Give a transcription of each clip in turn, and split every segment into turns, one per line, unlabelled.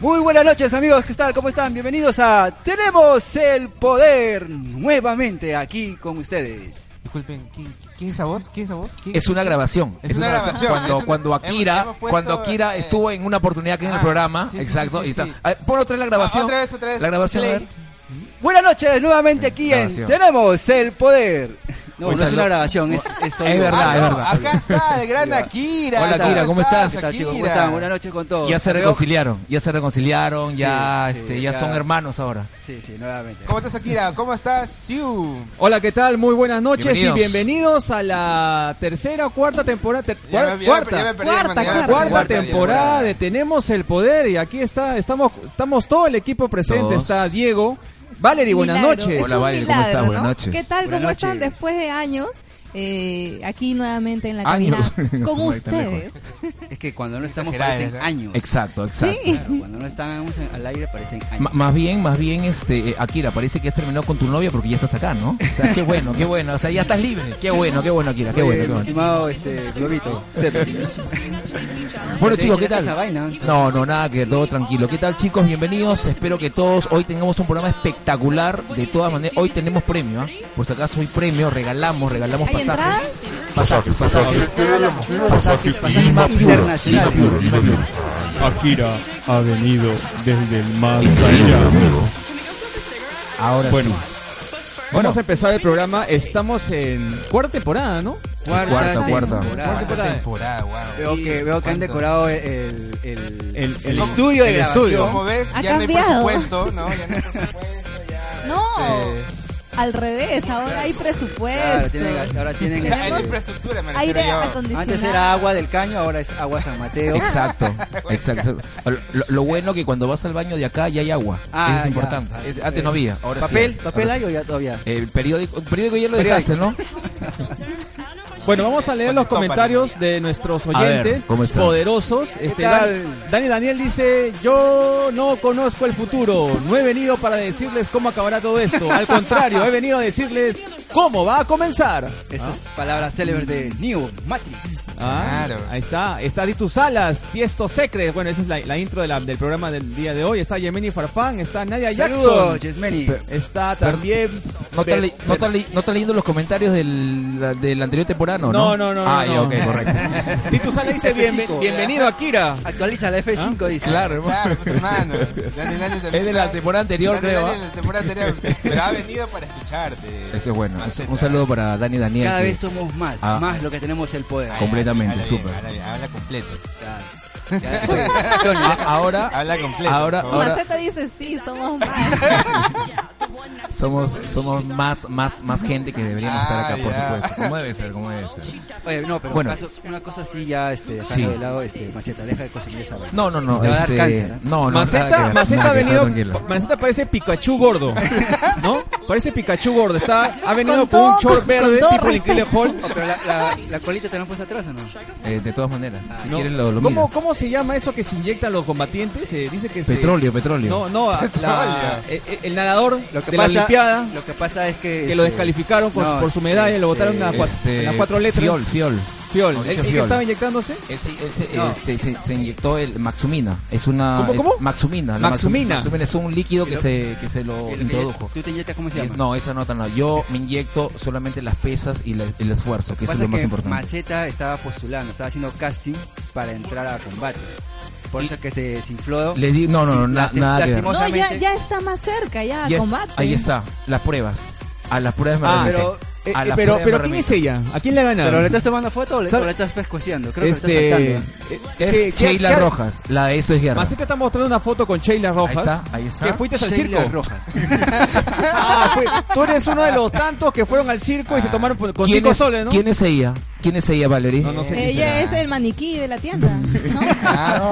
Muy buenas noches amigos, ¿qué tal? ¿Cómo están? Bienvenidos a Tenemos el Poder nuevamente aquí con ustedes.
Disculpen, ¿qué, qué es esa voz? ¿Qué es esa voz? ¿Qué-
Es una grabación.
Es una grabación,
Cuando,
es un-
cuando Akira,
hemos- hemos puesto,
cuando Akira
eh,
estuvo en una oportunidad aquí en
ah,
el programa,
sí, sí,
exacto.
sí,
y
sí,
está.
sí.
A ver, pon otra vez la grabación.
Ah, otra vez, otra vez.
La grabación. a
Play.
ver.
Buenas noches nuevamente aquí en
Grabación.
Tenemos el Poder. No,
Oye,
no es una
saludo.
grabación, es, es
Es
audio.
verdad,
Ah,
es
no,
verdad.
Acá está, el gran
Ahí va.
Akira.
Hola, Akira, ¿cómo estás?
¿Qué tal, chicos? ¿Cómo
Akira?
están? Buenas noches con todos.
Ya se
Creo-
reconciliaron, ya se reconciliaron, ya,
Sí, sí,
este, ya,
ya.
son hermanos ahora.
Sí, sí, nuevamente.
¿Cómo estás, Akira? ¿Cómo estás, Siu?
Hola, ¿qué tal? Muy buenas noches
Bienvenidos.
y bienvenidos a la tercera o cuarta temporada. ter-
Ya me-
cuar-
ya me-
cuarta.
ya me perdí,
Cuarta,
hermano, ya me
cuarta.
perdí.
cuarta
Cuarta
temporada de Tenemos el Poder y aquí está, estamos, estamos todo el equipo presente,
Todos.
está Diego. Valery, buenas
Milagro.
noches.
Es
Hola,
un
Valerie, ¿cómo
milagro,
estás?
¿no?
Buenas noches.
¿Qué tal?
Buenas
¿Cómo están
noches.
después de años? Eh, aquí nuevamente en la cabina
Años.
con
Ahí está
ustedes.
Es que cuando no estamos
Exagerada,
parecen
¿verdad?
años.
Exacto, exacto.
Sí.
Claro, cuando no estamos en- al aire parecen años.
M- más bien, más bien, este, eh, Akira, parece que has terminado con tu novia porque ya estás acá, ¿no? O sea, qué bueno, qué bueno, o sea, ya estás libre. Qué bueno, qué bueno, Akira, qué
Oye,
bueno, qué
Eh, mi estimado
bueno.
este, Globito.
Bueno
Sí,
chicos, ¿qué tal?
esa vaina.
No, no, nada, que todo tranquilo. ¿Qué tal chicos? Bienvenidos. Espero que todos hoy tengamos un programa espectacular. De todas maneras, hoy tenemos premio. ¿ah? Por si acaso hoy premio, regalamos, regalamos
¿Hay
pasajes.
entradas?
Pasajes, pasajes.
Pasajes Lima Puro, Lima Puro, Lima Puro. Akira ha venido desde el más allá.
Ahora
Bueno,
sí.
Vamos a empezar el programa, estamos en cuarta temporada, ¿no?
Cuarta, cuarta.
temporada.
Cuarta
temporada, wow.
Veo que, veo que han decorado el, el, el,
El- el-
estudio de
el
grabación.
estudio.
Como ves,
Ha
ya no hay
cambiado.
presupuesto, ¿no? Ya no hay presupuesto, ya.
No,
este,
al revés, ahora hay
Claro,
presupuesto.
tienen gas- ahora tienen
ya hay
este-
infraestructura, me
Aire
refiero yo.
acondicionado.
antes era agua del caño, ahora es agua San Mateo.
Exacto, exacto. Lo, lo bueno que cuando vas al baño de acá ya hay agua.
Ah, ya.
Eso
Eh,
es importante. Es- antes no había. Ahora sí
¿Papel?
hay.
¿Papel
Ahora
hay o ya todavía?
sí. Ah. El periódico, el periódico ya lo
Periódico.
dejaste, ¿no?
Bueno, vamos a leer los comentarios de nuestros
A ver,
oyentes
¿cómo están?
poderosos. Este,
tal?
Dan- Dani Daniel dice, yo no conozco el futuro, no he venido para decirles cómo acabará todo esto. Al contrario, he venido a decirles cómo va a comenzar.
Esas palabras célebres de New Matrix.
Ah,
Claro.
Ahí está, está Ditu Salas, Tiesto Secres. Bueno, esa es la, la intro de la- del programa del día de hoy. Está Yemeni Farfán, está Nadia
Saludos,
Jackson.
Yesmeni.
Está también...
No está,
Ber-
le- no está le- no está leyendo los comentarios del, la- del anterior temporada, ¿no?
No, no, no, no,
Ah, ya,
no.
ok, correcto.
Titu Salas dice, "Bienve-
F5,
bienvenido Akira.
Actualiza la F5, dice.
Ah, Claro, hermano.
Claro, pues, hermano. Dani, Dani,
Es de la temporada anterior,
Dani,
creo.
Dani,
¿ah?
de la temporada anterior. Pero ha venido para escucharte.
Eso es bueno.
Acepta.
Un saludo para Dani Daniel.
Cada
que-
vez somos más,
Ah.
más lo que tenemos el poder.
Ay,
Completamente,
habla bien,
súper.
Habla, bien, habla completo.
Claro.
A- ahora
Habla completo.
Ahora-
por favor.
ahora-
Maceta dice, sí, somos más.
somos somos más más más gente que deberíamos estar acá,
Ah,
por
ya.
supuesto. ¿Cómo debe ser? ¿Cómo debe ser?
Oye, no, pero
Bueno.
caso- una cosa sí ya, este, dejando
Sí.
de lado, este, Maceta, deja de consumir esa vaina.
No, no, no.
Te va a dar
este,
cáncer, ¿eh?
No, no. nada
Maceta,
que-
Maceta
nada
ha
que-
venido,
tranquilo.
Maceta parece Pikachu gordo, ¿no? Parece Pikachu gordo, está, ha venido con,
Con todo-
un short
con
verde
todo
tipo el Increíble Hall.
Oh, pero la, la, la colita te la han puesto atrás o no?
Eh, de todas maneras, si
No.
quieren lo, lo
¿Cómo,
miras.
¿Cómo se llama eso que se inyecta a los combatientes? Eh, dice que se-
Petróleo, petróleo.
No, no, a- la- eh, eh, el nadador
Lo que
de
pasa,
la Olimpiada
Lo que pasa es que. este,
que lo descalificaron por,
no,
por su medalla, lo
este,
botaron a cua-
Este,
en las cuatro letras.
Fiol, fiol.
Fiol. ¿El,
Mauricio
el que
Fiol.
estaba inyectándose?
Él sí- él se-
No.
este, se, se inyectó el Maxumina. Es una.
¿Cómo,
es-
cómo?
Maxumina. la Maxum-
Maxumina.
Maxumina es un líquido
Y
que
lo-
se, que se lo
el-
introdujo.
¿Tú te inyectas cómo se llama?
No, esa nota no. Yo me inyecto solamente las pesas y la- el esfuerzo, que eso es
Pasa
lo más
que
importante.
Maceta estaba postulando, estaba haciendo casting para entrar a combate. Por eso que se desinfló.
Le di, no, no, no,
Sí,
na-
lasti-
nada que
lastimó-
ver.
No, ya,
Famosamente.
ya está más cerca, ya,
Ya-
combate.
ahí está, las pruebas. A las pruebas me
Ah,
remito.
Eh,
A
eh,
las
pero,
pruebas
pero
me
¿quién es
remito.
ella? ¿A quién le ha ganado?
¿Pero le estás tomando foto o le,
¿Sabe?
o le estás pescueciendo? Creo que
este,
le estás sacando. ¿eh?
eh,
Es
¿qué- qué-
Sheila
qué-
Rojas, la de eso es guerra.
Maceta está mostrando una foto con Sheila Rojas.
está, ahí está.
Que fuiste al
Sheila
circo.
Rojas.
Ah, fue- tú eres uno de los tantos que fueron al circo y se tomaron por- con
¿Quién
cinco
es,
soles, ¿no?
¿Quién es ella? ¿Quién es ella, Valerie?
No, no sé. quién
Ella Eh, es el maniquí de la tienda, ¿no?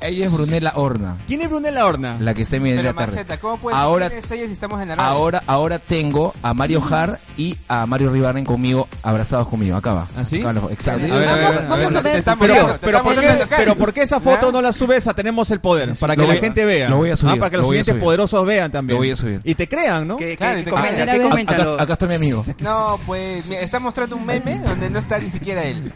Ella es Brunella Horna,
¿Quién es Brunella Horna?
la que está en mi en
Pero
la tarde.
Maceta, ¿cómo puedes
Ahora-
ahora, quiénes ellos si estamos en la radio?
Ahora, ahora tengo a Mario Har y a Mario Ribarren conmigo, abrazados conmigo. Acá va.
¿Ah, sí?
Acá los- exacto.
A ver, a ver, a ver,
Vamos- vamos a ver.
Te están
Pero,
mirando, te
pero,
están
¿por qué,
mirando acá.
pero ¿por qué esa foto
¿Ya?
no la subes a Tenemos el Poder? Para que
¿Ah? lo
la
voy a-
gente vea.
lo voy a subir,
Ah, para que
lo
los
voy a
siguientes
subir.
poderosos vean también.
Lo voy a subir.
Y te crean, ¿no?
Que,
Claro,
que,
y
que
te
comenta,
comenta.
que
Acá-
comenta
Acá,
lo-
acá está mi amigo.
No, pues mira, está mostrando un meme donde no está ni siquiera él.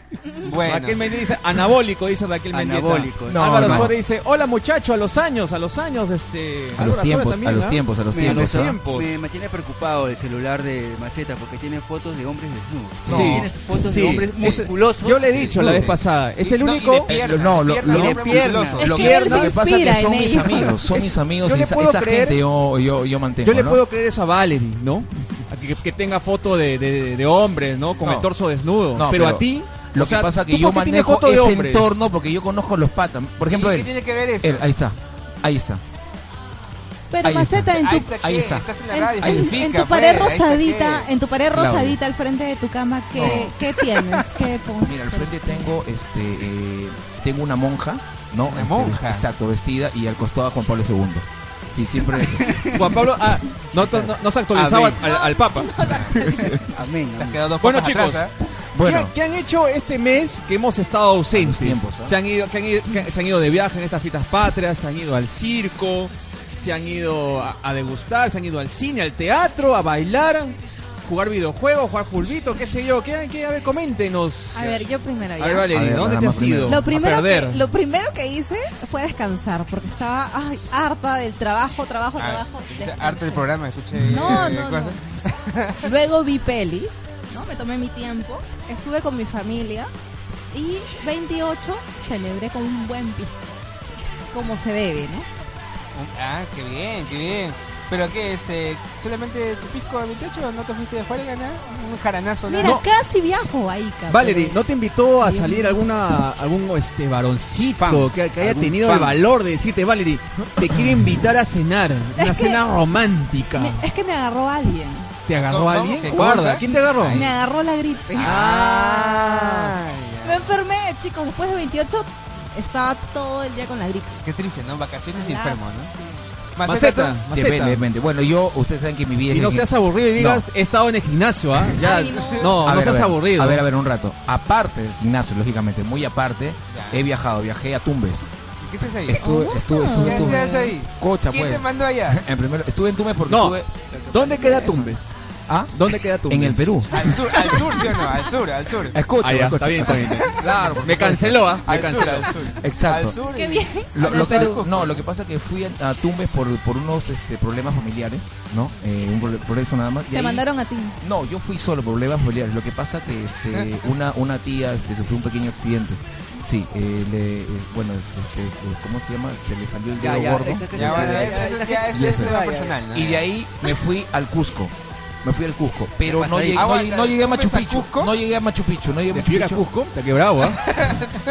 Bueno,
Raquel Mendy dice anabólico, dice Raquel Mendy.
Anabólico.
No,
Álvaro
no.
Suárez dice, hola muchacho, a los años, a los años, este...
A
Álvaro
los
Azora
tiempos, a
también,
los
¿ah?
tiempos, a los
Me,
tiempos. ¿ah?
me- me mantiene preocupado el celular de Maceta porque tiene fotos de hombres desnudos.
No.
Sí. Tienes fotos
Sí.
de hombres
Ese-
musculosos.
Yo le he dicho la vez pasada, es el único...
no, lo- lo-
de piernas.
musculoso.
Es
Lo que,
él
lo
se
que pasa es
inspira
que son
en
mis
ellos.
amigos, son
Es-
mis amigos,
yo le
esa,
puedo
esa
creer-
gente yo, yo, yo mantengo.
Yo le
¿no?
puedo creer eso a Valerie, ¿no? A Que, que tenga foto de, de- de hombres, ¿no? Con
No.
el torso desnudo.
No,
pero,
pero
a ti...
Lo
o sea,
que pasa que
¿tú
yo
por qué tienes
manejo
foto de
ese
hombres?
entorno porque yo conozco los patas. Por ejemplo,
¿Y
él,
¿Qué tiene que ver eso?
él, ahí está, ahí está.
Pero
Ahí
Maceta, en
Ahí
tu,
está, ¿qué?
ahí está.
Estás en la
en,
radio.
en- en
significa,
tu pared
pues, ahí está, ¿qué?
rosadita, en tu pared
Claudio.
rosadita al frente de tu cama, ¿qué, ¿qué tienes? ¿Qué pones?
Mira, al frente tengo este eh, tengo una monja, ¿no?
Una
Este,
monja.
Exacto, vestida y al costado a Juan Pablo II. Sí, siempre.
Juan Pablo, ah, no, te- no, no se ha actualizado al,
Amén.
al- al Papa.
Amén.
Te has
amén.
quedado dos
Bueno,
patas
chicos.
atrás, ¿ah?
¿Qué,
bueno,
qué han hecho este mes que hemos estado ausentes?
Los tiempos, ¿ah?
se, han ido, que han ido- que se han ido de viaje en estas fiestas patrias, se han ido al circo, se han ido a, a degustar, se han ido al cine, al teatro, a bailar, jugar videojuegos, jugar fulbito, qué sé yo. ¿Qué, qué? A ver, coméntenos.
A ver, yo primero ya.
A ver, Valerie,
A ver,
¿dónde te
Rama
has ido?
primero.
Lo primero,
a
que,
perder.
lo primero que hice fue descansar, porque estaba ay, harta del trabajo, trabajo,
Ah,
trabajo.
Arte del programa, escuché.
No,
eh,
no, no.
cosas.
Luego vi pelis, ¿no? Me tomé mi tiempo, estuve con mi familia y 28 celebré con un buen pisco, como se debe, ¿no?
Ah, qué bien, qué bien. Pero qué, este, solamente tu pisco a mi techo, no te fuiste de juerga, nada, un jaranazo, nada.
Mira, casi viajo ahí, cabrón.
Valerie, ¿no te invitó a
Dios
salir
mío.
alguna algún este varoncito que, que haya
Algún
tenido el
fan.
valor de decirte, Valerie, te quiero invitar a cenar, una
que-
cena romántica?
Me- es que me agarró alguien,
¿Te agarró
¿Cómo?
alguien?
¿Qué
Guarda,
cosa?
¿quién te agarró?
me agarró la gripe.
Ah,
Me enfermé, chicos, después de 28 estaba todo el día con la gripe.
ya. Qué triste, ¿no? Vacaciones y
Las-
enfermo, ¿no?
Maceta,
tú.
maceta.
depende, depende. Bueno, yo, ustedes saben que mi vida
Y
es
no
de-
seas aburrido y
No.
digas, he estado en el gimnasio, ¿ah? Ya,
Ay,
no,
no.
no,
A ver, a
seas
ver,
aburrido.
A ver, a ver, un rato. Aparte del gimnasio, lógicamente, muy aparte,
Ya.
he viajado, viajé a Tumbes.
¿Qué haces ahí?
Estuve,
Oh.
estuve, estuve
¿Qué
en
tú.
haces
Tumbes.
ahí?
Cocha,
¿Quién te
pues.
mandó allá?
En primero, estuve en Tumbes porque
No.
estuve
¿Dónde queda Tumbes?
¿Ah?
¿Dónde queda Tumbes?
en el Perú.
Al sur, al sur, ¿sí o no? Al sur, al sur.
Escucha,
Ah, ya,
escucha.
está bien, está bien, está bien.
Claro, por
Me
supuesto.
canceló, ¿ah? Me
Al sur,
canceló.
al sur.
Exacto.
Al sur.
Qué bien.
pues, Lo-
Habla
lo que-
Perú.
no, lo que pasa es que fui a, a Tumbes por, por unos este, problemas familiares, ¿no? Eh, un prole- por eso nada más. De
Te
ahí-
mandaron a ti.
No, yo fui solo, por problemas familiares. Lo que pasa que este, una, una tía este, sufrió un pequeño accidente. Sí, eh, le, eh, bueno, es- este, eh, ¿cómo se llama? Se le salió el dedo gordo.
Ya, bueno,
Ya,
eso, eso ya es
ya,
es
ya.
tema personal, ¿no?
Y de ahí me fui al Cusco. Me fui al Cusco, pero
¿Qué
no
pasa ahí?
llegué, no,
Aguanta,
llegué- no llegué a Machu
¿Tumbes al
Picchu.
Cusco?
No llegué a Machu Picchu, no llegué a Machu
Te a
Picchu.
Cusco, te qué bravo, ¿ah?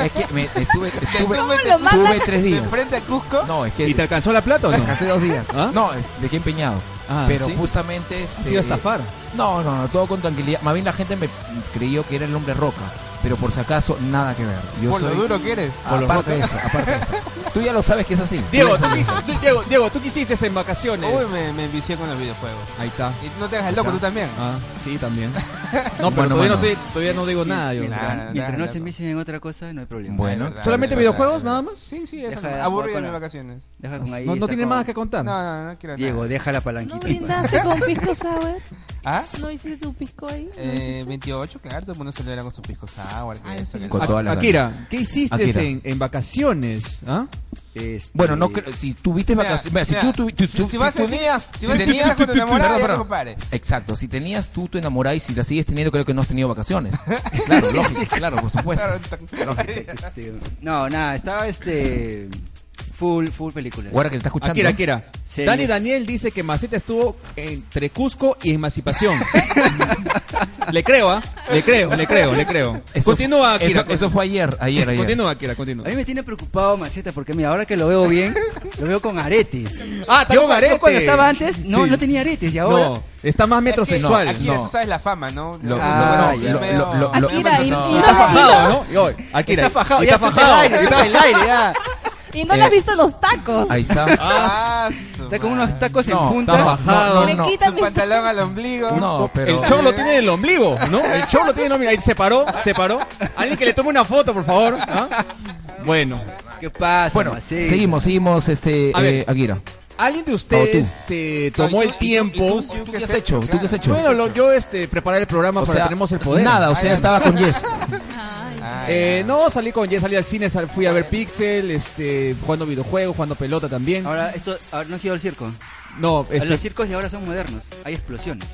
Es que me, estuve, estuve,
¿Cómo
Tumbes
lo
te-
mandan?
estuve tres
¿Te
días.
enfrenta a Cusco?
No, es que
¿Y te alcanzó la plata o no?
Hace dos días.
¿Ah?
No, es- de qué empeñado.
Ah,
pero
¿sí?
justamente.
¿Has
este,
ido a estafar?
No, no, no, todo con tranquilidad. Más bien la gente me creyó que era el hombre roca. Pero por si acaso, nada que ver. Yo
Por lo
soy- Ah,
duro que eres.
por lo
Aparte de eso, aparte de eso. Tú ya lo sabes que es así.
Diego,
Tú
¿tú
ya
qué
sabes.
hiciste- Diego, Diego, ¿tú qué hiciste en vacaciones?
Uy, me, me envicié con los videojuegos.
Ahí está.
Y no te hagas el loco, tú también.
Ah, sí, también.
Bueno,
No, pero todavía,
bueno.
No, estoy- todavía no digo nada yo.
Mira, nada,
Mientras no
nada.
se misen en otra cosa, no hay problema.
Bueno.
Ah, es verdad,
¿Solamente
es verdad,
videojuegos
es verdad.
nada más?
Sí, sí, eso
Deja
nomás.
de
aburrido
jugar
mis
con la-
vacaciones.
Deja con ahí.
No, no
esta
tiene
con-
más que contar.
No, no, no quiero
Diego,
nada.
deja la
¿No
palanquita. y pasa.
brindaste con pisco sour?
¿Ah?
¿No hiciste tu pisco ahí? ¿No
Eh,
hiciste?
28, claro, todo el mundo celebra con su pisco sour. que
Ah,
esto,
sí.
que lo
Con
A-
otro.
todas las
Akira, ¿qué hiciste
Akira.
en, en vacaciones? ¿ah?
Este,
Bueno, no creo- si tuviste
Mira,
vacaciones. mira, si
mira,
tú, tu- tu- tu-
si vas
si
a-
tenías.
si vas a- si vas a tu enamorada, ya no compares.
Exacto, si tenías tú tu enamorada y si la sigues teniendo, creo que no has tenido vacaciones. Claro, lógico, claro, por supuesto. Lógico.
este, no, nada, estaba este. Full, full película.
Ahora que te está escuchando.
Akira, Akira.
Series.
Dani Daniel dice que Maceta estuvo entre Cusco y Emancipación. le creo, ¿ah? Le creo, le creo, le creo.
Eso-
continúa, Akira. pues.
Eso, eso fue ayer, ayer, ayer.
continúa, Akira,
A
continúa.
mí me tiene preocupado Maceta porque mira, ahora que lo veo bien, lo veo con aretes.
Ah, está
yo,
con
yo
arete.
cuando estaba antes, no,
Sí.
no tenía aretes y ahora
No, está más metrosexual.
Aquí,
No.
tú sabes la fama, ¿no?
Lo-
Ah,
lo-
ya.
lo-
lo-
medio-
lo-
Akira, y, y
No.
Está
no, y no-
fajado, ¿no? Y hoy, Akira,
está fajado,
y
ya
está
suelta
fajado.
el aire, suelta el aire, ya.
y no le
Eh,
has visto los tacos.
Ahí está.
Ah, su
Está con
madre.
unos tacos
No,
en punta.
está bajado.
No,
me
no,
quita
Su
mis
pantalón al ombligo.
No, pero.
El show lo tiene en el ombligo, ¿no? El show lo tiene en el ombligo. Ahí se paró, se paró. Alguien que le tome una foto, por favor. ¿ah? Bueno.
¿Qué pasa?
Bueno,
Maceta?
seguimos, seguimos, este,
A ver.
eh, Akira.
¿Alguien de
No,
ustedes
tú.
se tomó
No, y
el
tú-
tiempo?
y
¿Tú qué has hecho? ¿Tú qué has hecho?
Bueno, lo- yo este preparé el programa
O
para
sea,
Tenemos el Poder.
Nada, o sea,
Ay,
estaba con Yes.
Ay,
Ah, Ah,
Eh,
ya.
no, salí con Jess, salí al cine, sal- fui a ver Pixel, este, jugando videojuegos, jugando pelota también.
Ahora, esto ahora no ha sido el circo.
No, este,
Los circos de ahora son modernos. Hay explosiones.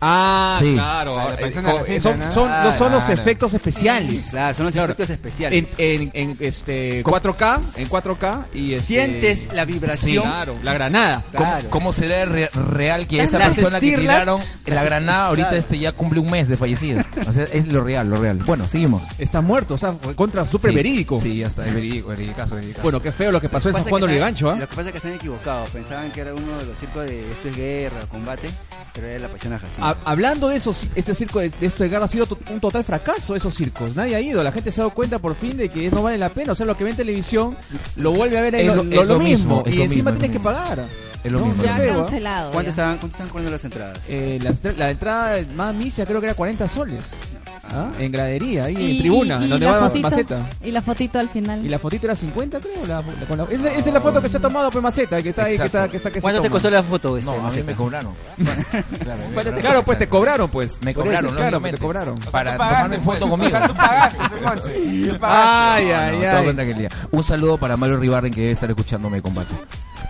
ah,
Sí.
claro.
Vale,
eh,
parecen
co-
a la cinta,
son,
¿no?
son-
Ah,
los- son los
claro.
efectos especiales.
Claro, son los
Claro.
circuitos
En,
especiales.
en, en, este 4K, en 4K y este,
Sientes la
sí,
vibración.
claro, la granada.
¿Cómo,
Claro.
cómo será re- real que esa
Las
persona que
estirlas-
tiraron la granada ahorita
claro.
este ya cumple un mes de fallecido? O sea, es lo real, lo real. Bueno, seguimos.
Está muerto, o sea, contra super
Sí.
verídico.
Sí, ya está, es verídico, veridicazo, veridicazo.
Bueno, qué feo lo que pasó
Pues
en
Pasa
San Juan
que
de
se han-
Origancho, ¿ah?
Lo que pasa es que se han equivocado. Pensaban que era uno de los circos de esto es guerra, combate, pero era la pasión asesina.
Ah,
Ha- Hablando de esos, ese circo de, de esto de guerra ha sido to- un total fracaso esos circos. Nadie ha ido, la gente se ha dado cuenta por fin de que no vale la pena. O sea, lo que ve en televisión lo vuelve a ver ahí
Es
lo,
lo-
lo-
es
lo
lo
mismo.
mismo, es
Y
lo
encima
mismo, es
tienes que
lo
pagar.
es lo
no,
mismo.
Ya
lo
han
mismo.
Feo, ¿ah?
cancelado.
¿Cuánto,
ya.
estaban, ¿Cuánto están cobrando las entradas?
Eh, la, estra- la entrada más misa creo que era 40 soles. ¿ah? En gradería, ahí en
Y-
tribuna,
y- y
donde
la
va Ma-
fotito-
Maceta.
Y la fotito al final.
Y la fotito era 50, creo. la- la- con la- esa, esa es la foto que se ha tomado pues, Maceta, que está ahí, que está, que está que se toma.
la foto?
este,
No, a mí me cobraron. Claro, me cobraron.
Claro, pues te cobraron, pues.
Me
Por
cobraron,
eso, claro, pues,
lógicamente.
te cobraron.
Para
Tú pagaste,
tomarme foto
pues.
conmigo.
O sea, tú pagaste, pues, Monse. Tú pagaste.
Ay,
No,
ay,
todo
ay.
con tranquilidad. Un saludo para Mario Ribarren que debe estar escuchándome combate.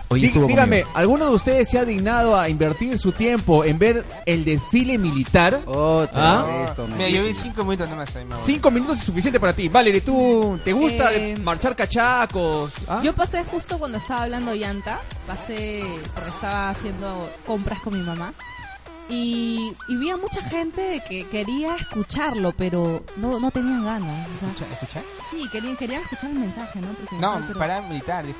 Hoy
Dí-
estuvo
dígame,
conmigo.
¿alguno de ustedes se ha dignado a invertir su tiempo en ver el desfile militar?
Oh. Otra
Ah.
vez con
Mira, yo vi cinco minutos nomás ahí, más.
Cinco minutos es suficiente para ti. Valerie, ¿tú te gusta
Eh,
marchar cachacos? ¿Ah?
Yo pasé justo cuando estaba hablando llanta, pasé porque estaba haciendo compras con mi mamá y, y vi a mucha gente que quería escucharlo, pero no, no tenían ganas. o sea,
¿Escucha- ¿Escuchar?
sí, querían, querían escuchar el mensaje, ¿no? Porque-
No,
pero-
para militar, dijo.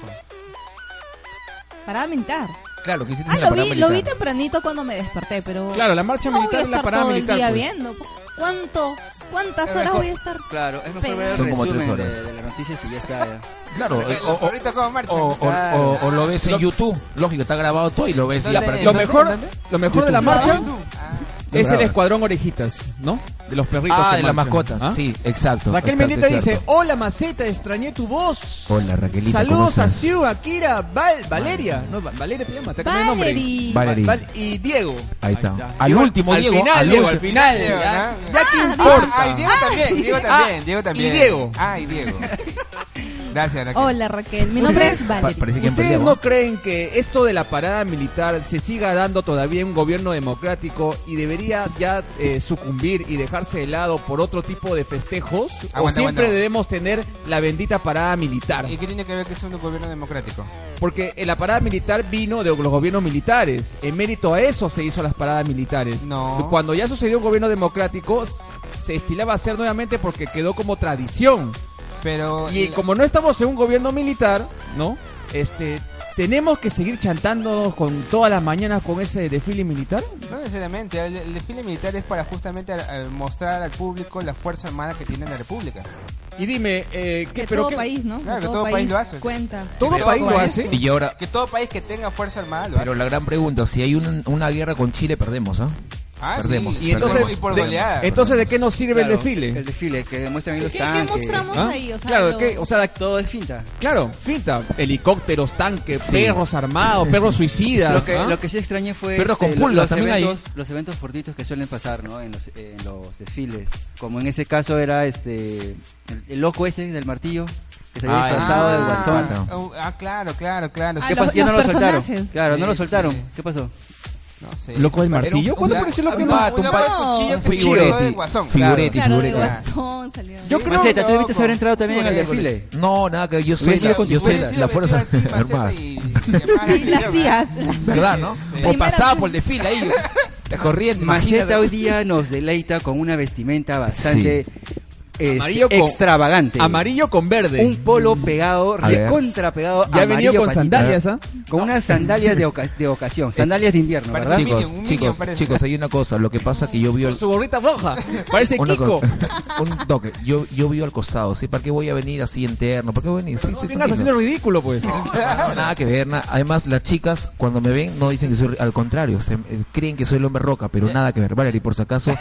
Para mentar.
Claro, que hiciste
Ah,
la
lo
parada
vi, lo vi
militar.
tempranito cuando me desperté, pero
Claro, la marcha
no voy
militar
a
es la
estar
parada
todo
militar.
el día
pues.
viendo. po. ¿Cuánto? ¿Cuántas
Es
horas
mejor.
voy a estar?
Claro, es mejor
Pero-
ver el
Son como tres
resumen de,
horas.
de la noticia y ya está. ya.
Claro, eh, o, o-
Ahorita cómo marcha.
o- o- o- o lo ves en
Lo-
YouTube. Lógico, está grabado todo y lo ves.
Entonces,
ya para ti.
Lo
¿Dónde?
mejor,
¿Dónde?
lo mejor de la
YouTube.
marcha
Ah.
es el
Bravo.
escuadrón orejitas, ¿no? De los perritos.
Ah,
que
de las
marchan.
mascotas.
¿Ah?
Sí, exacto.
Raquel
exacto,
Mendieta
exacto.
dice, hola Maceta, extrañé tu voz.
Hola, Raquelita. ¿cómo
Saludos a
estás?
Siu, Akira, Val, Valeria. No, Va- Valeria te llama, te ha cambiado el nombre.
Valerie.
Vale. Valerie.
Val- y Diego.
Ahí está. Al
Igual,
último,
al
Diego,
Final,
al
Diego, al
último.
final.
Diego,
ya,
¿no?
ya que
Ah,
importa.
ay, Diego también, Diego también, Diego también.
y Diego.
Ay, Diego. Gracias, Raquel.
Hola Raquel, mi nombre
¿Ustedes?
es Valerie.
Pa- parece que han
¿Ustedes
peleado.
no creen que esto de la parada militar se siga dando todavía en un gobierno democrático y debería ya eh, sucumbir y dejarse de lado por otro tipo de festejos? ¿O
Aguanta,
siempre
aguanta.
debemos tener la bendita parada militar?
¿Y qué tiene que ver que es un gobierno democrático?
Porque eh, la parada militar vino de los gobiernos militares. En mérito a eso se hizo las paradas militares.
No.
Cuando ya sucedió un gobierno democrático, s- se estilaba hacer nuevamente porque quedó como tradición.
Pero. eh,
Y como no estamos en un gobierno militar, ¿no? Este, tenemos que seguir chantándonos con todas las mañanas con ese desfile militar.
No necesariamente, el, el desfile militar es para justamente eh, mostrar al público la fuerza armada que tiene la República.
Y dime, eh, ¿qué,
Que
pero
todo
qué-
país, ¿no?
Claro, que todo país lo hace.
Cuenta.
todo
Pero
país lo
todo
hace?
país.
Y ahora,
Que todo país que tenga fuerza armada lo
pero
hace.
la gran pregunta, si hay un- una guerra con Chile, perdemos, ¿ah?
Ah,
perdemos.
sí.
Y entonces,
y por
de-
goleada.
entonces ¿de qué nos sirve
Claro,
el desfile?
El desfile, que demuestran ahí
¿Qué,
los
qué
tanques. Ah,
mostramos
¿Ah?
ahí? O sea,
claro,
lo-
¿qué? o sea,
Todo es finta.
claro, finta, helicópteros, tanques,
Sí.
perros armados, perros suicidas.
Lo que,
¿ah?
lo que sí extrañé fue este,
Perros con
lo-
pulgas
los,
también hay.
eventos, los eventos fortuitos que suelen pasar ¿no? en, los, en los desfiles. Como en ese caso era este el, el loco ese del martillo que se había
Ah,
disfrazado del
ah,
guasón.
claro.
oh, Ah, claro, claro, claro.
Ah,
¿Qué
los-
pasó? Ya no lo
los
soltaron.
personajes.
Claro, no lo
Sí,
soltaron.
sí.
¿Qué pasó?
No sé.
¿Loco del
Era
martillo?
un-
¿Cuándo
una-
apareció loco del
un
martillo?
pato, un pato,
No.
cuchillo, cuchillo de
Figureti,
guasón.
figuretti,
Claro, de
figuretti.
guasón salió.
Yo creo-
Maceta, tú
loco.
debiste haber entrado también en el
Figurete.
desfile.
No, nada, que yo
Pues
estoy,
Hubiera sido con
yo
tus fuerzas.
estoy la fuerza armada.
Y las tías.
¿Verdad, no? O
Primera
pasaba
vez.
por el desfile ahí. La corriente,
Maceta
imagínate.
hoy día nos deleita con una vestimenta bastante este,
Amarillo con-
extravagante.
Amarillo con verde.
Un polo pegado,
A ver.
recontra pegado.
ya ha venido
amarillo
con
patita.
sandalias, ¿ah?
Con unas sandalias de, oca- de ocasión, sandalias de invierno,
Parece
¿verdad?
un
Eh, Chicos,
minion, un minion
chicos,
parece.
chicos, hay una cosa. Lo que pasa que yo vi al-
Su gorrita roja. Parece
una
Kiko.
cosa- un toque. Yo, yo vivo al costado, ¿sí? ¿Para qué voy a venir así interno? ¿Para qué voy a venir? Sí,
No
estoy
vengas haciendo
tranquilo.
el ridículo, pues.
No, nada que ver. nada. Además, las chicas, cuando me ven, no dicen que soy. Al contrario, se, eh, creen que soy el hombre roca, pero nada que ver. Valerie, por si acaso,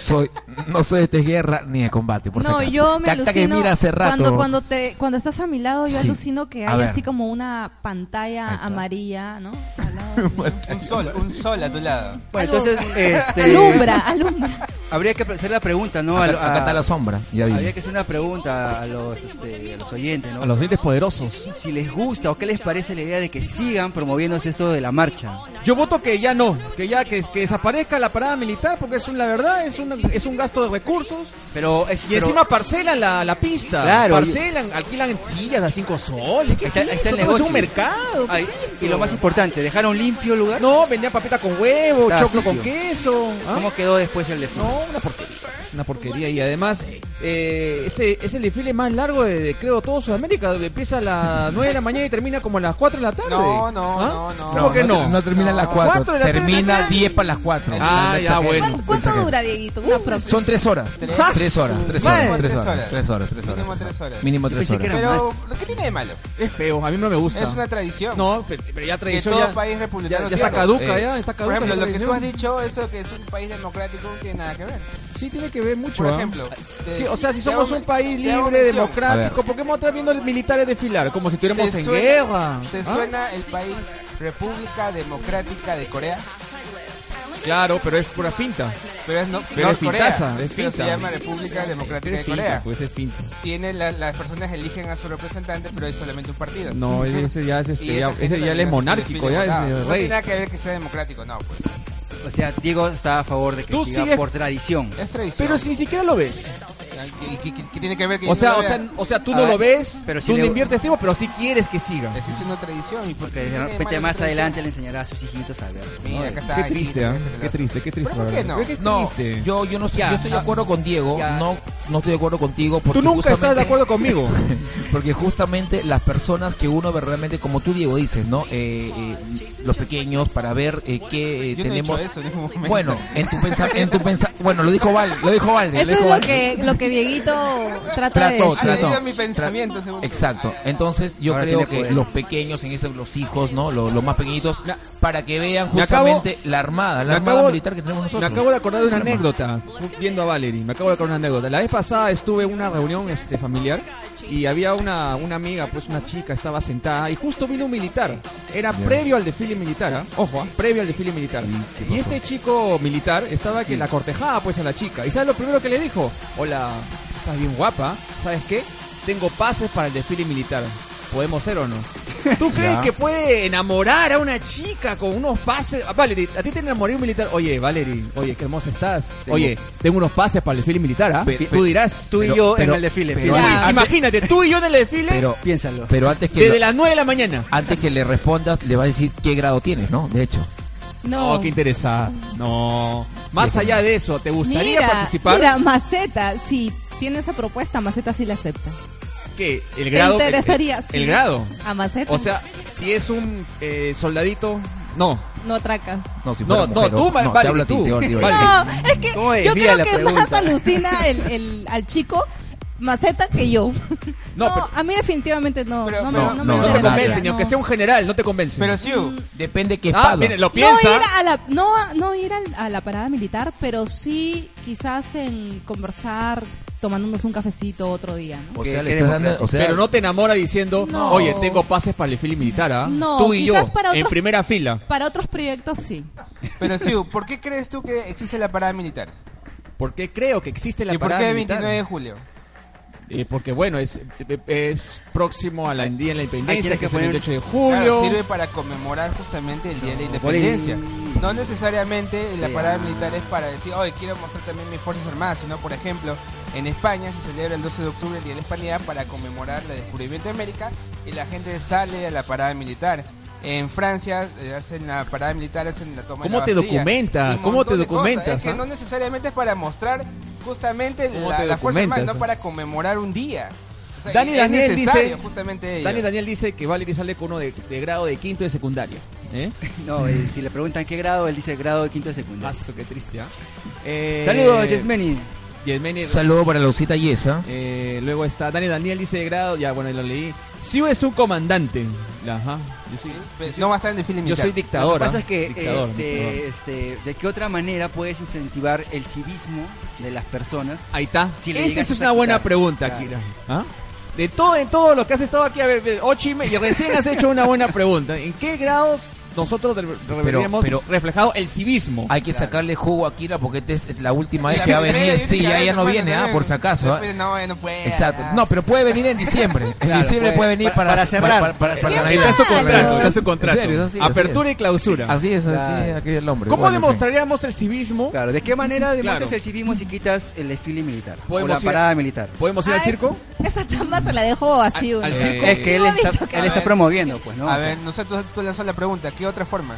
soy, no soy de esta guerra ni de combate. Por si
No,
acaso.
yo me
Tacta que
alucino.
mira hace rato.
Cuando, cuando, te, cuando estás a mi lado, yo
Sí.
alucino que
A
hay
ver.
así como una
Ahí
pantalla
está.
amarilla, ¿no? Al lado.
Un sol, un sol a tu lado.
Bueno, entonces, este.
Alumbra, alumbra.
habría que hacer la pregunta, ¿no? A lo-
Acá, acá
a-
está la sombra. Ya
habría
dije.
que hacer una pregunta a los, este, a los oyentes, ¿no?
A los dientes poderosos.
Si les gusta o qué les parece la idea de que sigan promoviéndose esto de la marcha.
Yo voto que ya no, que ya que, que desaparezca la parada militar, porque es un- la verdad es un, es un gasto de recursos.
Pero es,
Y
pero-
encima parcelan la, la pista.
Claro,
Parcelan, alquilan sillas a cinco soles. ¿Qué
Ahí está-
es
ahí está el
eso? Todo es
negocio.
un mercado. ¿qué
Ay,
es esto?
y lo más importante, ¿dejaron limpio el lugar?
No, vendían papita con huevo,
Está
choclo
sucio.
con queso. ¿ah?
¿Cómo quedó después el desfile?
No, una porquería. Es una porquería. Y además, eh, ese es el desfile más largo de, de, creo, todo Sudamérica. Donde empieza a las 9 de la mañana y termina como a las 4 de la tarde.
No, no,
¿Ah?
no, no.
¿Cómo que no?
No, termina a las
Cuatro
4.
de la tarde
Termina
acá.
10 para las 4.
Ah, ya, bueno.
¿Cuánto, cuánto dura, Dieguito? Una próxima.
Son 3 horas.
Tres.
3 horas. 3
Mínimo
horas. 3
tres
horas.
horas.
3 horas. tres
Mínimo
horas.
tres horas.
Mínimo 3
pensé que
horas.
era-
Pero, ¿qué tiene de malo?
Es feo, a mí no me gusta.
Es una tradición.
No, pe- pero ya
que
tradición
todo
ya-
país
ya,
republicano
ya está
tiene.
caduca,
Eh,
ya está caduca.
Por ejemplo,
la
lo que tú
tradición.
has dicho, eso que es un país democrático, no tiene nada que ver.
Sí, tiene que ver mucho.
Por
¿ah?
ejemplo, te-
Sí, O sea, si
te
somos
hago-
un país
te hago
libre,
mención.
democrático,
A
¿por qué vamos a estar viendo militares desfilar? Como si estuviéramos
¿Te
en
suena-
guerra.
¿Te
¿ah?
suena el país República Democrática de Corea?
Claro, pero es pura pinta.
Pero es no,
Pero
no
es
Corea,
pintaza, es
pero
pinta.
se llama República Democrática de
Es pinta,
Corea.
pues es pinta.
Tiene la- las personas eligen a su representante, pero es solamente un partido.
No, ese ya es,
Y
este,
esa
ya,
gente
ese ya él es
también
monárquico,
desfile
ya
morado.
es eh,
No tiene
rey.
nada que ver que sea democrático, no, pues.
O sea, Diego está a favor de que
Tú
siga
sigues-
por tradición.
Es tradición.
Pero si ni siquiera lo ves.
¿Qué- qué- qué- qué tiene que ver que
O
yo
sea,
no
o
lo
sea,
vea?
o sea tú
A
no
ver,
lo ves,
pero si
tú
le-
no inviertes tiempo, pero sí quieres que siga.
Esa es una tradición. ¿y por
Porque
qué
de
tiene de
repente
malo
más
esa
adelante le
tradición?
enseñará a sus hijitos a ver.
Mira, acá está.
Qué
aquí,
triste,
acá
¿ah?
está, acá
Qué
está.
triste, qué triste.
¿Pero por
la
qué
verdad.
no?
Creo que es
No,
triste.
yo, yo no, estoy-
Ya,
yo estoy de
ah,
acuerdo con Diego.
ya.
No, no estoy de acuerdo contigo. Porque
Tú nunca estás
justamente-
de acuerdo conmigo.
Porque justamente las personas que uno verdaderamente, como tú Diego dices, ¿no? Eh, eh, los pequeños para ver eh, qué eh,
Yo no he
tenemos.
hecho eso en ningún momento.
bueno, en tu pensa, en tu pensa, bueno, lo dijo Val, lo dijo Val.
Eso
dijo
es lo
Valde.
que, lo que Dieguito trata de
Trato,
decir.
Ha leído
Trato.
mi pensamiento, según tú.
Exacto. Entonces yo
Ahora
creo
tiene
que
poderes.
los pequeños, en este, los hijos, ¿no? Los, los más pequeñitos,
Ya.
para que vean
Me acabo-
justamente la armada, la
me
armada
acabo-
militar que tenemos nosotros.
Me acabo de acordar de una anécdota, viendo a Valerie, me acabo de acordar de una anécdota. La vez pasada estuve en una reunión este, familiar y había una, una amiga, pues una chica, estaba sentada y justo vino un militar. Era previo al desfile militar, ¿ah? ojo, ah, previo al desfile militar. Y este chico militar estaba que la cortejaba pues a la chica. ¿Y sabes lo primero que le dijo? Hola, estás bien guapa, ¿sabes qué? Tengo pases para el desfile militar. ¿Podemos ser o no? ¿Tú crees que puede enamorar a una chica con unos pases? Ah, Valerie, ¿a ti te enamoró un militar? Oye, Valerie, oye, qué hermosa estás. Oye, tengo unos pases para el desfile militar, ¿ah?
Pe-
tú dirás.
Tú y yo en el desfile.
pero-
piénsalo.
Ya.
Imagínate, tú y yo en el desfile
Pero,
Piénsalo.
pero antes que
desde
lo-
las 9 de la mañana.
antes que le respondas, le vas a decir qué grado tienes, ¿no? De hecho.
No.
No, Oh, qué interesada. No. Más allá de eso, ¿te gustaría
mira,
participar?
Mira, Maceta, si tiene esa propuesta, Maceta sí la acepta.
¿Qué? ¿El grado?
¿Te interesaría?
El, el
sí,
grado.
A Maceta.
O sea, si es un eh, soldadito, no.
No atraca.
No, si
No,
fuera
no,
mujer,
tú, Val-
te
Valerie,
hablo a ti,
tú.
te hablo a ti, Valerie.
Vale.
No, es que
¿Cómo
yo
desvía
creo
la
que más
pregunta?
alucina el, el, al chico Maceta que yo. No,
No, pero-
a mí definitivamente no.
Pero-
no, me,
no,
no,
no, me
No te
interesa,
nada.
convence, ni aunque sea un general, no te convence.
Pero Siu,
Depende qué
ah,
espada.
miren, lo
No
piensa.
ir, a la, no, a- no ir al- a la parada militar, pero sí quizás en conversar tomándonos un cafecito otro día. ¿no?
o
que-
sea, le
que
estás dando, o sea,
pero no te enamora diciendo,
No.
oye, tengo pases para el film militar, ¿ah?
No,
Tú y yo,
quizás para
en
otros-
primera fila.
Para otros proyectos sí.
pero Siu, ¿por qué crees tú que existe la parada militar?
Porque creo que existe la
¿Y por
parada
qué
militar.
29 de julio?
Eh, porque bueno, es, es próximo a la día de la
Ahí
independencia,
tienes
que
que
es el
poner-
28 de
Claro,
julio.
sirve para conmemorar justamente el Día de la Independencia. No necesariamente la
Sí,
parada
ah.
militar es para decir, hoy quiero mostrar también mis fuerzas armadas, sino por ejemplo, en España se celebra el 12 de octubre el Día de la Hispanidad para conmemorar el descubrimiento de América y la gente sale a la parada militar. En Francia eh, hacen la parada militar, hacen la toma
¿Cómo
de la
te
Bastilla,
documentas?
y un
¿Cómo te
montón de cosas.
documentas,
Es que
ah?
no necesariamente es para mostrar justamente
¿Cómo
la,
te
la fuerza armada,
documentas,
no
ah?
para conmemorar un día. O sea,
Dani
es
Daniel dice-
necesario justamente ello.
Dani Daniel dice que Valerie sale con uno de, de grado de quinto de secundaria. ¿Eh?
No, y si le preguntan qué grado, él dice grado de quinto de secundaria.
Paso, qué triste, ¿ah? Eh,
Saludos, Yasmeni.
Yasmeni.
Saludo para la usita Yesa.
Eh, luego está Dani Daniel dice de grado, ya bueno, ahí lo leí. Siu es un comandante. Ajá. Yo soy,
No va a estar en desfile
yo
militar.
soy
Lo que
dictador.
pasa
¿ah?
es que, eh,
Dictador,
de,
dictador.
este, ¿de qué otra manera puedes incentivar el civismo de las personas?
Ahí está.
Si le
Esa
llegas
es
a
una buena
sacar.
pregunta,
Claro.
Kira. ¿Ah? De todo, en todo lo que has estado aquí, a ver, de ocho y media, recién has hecho una buena pregunta. ¿En qué grados nosotros del- deberíamos
pero-
reflejado el civismo.
Hay que sacarle jugo a Akira porque esta es la última vez
La
que va a
primera,
venir.
yo
Sí,
dije,
ya,
a
ya
ver,
no viene,
bueno,
ah, por si acaso. ah.
Después, No, ¿eh? no puede.
Exacto.
ah.
No, pero puede venir en diciembre. En
Claro,
diciembre
puede.
puede venir para,
para cerrar.
Para, para- para
¡Qué
Navidad.
Está su
su contrato,
Claro.
está su contrato.
En serio, es así,
Apertura
así
y clausura.
Así es, así
Claro.
es aquel hombre.
¿Cómo
Bueno, en fin.
demostraríamos el civismo?
Claro, ¿de qué manera demuestras
Claro.
el civismo si quitas el desfile militar? O
Podemos
la
ir-
parada militar. Eh,
¿Podemos ir al
Ah,
circo?
es- Esa chamba se la dejo así.
Al- al
uno.
circo.
Es que él
No,
está,
dicho que-
él está
A ver.
promoviendo, pues, ¿no?
A
O sea,
ver, no sé, tú, tú lanzas la pregunta. ¿Qué otra forma?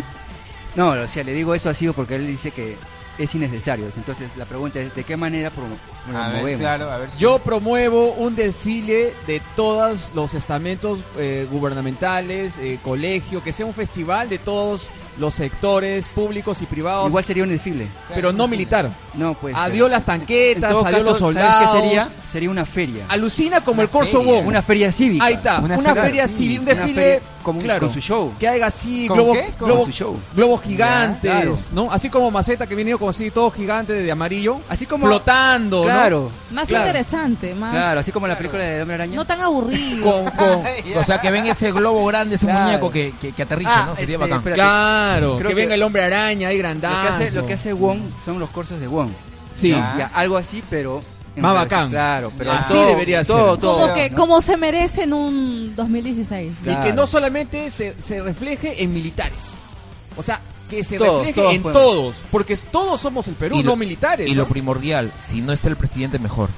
No, o sea, le digo eso así porque él dice que es innecesario. Entonces, la pregunta es, ¿de qué manera promo-
A ver,
promovemos?
claro, a ver.
Yo promuevo un desfile de todos los estamentos eh, gubernamentales, eh, colegio, que sea un festival de todos los sectores públicos y privados,
Igual sería un desfile.
pero no militar.
No, pues.
Adiós
pero-
las tanquetas,
En todo
adiós
caso,
los
¿sabes
soldados.
qué sería? Sería una feria.
Alucina como
Una
el Corso
feria.
Wong.
Una feria cívica.
Ahí está, una,
Una
feria
feria civil, un
cívica, una
desfile
feria con- con su show.
Que haga así,
¿Con
globos,
qué? Con
globos-
su show.
globos gigantes,
Ya, claro.
¿no? Así como Maceta que viene con así todo gigante de amarillo,
Así como-
flotando, ¿no?
Claro,
Más
Claro.
interesante, más.
claro, así como la película de Hombre Araña.
No tan aburrido.
Con, con-
Ya.
O sea, que ven ese globo grande, ese
Claro.
muñeco que, que, que aterriza,
Ah,
¿no? Sería
este,
bacán.
espérate.
claro,
Creo
que,
que-
venga el hombre araña ahí
Lo
grandazo.
que, hace, lo que hace Wong son los cursos de Wong.
Sí.
Ya.
Ya, algo así, pero. en
Más
reversa.
bacán.
Claro, pero
Así
todo-
debería ser.
Todo, todo.
como que
¿no?
como se merece en un 2016.
Claro.
Y que no solamente se, se refleje en militares. O sea, que se
Todos,
refleje
todos
en
podemos.
todos, porque todos somos el Perú,
Y lo-
no militares.
Y lo
¿no?
primordial, si no está el presidente, mejor.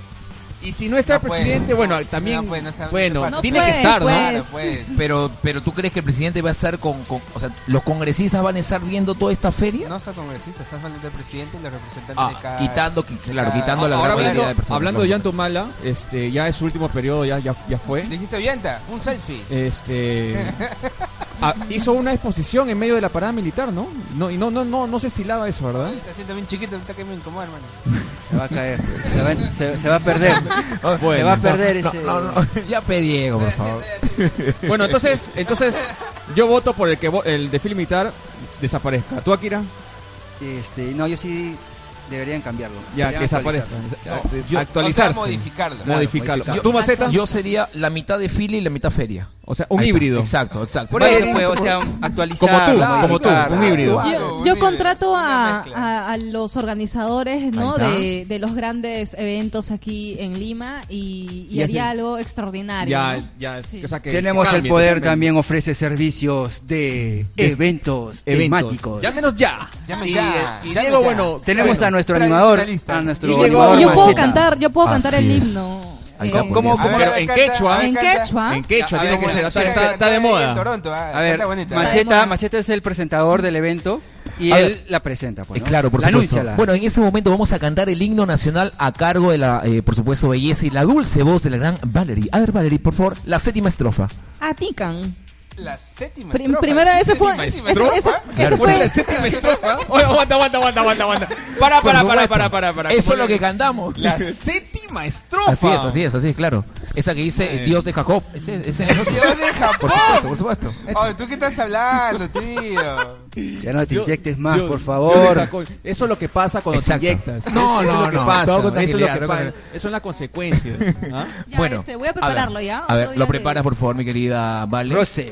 Y si no está el
No puede,
presidente,
no,
bueno,
no
también
puede, no sabe, no
bueno,
puede.
tiene
No
que
puede,
estar, ¿no?
pues.
Claro, pues.
Pero, pero ¿tú crees que el presidente va a estar con, con- O sea, ¿los congresistas van a estar viendo toda esta feria?
No está congresista, está solamente el presidente y los representantes
Ah,
de cada.
quitando, qui- claro,
cada-
quitando la
Ahora
gran mayoría
hablando,
de personas.
hablando de
Claro.
Yanto Mala, este, ya es su último periodo, ya, ya, ya fue.
Dijiste Ollanta, un selfie.
Este ah, hizo una exposición en medio de la parada militar, ¿no? No, y no, no, no, no se estilaba eso, ¿verdad?
Te siento bien chiquito, ahorita que me incomoda, hermano.
Se va a caer, se va, se- se va a perder.
Ah,
se va a perder ese.
No, no, no,
eh.
ya pediego, por favor.
Bueno, entonces, entonces yo voto por el que vo- el desfile militar desaparezca. ¿Tú, Akira?
Este, no, yo sí deberían cambiarlo.
Ya,
Deberían
que desaparezca.
actualizarse.
Ac-
yo-
O sea,
actualizarse. pues.
modificarlo.
modificarlo.
modificarlo.
¿Tú, Maceta?
Yo sería la mitad de fila y la mitad feria.
o sea, un
Ahí está,
híbrido.
Exacto, exacto.
Por
Vaya,
eso, pues, o sea, actualizar.
Como tú,
modificar.
como tú, un híbrido.
Yo,
Claro,
yo
un
contrato
una
a,
mezcla.
a- a los organizadores ¿no?
Ahí está.
de, de los grandes eventos aquí en Lima y, y
Y
haría
ese-
algo extraordinario.
Ya,
¿no?
ya,
Sí.
o sea, que-
Tenemos
que
el
cambie,
poder
que cambie.
también ofrece servicios de eventos,
Eventos.
temáticos.
Llámenos ya.
Llamen
Y,
ya.
eh, y
Llamen
Diego,
ya.
bueno,
Tenemos
bueno,
a nuestro
trae
animador,
una lista.
a nuestro
Y llegó-
animador.
yo puedo
Maceta.
cantar, yo puedo cantar
Así
el
es.
himno.
Ahí
eh,
está, pues,
¿Cómo-
ya.
cómo-
A ver,
Pero
a ver,
en
canta,
quechua.
a ver,
en
canta.
¿Ah?
quechua.
En quechua
A
tiene
ver,
que
bueno,
ser. Está,
sí,
está- está de
En
moda.
Toronto, ah,
A ver,
está bonita.
Maceta,
moda.
Maceta es el presentador del evento y
A
él
ver.
la presenta. Pues,
Eh,
¿no?
claro, por
la
supuesto.
anuncia.
Bueno, en ese momento vamos a cantar el himno nacional a cargo de la, eh, por supuesto, belleza y la dulce voz de la gran Valerie. A ver, Valerie, por favor, la séptima estrofa.
Ah,
Atican.
La séptima.
Prim-
estrofa.
primero, ese fue.
Séptima
Ese,
estrofa.
ese- ese
Claro.
Ponle la
fue
séptima estrofa. Oye, aguanta, aguanta, aguanta, aguanta, aguanta. Para,
Por
para, para,
supuesto.
para, para, para.
Eso
Como
es lo
le-
que cantamos.
La séptima estrofa.
Así es, así es, así es, claro. Esa que dice
Eh.
el Dios de Jacob. Ese, ese-
Dios de
Por
Japón.
supuesto, por supuesto. Eh,
Ay, Oh, ¿tú qué estás hablando, tío?
ya no te
Yo-
inyectes más,
yo-
por
yo
favor.
de Jacob. Eso es lo que pasa cuando
Exacto.
te inyectas.
No,
eso
no,
es lo que
no,
pasa.
todo con
Eso es lo que
tranquilidad,
pasa.
todo con-
Eso son las consecuencias. ¿ah?
Ya, este, voy a prepararlo
ver,
ya,
A
otro
ver,
día
lo
le-
preparas, por favor, mi querida Vale.
Russell.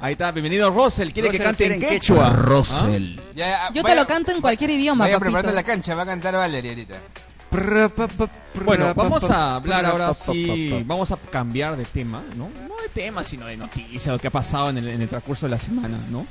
Ahí está, bienvenido Russell. Quiere que
Russell
cante
quiere
en ¿Ah?
en
quechua.
Russell.
Ya, ah,
Yo te
vaya-
lo canto en cualquier idioma.
Vaya
papito.
preparando la cancha, va a cantar Valeria ahorita.
Prra, pa, pa, prra,
Bueno,
pa,
vamos
pa,
a hablar
prra,
ahora
pa, pa,
sí.
pa, pa.
Vamos a cambiar de tema, ¿no? No de tema, sino de noticias, lo que ha pasado en el, en el transcurso de la semana, ¿no?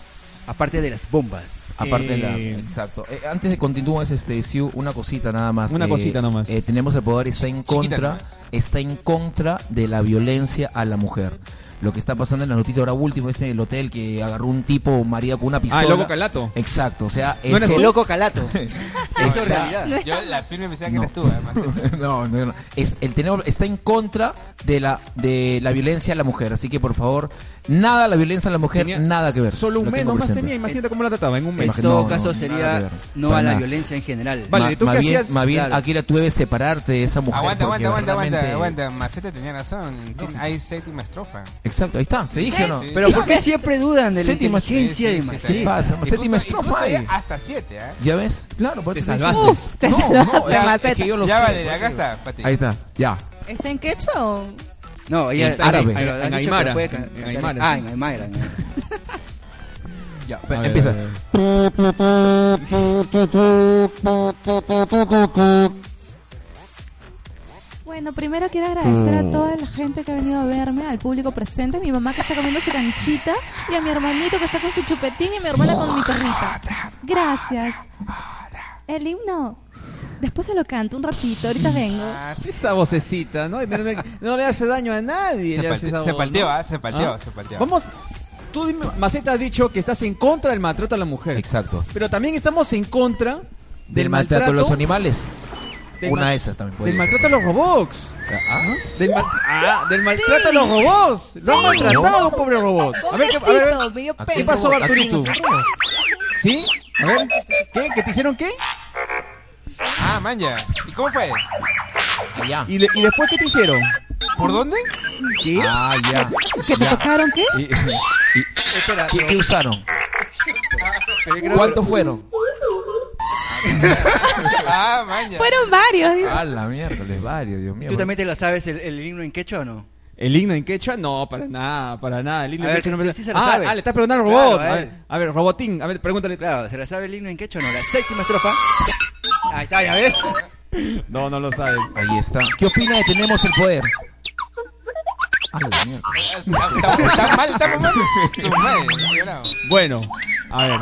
Aparte de las bombas.
Aparte de la...
Eh.
Exacto. Eh, antes de continuar, este, Siu, una cosita nada más.
Una
Eh,
cosita nomás.
eh, tenemos el poder, está en contra, está en contra de la violencia a la mujer. Lo que está pasando en la noticia ahora último es en el hotel que agarró un tipo marido con una pistola.
Ah, el loco Calato.
Exacto, o sea,
¿No eres
ese-
El loco calato.
está-
Ah,
Eso es realidad.
Yo la firme pensaba que
No.
eras tú, eh, además.
no, no, no. Es, el tenemos, está en contra de la de la violencia a la mujer, así que por favor, nada a la violencia a la mujer,
Tenía
nada que ver.
Solo un
Lo
mes
tengo
nomás
presente.
tenía, imagínate cómo la trataba en un mes.
En
Imagino-
todo
no,
caso
no, nada que
sería
ver.
no
Para
a la
nada.
violencia en general.
Vale,
Ma-
¿y tú
más
qué
bien,
hacías?
más bien
Claro.
Akira, tú debes separarte de esa mujer.
Aguanta,
porque
aguanta, aguanta, aguanta,
verdaderamente-
aguanta. Maceta tenía razón. Tien- Hay séptima estrofa.
Exacto, ahí está,
¿Eh?
te dije o no.
Sí.
Pero ¿por qué siempre dudan de la
Séptima-
inteligencia
Sí, sí,
de
sí,
¿Qué
Maceta?
pasa?
Y tú
Séptima
to- y tú
estrofa.
todavía
ahí.
Hasta siete, ¿ah?
¿Ya ves? Claro, por
Te
eso te
salvaste.
dije.
Uf, te
No, no,
salvaste,
es-
Maceta.
es que yo lo
Ya,
sé.
Valeria, acá está, Pati.
Ahí está, ya.
¿Está en quechua o.?
No, ella
En árabe.
pero han
En
dicho que
Aymara.
puede can-
En
cantar-
Aymara,
Ah,
sí.
en Aymara. en Aymara.
Ya,
A
fe-
ver,
empieza.
a ver.
Bueno, primero quiero agradecer
Mm.
a toda la gente que ha venido a verme, al público presente, mi mamá que está comiendo su canchita y a mi hermanito que está con su chupetín y mi hermana con mi perrita. Gracias. El himno. Después se lo canto un ratito, ahorita vengo.
Ah, sí.
Esa vocecita, ¿no? No, no- no le hace daño a nadie.
Se
le
palte-
hace esa
se
voz,
palteó,
¿no?
ah, se palteó,
Ah.
se palteó.
Vamos, tú dime, Maceta has dicho que estás en contra del maltrato a la mujer.
Exacto.
Pero también estamos en contra del,
Del maltrato a los animales.
del
Una pues.
ma-
de esas también puede
Del
ser.
maltrato a los robots.
Ah,
Del, mal- ah, del maltrato a los robots. Lo han maltratado a un pobre robot. A ver, ¿qué, a ver,
Pobrecito, bello
¿a
¿qué
perro.
pasó,
Aquí.
Arturito? ¿Sí? A ver, ¿qué? ¿Que te hicieron qué?
Ah, man, ya. ¿Y cómo fue?
ya.
¿Y, le- y después qué te hicieron?
¿Por dónde?
¿Qué?
Ah, ya.
¿Que te tocaron qué?
Y- y-
Espera,
¿Qué, qué usaron? ¿Cuántos fueron?
Ah, man, ya.
Fueron varios. dice.
A la miércoles, varios, Dios mío.
¿Tú también te la sabes el, el himno en quechua o no?
¿El himno en quechua? No, para nada, para nada. El himno
A
en
ver,
quechua no
sí,
me-
sí se lo
ah,
sabe.
ah, le estás preguntando al robot.
Claro,
a,
a
ver,
él.
a ver, robotín, a ver, pregúntale.
Claro, ¿se la sabe el himno en quechua o no? La séptima estrofa. Ahí está, ya ves.
No, no lo sabe.
Ahí está. ¿Qué opina de Tenemos el Poder? A la miércoles.
Ah, Estamos estamos mal, estamos mal. Su madre, qué bravo.
Bueno, a ver.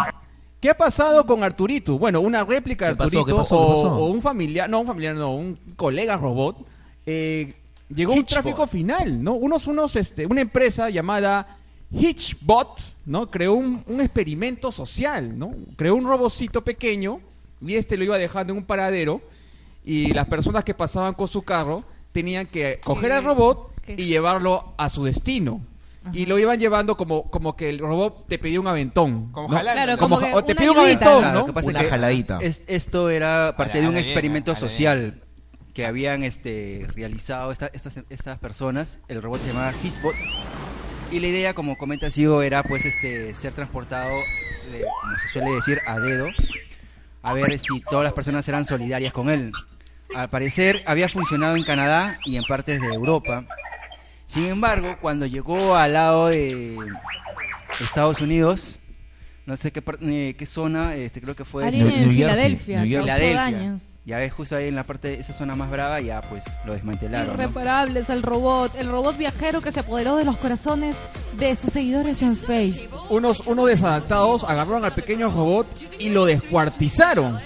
¿Qué ha pasado con Arturito? Bueno, una réplica de
¿Qué pasó?
Arturito
¿Qué pasó? ¿Qué
o,
pasó?
o un familiar, no, un familiar, no, un colega robot. eh, llegó a un tráfico final, ¿no? Unos, unos, este, una empresa llamada Hitchbot, ¿no? Creó un, un experimento social, ¿no? Creó un robocito pequeño y este lo iba dejando en un paradero y las personas que pasaban con su carro tenían que coger al robot
¿Qué?
y llevarlo a su destino. Y lo iban llevando como, como que el robot te pedía un aventón.
Como
¿no?
jalando,
Claro,
¿no?
como
Como
que
ja- o te
una
pido un
ayudita,
aventón,
¿no?
¿no?
Lo que pasa
Una
es que
jaladita.
es- esto era parte
A la-
de
a
un
la bien,
experimento
a la bien.
social que habían este, realizado esta- estas, estas personas. El robot se llamaba Hitchbot. Y la idea, como comenta Sigo, era pues este ser transportado, de- como se suele decir, a dedo, a ver si todas las personas eran solidarias con él. Al parecer había funcionado en Canadá y en partes de Europa. Sin embargo, cuando llegó al lado de Estados Unidos, no sé qué, par- eh, qué zona, este, creo que fue
Alguien en
New- New Jersey,
Filadelfia
New
causó
Jersey.
Filadelfia.
daños.
Ya ves, justo ahí en la parte, esa zona más brava, ya pues lo desmantelaron. ¿no?
Irreparables el robot, el robot viajero que se apoderó de los corazones de sus seguidores en Facebook.
Unos, unos desadaptados agarraron al pequeño robot y lo descuartizaron.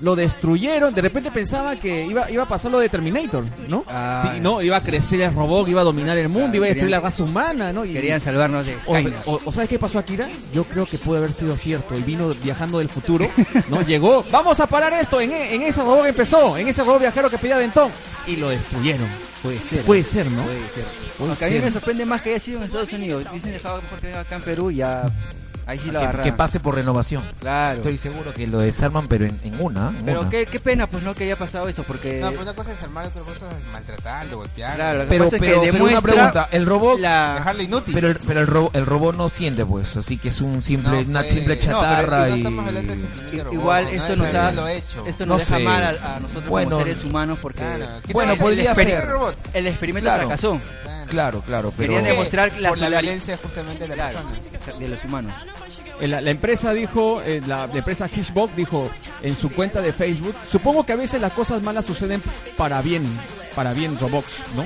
Lo destruyeron. De repente pensaba que iba, iba a pasar lo de Terminator, ¿no?
Ah,
Sí, no, iba a crecer el robot, iba a dominar el mundo, iba a destruir la raza humana, ¿no? Y-
Querían salvarnos de
O,
Skynet.
o- o ¿sabes qué pasó Akira? Yo creo que puede haber sido cierto. Él vino viajando del futuro, ¿no? Llegó, vamos a parar esto, en, e- en ese robot que empezó, en ese robot viajero que pedía Dentón. Y lo destruyeron.
Puede ser.
Puede ser, ¿no?
Puede ser.
Puede
Aunque a mí
ser.
me sorprende más que haya sido en Estados Unidos. Dicen dejado mejor que venga acá en Perú, ya. Ahí sí lo
Que,
agarraron.
que pase por renovación.
Claro.
Estoy seguro que lo desarman, pero en, en una. en
Pero
una.
qué, qué pena, pues no, que haya pasado esto, porque.
No, pues, pero una cosa es armar, otra cosa es maltratarlo, golpearlo.
claro, lo que
Pero,
pasa es que
pero- pero una
demuestra
pregunta. El robot.
La...
Dejarlo inútil.
Pero, el, pero el, robo- el robot no siente, pues. Así que es un simple,
No,
una
pues,
eh,
simple
no,
chatarra
pero no
y.
estamos hablando de sentimiento de robot,
Igual
no,
esto
eso
nos
ya
ha.
lo he hecho.
Esto
No
nos deja
sé.
mal a, a nosotros
Bueno,
como seres humanos, porque.
Claro, ¿qué
Bueno,
tal?
podría
El
ser.
experimento robot.
El experimento
Claro.
fracasó
Claro.
Claro, claro. Pero
Querían demostrar la
por la
solidariedad.
violencia justamente de la
Claro,
persona.
de los humanos.
Eh, La, la empresa dijo, eh, la, la empresa Kishbox dijo en su cuenta de Facebook, supongo que a veces las cosas malas suceden para bien, para bien Robox, ¿no?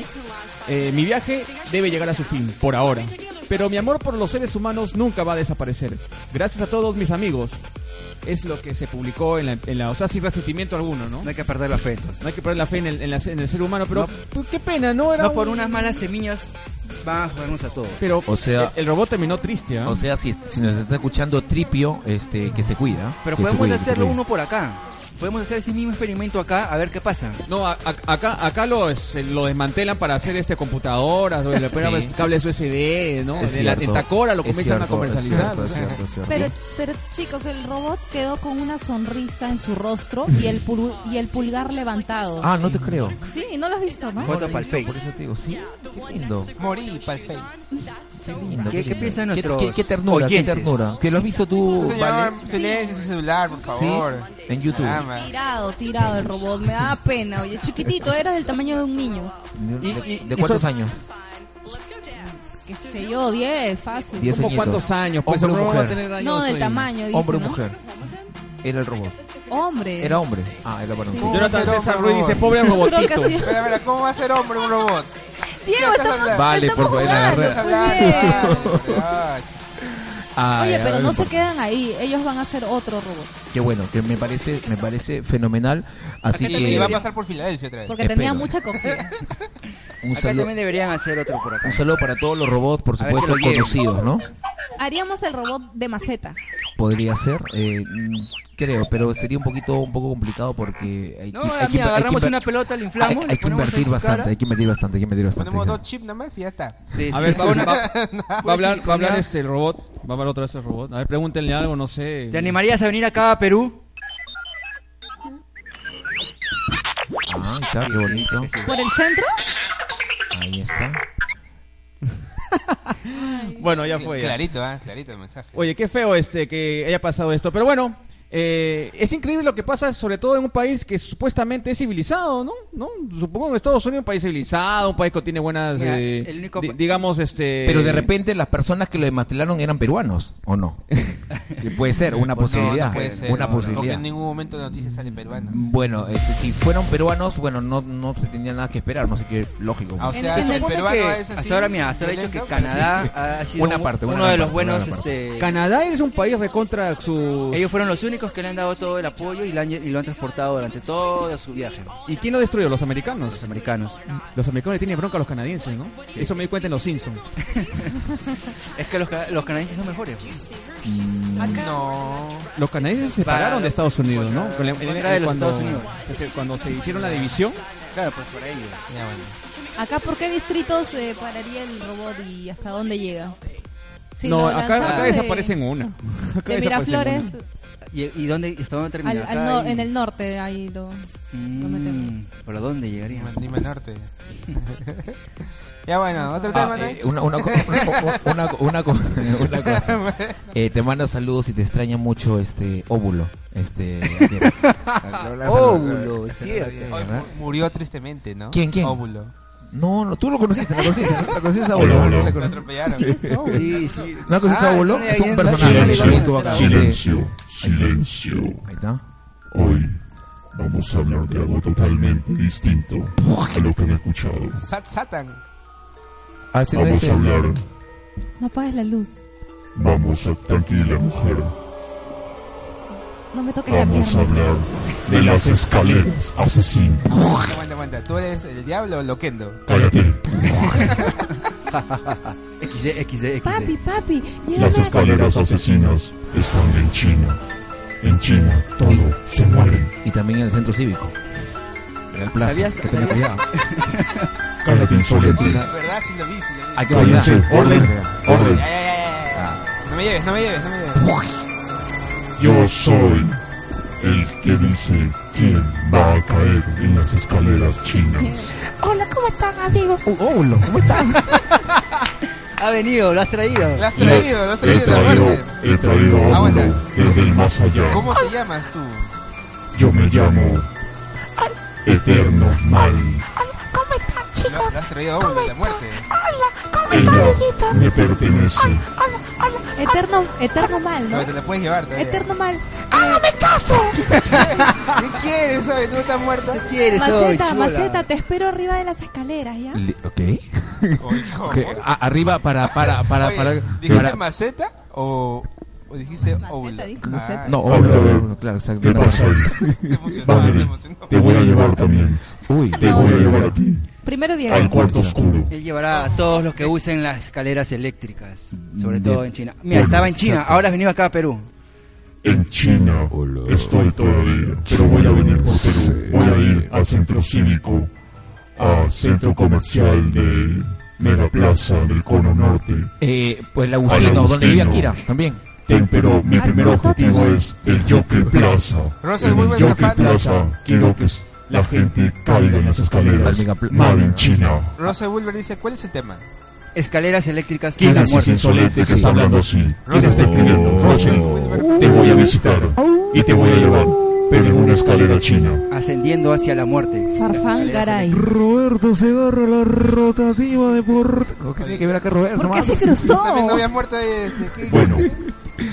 Eh, mi viaje debe llegar a su fin, por ahora. Pero mi amor por los seres humanos nunca va a desaparecer. Gracias a todos mis amigos. Es lo que se publicó en la... En la o sea, sin resentimiento alguno, ¿no?
No hay que perder la fe.
No hay que perder la fe en el, en la- en el ser humano, pero pues, qué pena, ¿no? Era
No por
un-
unas malas semillas van a jodernos a todos.
Pero
O sea-
el, el robot terminó triste, ¿ah?
O sea, si, si nos está escuchando Tripio, este, que se cuida.
Pero
que se
podemos
cuide, que se
hacerlo
cuide.
uno por acá. Podemos hacer ese mismo experimento acá, a ver qué pasa.
No, a- a- acá, acá lo, es- lo desmantelan para hacer este computadoras, donde le ponen
Sí.
cables USB, ¿no?
Es
De la,
cierto,
en Tacora lo
es
comienzan a
cierto,
comercializar.
es cierto, es
o sea.
cierto, es cierto.
Pero, pero chicos, el robot quedó con una sonrisa en su rostro y el, pulgu- y el pulgar levantado.
Ah, no te creo.
Sí, no lo has visto, ¿no?
Foto para el
Por eso
Face.
te digo, sí. Qué lindo.
Morí pa'l face.
Qué lindo.
¿Qué- qué
lindo.
piensan
Qué-
nuestros
Qué, qué ternura, qué
oyentes?
ternura. Que lo has visto tú,
Señor,
Uh, Vale.
silencio ese celular, por
Sí,
favor.
en YouTube.
Caramba.
Tirado, tirado el robot, me da pena, oye, chiquitito, eras del tamaño de un niño.
¿De,
Y- y-
de
y
cuántos
so-
años?
qué sé yo, 10, fácil.
Diez
¿Cómo
añitos.
cuántos años? Pues
Hombre o
¿cómo va a
mujer.
tener años
No, del
hoy?
tamaño, dice,
Hombre o
¿no?
mujer. Era el robot.
Hombre.
Era hombre. Ah, era para
Sí.
mujer.
Jonathan
Hombre,
César
hombre,
Ruiz dice,
hombre.
pobre
Creo que
robotito.
ha sido-
Espera, espera, ¿cómo va a ser hombre un robot?
Diego,
¿Qué estás
estamos,
hablando?
Vale, por favor, la
jugando,
verdad.
muy bien.
Ah,
Ah,
Oye,
ya,
pero no
vale,
se
por-
quedan ahí. Ellos van a hacer otro robot.
Qué bueno, que me parece, me parece fenomenal. Así
ya. Y va a
que
pasar por Filadelfia otra vez.
Porque tenía
Espero.
mucha acogida.
un
Acá
saludo,
también deberían hacer otro por acá.
un saludo para todos los robots, por
A ver si
supuesto,
lo quieren.
conocidos, ¿no?
Haríamos el robot de maceta.
Podría ser, eh, mm, creo, pero sería un poquito, un poco complicado porque hay,
No,
que, hay
mira,
que- hay que
agarramos
inver-
una pelota, la
hay,
inflamos,
hay
le
que
ponemos en
invertir
su
bastante,
cara.
hay que invertir bastante, hay que invertir bastante.
Ponemos dos chips nomás y ya está.
de este
A ver, va,
silicona.
va- va a hablar, va a hablar este el robot. Va a hablar otra vez el robot. A ver, pregúntenle algo, no sé.
¿Te animarías a venir acá a Perú?
Ah, ahí está, qué bonito.
¿Por el centro?
Ahí está.
Bueno, ya fue. ya.
Clarito, ah, clarito el mensaje.
Oye, qué feo este que haya pasado esto. Pero bueno, eh, es increíble lo que pasa, sobre todo en un país que supuestamente es civilizado, ¿no? ¿No? Supongo que Estados Unidos es un país civilizado, un país que tiene buenas,
Mira,
eh,
el único
di-
pa-
digamos, este...
Pero de
Eh,
repente las personas que lo desmantelaron eran peruanos, ¿o no? Que puede ser, una
Pues No, no
posibilidad.
puede ser,
Ah, una
no, no. Porque
posibilidad.
en ningún momento la noticia sale peruana.
Bueno, este, si fueron peruanos, bueno, no, no se tenía nada que esperar, no sé qué, lógico.
Ah, o
En
sea,
ese
el
momento
peruano
que
es así,
hasta ahora, mira, hasta ahora he dicho
violento,
que
pero-
Canadá ha sido
Una
un-
parte,
uno
una
de los
parte,
buenos.
una parte.
este,
Canadá es un país recontra su...
ellos fueron los únicos que le han dado todo el apoyo y, la han- y lo han transportado durante todo su viaje.
¿Y quién lo destruyó? ¿Los americanos?
Los americanos.
Los americanos le tienen bronca a los canadienses, ¿no? Eso me di cuenta en Los Simpsons.
Es que los, ca- los canadienses son mejores. pues.
Acá.
No.
Los canadienses se separaron
Para-
de Estados Unidos, ¿no?
contra- contra de los Estados Unidos.
se- cuando se hicieron la división,
Claro, pues para ellos.
Ya, bueno.
Acá, ¿por qué distritos eh, pararía el robot y hasta dónde llega? Si
no,
lo
acá,
lanzamos
acá
de-
desaparecen una. Acá desaparecen
De Miraflores,
una.
¿Y, y dónde, y hasta dónde termina?
al,
Acá
al nor-
hay-
en el norte, ahí lo... lo metemos.
Mm, ¿Pero dónde llegaría?
Lima- Lima Norte. ya bueno, otro tema,
Ah,
¿no?
eh, una, una, co- una, co- una, co- una cosa. Eh, te manda saludos y te extraña mucho este óvulo. Este, ayer.
Óvulo, cierto.
Hoy mu- murió tristemente, ¿no?
¿Quién, quién?
Óvulo.
No, no, tú lo conociste, lo conociste, ¿no? ¿Lo conociste a
Hola,
óvulo.
hola.
¿Sí la
Lo
conoces?
atropellaron.
Eso.
Sí, sí.
¿No conociste a óvulo?
Ah,
Es un
no,
personaje.
no, no,
estuvo
no,
acá.
no,
Silencio, silencio.
Ahí está.
Hoy vamos a hablar de algo totalmente distinto a lo que han escuchado.
Sat- Satan.
Ah, ese no
Vamos
es
a
el-
hablar,
No apagues la luz.
vamos a tranquila mujer.
No me toques la
Vamos a
pierna.
hablar de las escaleras, asesino.
Aguanta, aguanta. ¿Tú eres el diablo o Loquendo?
Cállate.
XD, XD, XD.
Papi, papi,
Las
llévame a...
escaleras asesinas están en China. En China todo se muere.
Y también en el centro cívico. Real Plaza.
¿Sabías-
que tenga
sabías?
cuidado.
Cállate insolente.
La verdad, sí lo vi, sí lo vi.
Hay que cuidar.
Cállense. Orden. Orden.
Ya, ya, ya, ya, ya. No me lleves, no me lleves, no me lleves.
Yo soy el que dice quién va a caer en las escaleras chinas.
Óvulo, ¿cómo estás?
Ha venido, lo has traído.
Lo has traído, lo has
he
traído. de
traído,
muerte.
he traído a
Aguanta.
Bruno desde el más allá.
¿Cómo te llamas tú?
Yo me llamo Eterno Mal.
Lo, lo has traído a uno de la muerte.
Ella me pertenece.
Eterno, eterno mal,
No,
¿no?
te la puedes llevar todavía.
Eterno mal.
¿Qué quieres, sabes? ¿Tú estás muerto?
¿Qué quieres hoy,
Maceta,
chula?
maceta, te espero arriba de las escaleras, ¿ya?
Li- Ok.
Oye, ¿cómo?
Ok, a- Arriba para, para, para,
Oye,
para.
¿Dijiste
para-
maceta o, o dijiste óvulo?
dijo.
Ah,
Maceta.
No,
Ahora,
óvulo,
a ver.
óvulo, claro, exacto.
¿Qué pasa ahí?
Te emocionó, te
Valerie,
emocionó.
te voy a llevar también.
Uy,
Te voy a llevar a ti
Primero Diego.
al cuarto oscuro.
Él llevará a todos
Eh.
los que usen las escaleras eléctricas,
Mm,
sobre todo en China. Mira, estaba en China, ahora has venido acá a Perú.
En China estoy todavía, pero voy a venir por Perú. Voy a ir a Centro Cívico, a Centro Comercial de Mega Plaza del Cono Norte.
Eh, pues el Agustino,
Al
donde vive
Agustino.
Akira, también.
Ten, pero mi primer objetivo es el Joker Plaza.
Rosa,
En
muy
el
buen
Joker
fan.
Plaza quiero que s- la gente caiga en las escaleras.
Al Mega Pla-
Made in China.
Rosa Wilber dice, ¿cuál es el tema?
Escaleras eléctricas a
¿Quién
la
es ese
muerte.
insolente que
Sí.
está hablando así? ¿Quién está escribiendo? Russell, te voy a visitar y te voy a llevar. pero en una escalera china.
ascendiendo hacia la muerte.
Farfán Garay.
Roberto Segarra, la rotativa deportiva. ¿Qué tiene que ver acá Roberto?
¿Por qué
mano?
se
Tú también no
cruzó?
habías muerto ahí. este, ¿qué?
Bueno,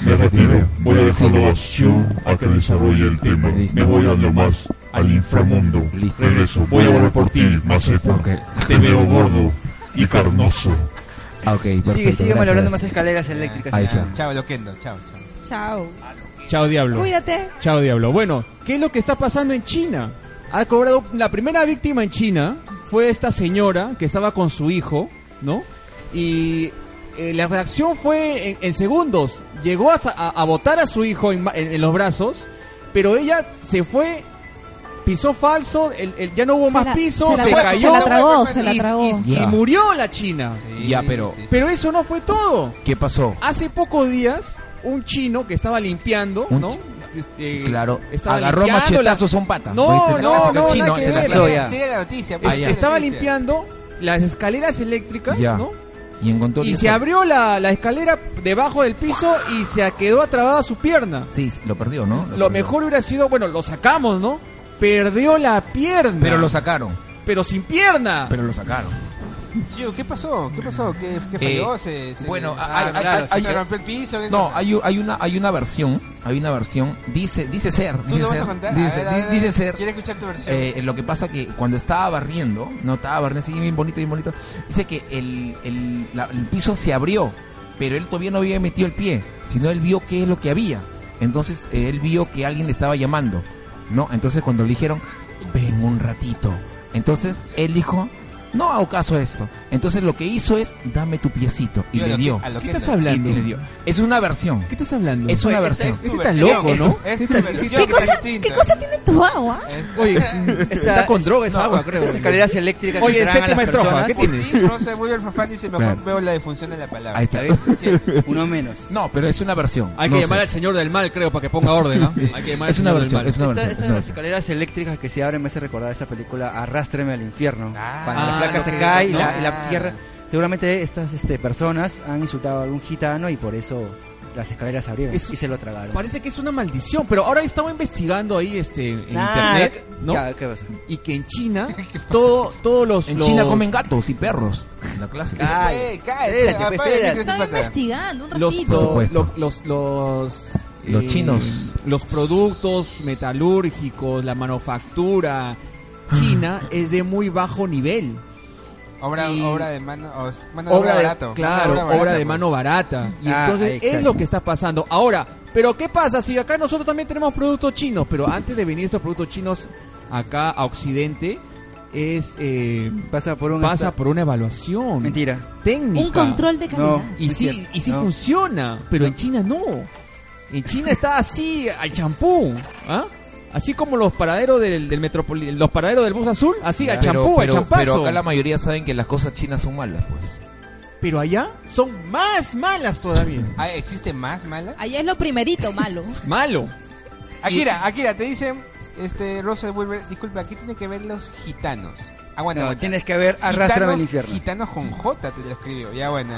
me retiro. Voy a dejarlo a Shu a que desarrolle el tema. Me voy a lo más al inframundo.
Listo.
Regreso. Voy a volver por ti, Maceta.
Ok.
Te veo gordo y carnoso.
Ah, ok,
Sigue,
perfecto.
sigue
gracias,
malogrando más
gracias.
escaleras eléctricas.
Ahí
Ah,
está.
Chao, Loquendo. Chao, chao.
Chao.
Chao diablo.
Cuídate.
Chao diablo. Bueno, ¿qué es lo que está pasando en China? Ha cobrado la primera víctima en China fue esta señora que estaba con su hijo, ¿no? Y eh, la reacción fue en, en segundos. Llegó a, sa- a, a botar a su hijo en, ma- en- en los brazos, pero ella se fue, pisó falso, el- el- ya no hubo
Se
más
la-
piso,
se
se,
la-
cayó
Se la tragó,
Y-
se la
y-
tragó.
y- y
Ya.
murió la China.
Sí,
Ya, pero-
sí, sí.
Pero eso no fue todo.
¿Qué pasó?
Hace pocos días, un chino que estaba limpiando,
Un
¿no? Este,
Claro,
estaba
agarró
limpiando la-
machetazos un pata.
No,
Oíste, la
no,
clase,
no,
el chino,
nada que
se la
ver.
clase.
ya.
Sigue la noticia.
es-
pues, sigue la
estaba
noticia.
limpiando las escaleras eléctricas,
Ya.
¿no?
Y encontró
Y
el-
se abrió la, la escalera debajo del piso y se quedó atrapada su pierna.
Sí, lo perdió, ¿no?
Lo
perdió.
mejor hubiera sido, bueno, lo sacamos, ¿no? Perdió la pierna.
Pero lo sacaron.
pero sin pierna.
Pero lo sacaron.
Chiu, ¿qué pasó? ¿Qué pasó? ¿Qué, qué falló?
Eh,
Se- se-
bueno,
ah,
hay- hay-
claro,
hay-
se rompió el piso. ¿qué
No,
cosa?
hay, hay una hay una versión, hay una versión, dice dice ser,
¿Tú
dice
lo vas a
ser,
contar? A
dice,
ver, a ver,
di- dice
Quiero
ser.
escuchar tu versión.
eh, lo que pasa que cuando estaba barriendo, no estaba barriendo, así bien bonito, bien bonito, dice que el, el, la- el piso se abrió, pero él todavía no había metido el pie, sino él vio qué es lo que había. Entonces eh, él vio que alguien le estaba llamando, ¿no? Entonces cuando le dijeron, ven un ratito, entonces él dijo, no hago caso a esto. Entonces lo que hizo es, dame tu piecito, y
Yo a
le
Loque-
dio.
a
¿Qué
Loquendo.
estás
Y-
hablando?
y le dio. Es una versión.
¿Qué estás hablando?
Es una
Oye,
versión.
esta es tu
Este está
versión,
loco, ¿no?
Es
Este
tu
está-
versión.
¿Qué
que está
cosa,
distinta.
¿Qué cosa tiene tu agua?
Es-
Oye, está con
es-
droga, es
no,
agua, creo.
Estas escaleras eléctricas
Oye,
que serán a las
séptima estrofa,
personas.
¿qué
Por ti, Rosa Wilber Fafán dice, mejor
Claro.
veo la defunción de la palabra.
Ahí está.
Uno menos.
No, pero es una versión.
Hay
No
que
sé.
llamar al señor del mal, creo, para que ponga orden, ¿no? Hay que llamar al
Es una
señor del
versión,
mal.
es una
Esta-
versión.
Estas
es
de
una
las
versión.
escaleras eléctricas que se abren me hace recordar esa película Arrástreme al infierno.
Ah,
cuando
ah,
la flaca
ok,
se cae y, la,
no.
y
Ah.
la tierra. Seguramente estas este, personas han insultado a algún gitano y por eso las escaleras se abrieron
Eso-
y se lo tragaron.
Parece que es una maldición, pero ahora estaba investigando ahí este, en
Nah,
internet,
ya-
¿no?
ya, ¿qué pasa?
y que en China todo, todos los,
En
los-
China comen gatos y perros. La clásica.
Ay,
Cállate, Eh,
espérate,
cállate. apaga el
espérate.
micro,
Estaba
este pata.
investigando un
los,
Por
los-
ratito.
supuesto.
los- los- los, eh,
Los chinos.
los productos metalúrgicos, la manufactura
Ah.
china es de muy bajo nivel.
Obra,
Y-
obra de mano, o- mano de obra
de-
barato.
Claro, obra,
barata,
de
pues.
mano barata. Y
Ah,
entonces
ahí,
es
exacto.
lo que está pasando. Ahora, pero ¿qué pasa si acá nosotros también tenemos productos chinos? Pero antes de venir estos productos chinos acá a Occidente, es eh,
Pasa por un.
pasa
esta-
por una evaluación
Mentira.
técnica.
Un control de calidad.
No.
Y
Es
sí,
cierto,
y sí
¿no?
funciona, pero en China no. En China está así al champú, ¿ah? Así como los paraderos del, del metropoli- los paraderos del bus azul, así al champú, al
pero,
champazo.
pero
Pero,
acá la mayoría saben que las cosas chinas son malas, pues.
allá son más malas todavía.
Ah, ¿Existe más mala?
Allá es lo primerito malo.
Malo.
Akira, Akira, te dicen, este, Rosa de Wilber, disculpa, ¿qué tiene que ver los gitanos? Ah, Aguanta,
No,
aguanta.
tienes que ver Arrástrame
Gitanos-
al infierno.
Gitanos con J te lo escribió, ya bueno.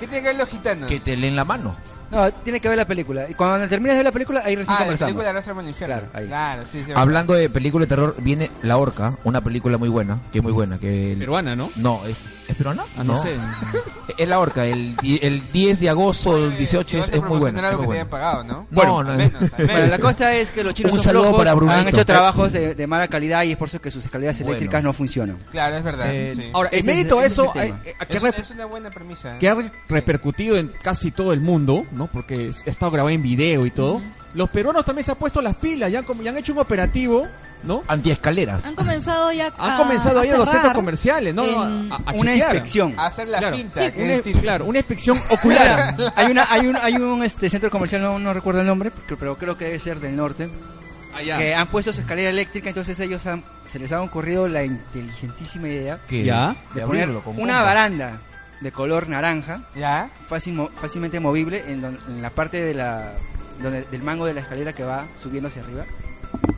¿Qué tiene que ver los gitanos? Ah,
Que te leen la mano.
No, tiene que ver la película. Y cuando termines de ver la película, ahí recién
Ah, la
conversamos.
película de Arrastrame al Infierno.
Claro, ahí.
sí, sí.
Hablando de película de terror, viene La Orca, una película muy buena, que es muy buena. Que el-
Peruana, ¿no?
No, es, ¿es peruana.
Ah, no, sé.
Es La Orca, el, di- el 10 de agosto, el 18
Si
es,
vas a
es muy buena.
promocionar algo
es muy
que te hayan
buena.
pagado, ¿no?
Bueno,
Al
no,
menos, al menos.
Bueno, la cosa es que los chinos
Un
son
saludo
flojos,
para Brunito.
han hecho trabajos de, de mala calidad y es por eso que sus escaleras
Bueno.
eléctricas no funcionan.
Claro, es verdad.
Eh,
sí.
Ahora, en
Ese es-
mérito a
ese es el
eso,
tema.
eh, eh, ¿a qué
es,
ref-
es una buena premisa. ¿eh?
que ha re- repercutido en casi todo el mundo, ¿no? Porque es- ha estado grabado en video y todo. Los peruanos también se han puesto las pilas, ya han, com- ya han hecho un operativo, ¿no?
Antiescaleras.
Han comenzado ya
Han
a-
comenzado
Ah, a
ahí a los
cerrar.
centros comerciales, ¿no?
en-
A- a, a
Una
chequear.
inspección.
Hacer la
Claro.
pinta.
Sí,
que
una-
es distinto.
claro, una inspección ocular.
Claro, hay una hay un hay un este centro comercial no, no recuerdo el nombre, pero- pero creo que debe ser del norte,
Allá.
que han puesto su escalera eléctrica, entonces ellos han- se les ha ocurrido la inteligentísima idea
que-
Ya.
de,
de
poner
abrirlo con
una
bomba.
baranda de color naranja,
¿Ya?
fácil mo- fácilmente movible en, don- en la parte de la donde- del mango de la escalera que va subiendo hacia arriba.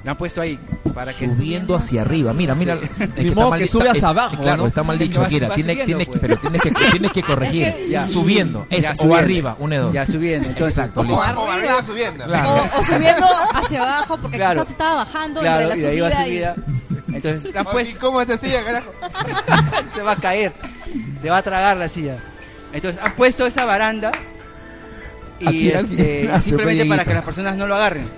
Le han puesto ahí para que
subiendo hacia arriba. Mira, mira. es
Ni modo que sube
está-
hacia
eh,
abajo,
Claro,
¿no?
está mal
Sí,
dicho.
va-
Mira,
va
tiene,
subiendo,
tiene-
pues.
pero tienes que, tienes que corregir.
Ya.
Subiendo.
Ya,
Es, o
subiendo.
arriba, un dedo.
Ya subiendo, entonces.
Exacto, listo.
O
arriba.
Oh, arriba subiendo.
Claro.
O, o subiendo hacia abajo porque
Claro.
quizás estaba bajando
Claro, y de
entre
ahí
la
va
subida,
subida. Entonces le han
Oye,
puesto
Oh, ¿y ¿Cómo te sigue, carajo?
se va a caer, le va a tragar la silla. Entonces han puesto esa baranda
Aquí
y
alguien
este,
hace
simplemente
rellenito.
para que las personas no lo agarren.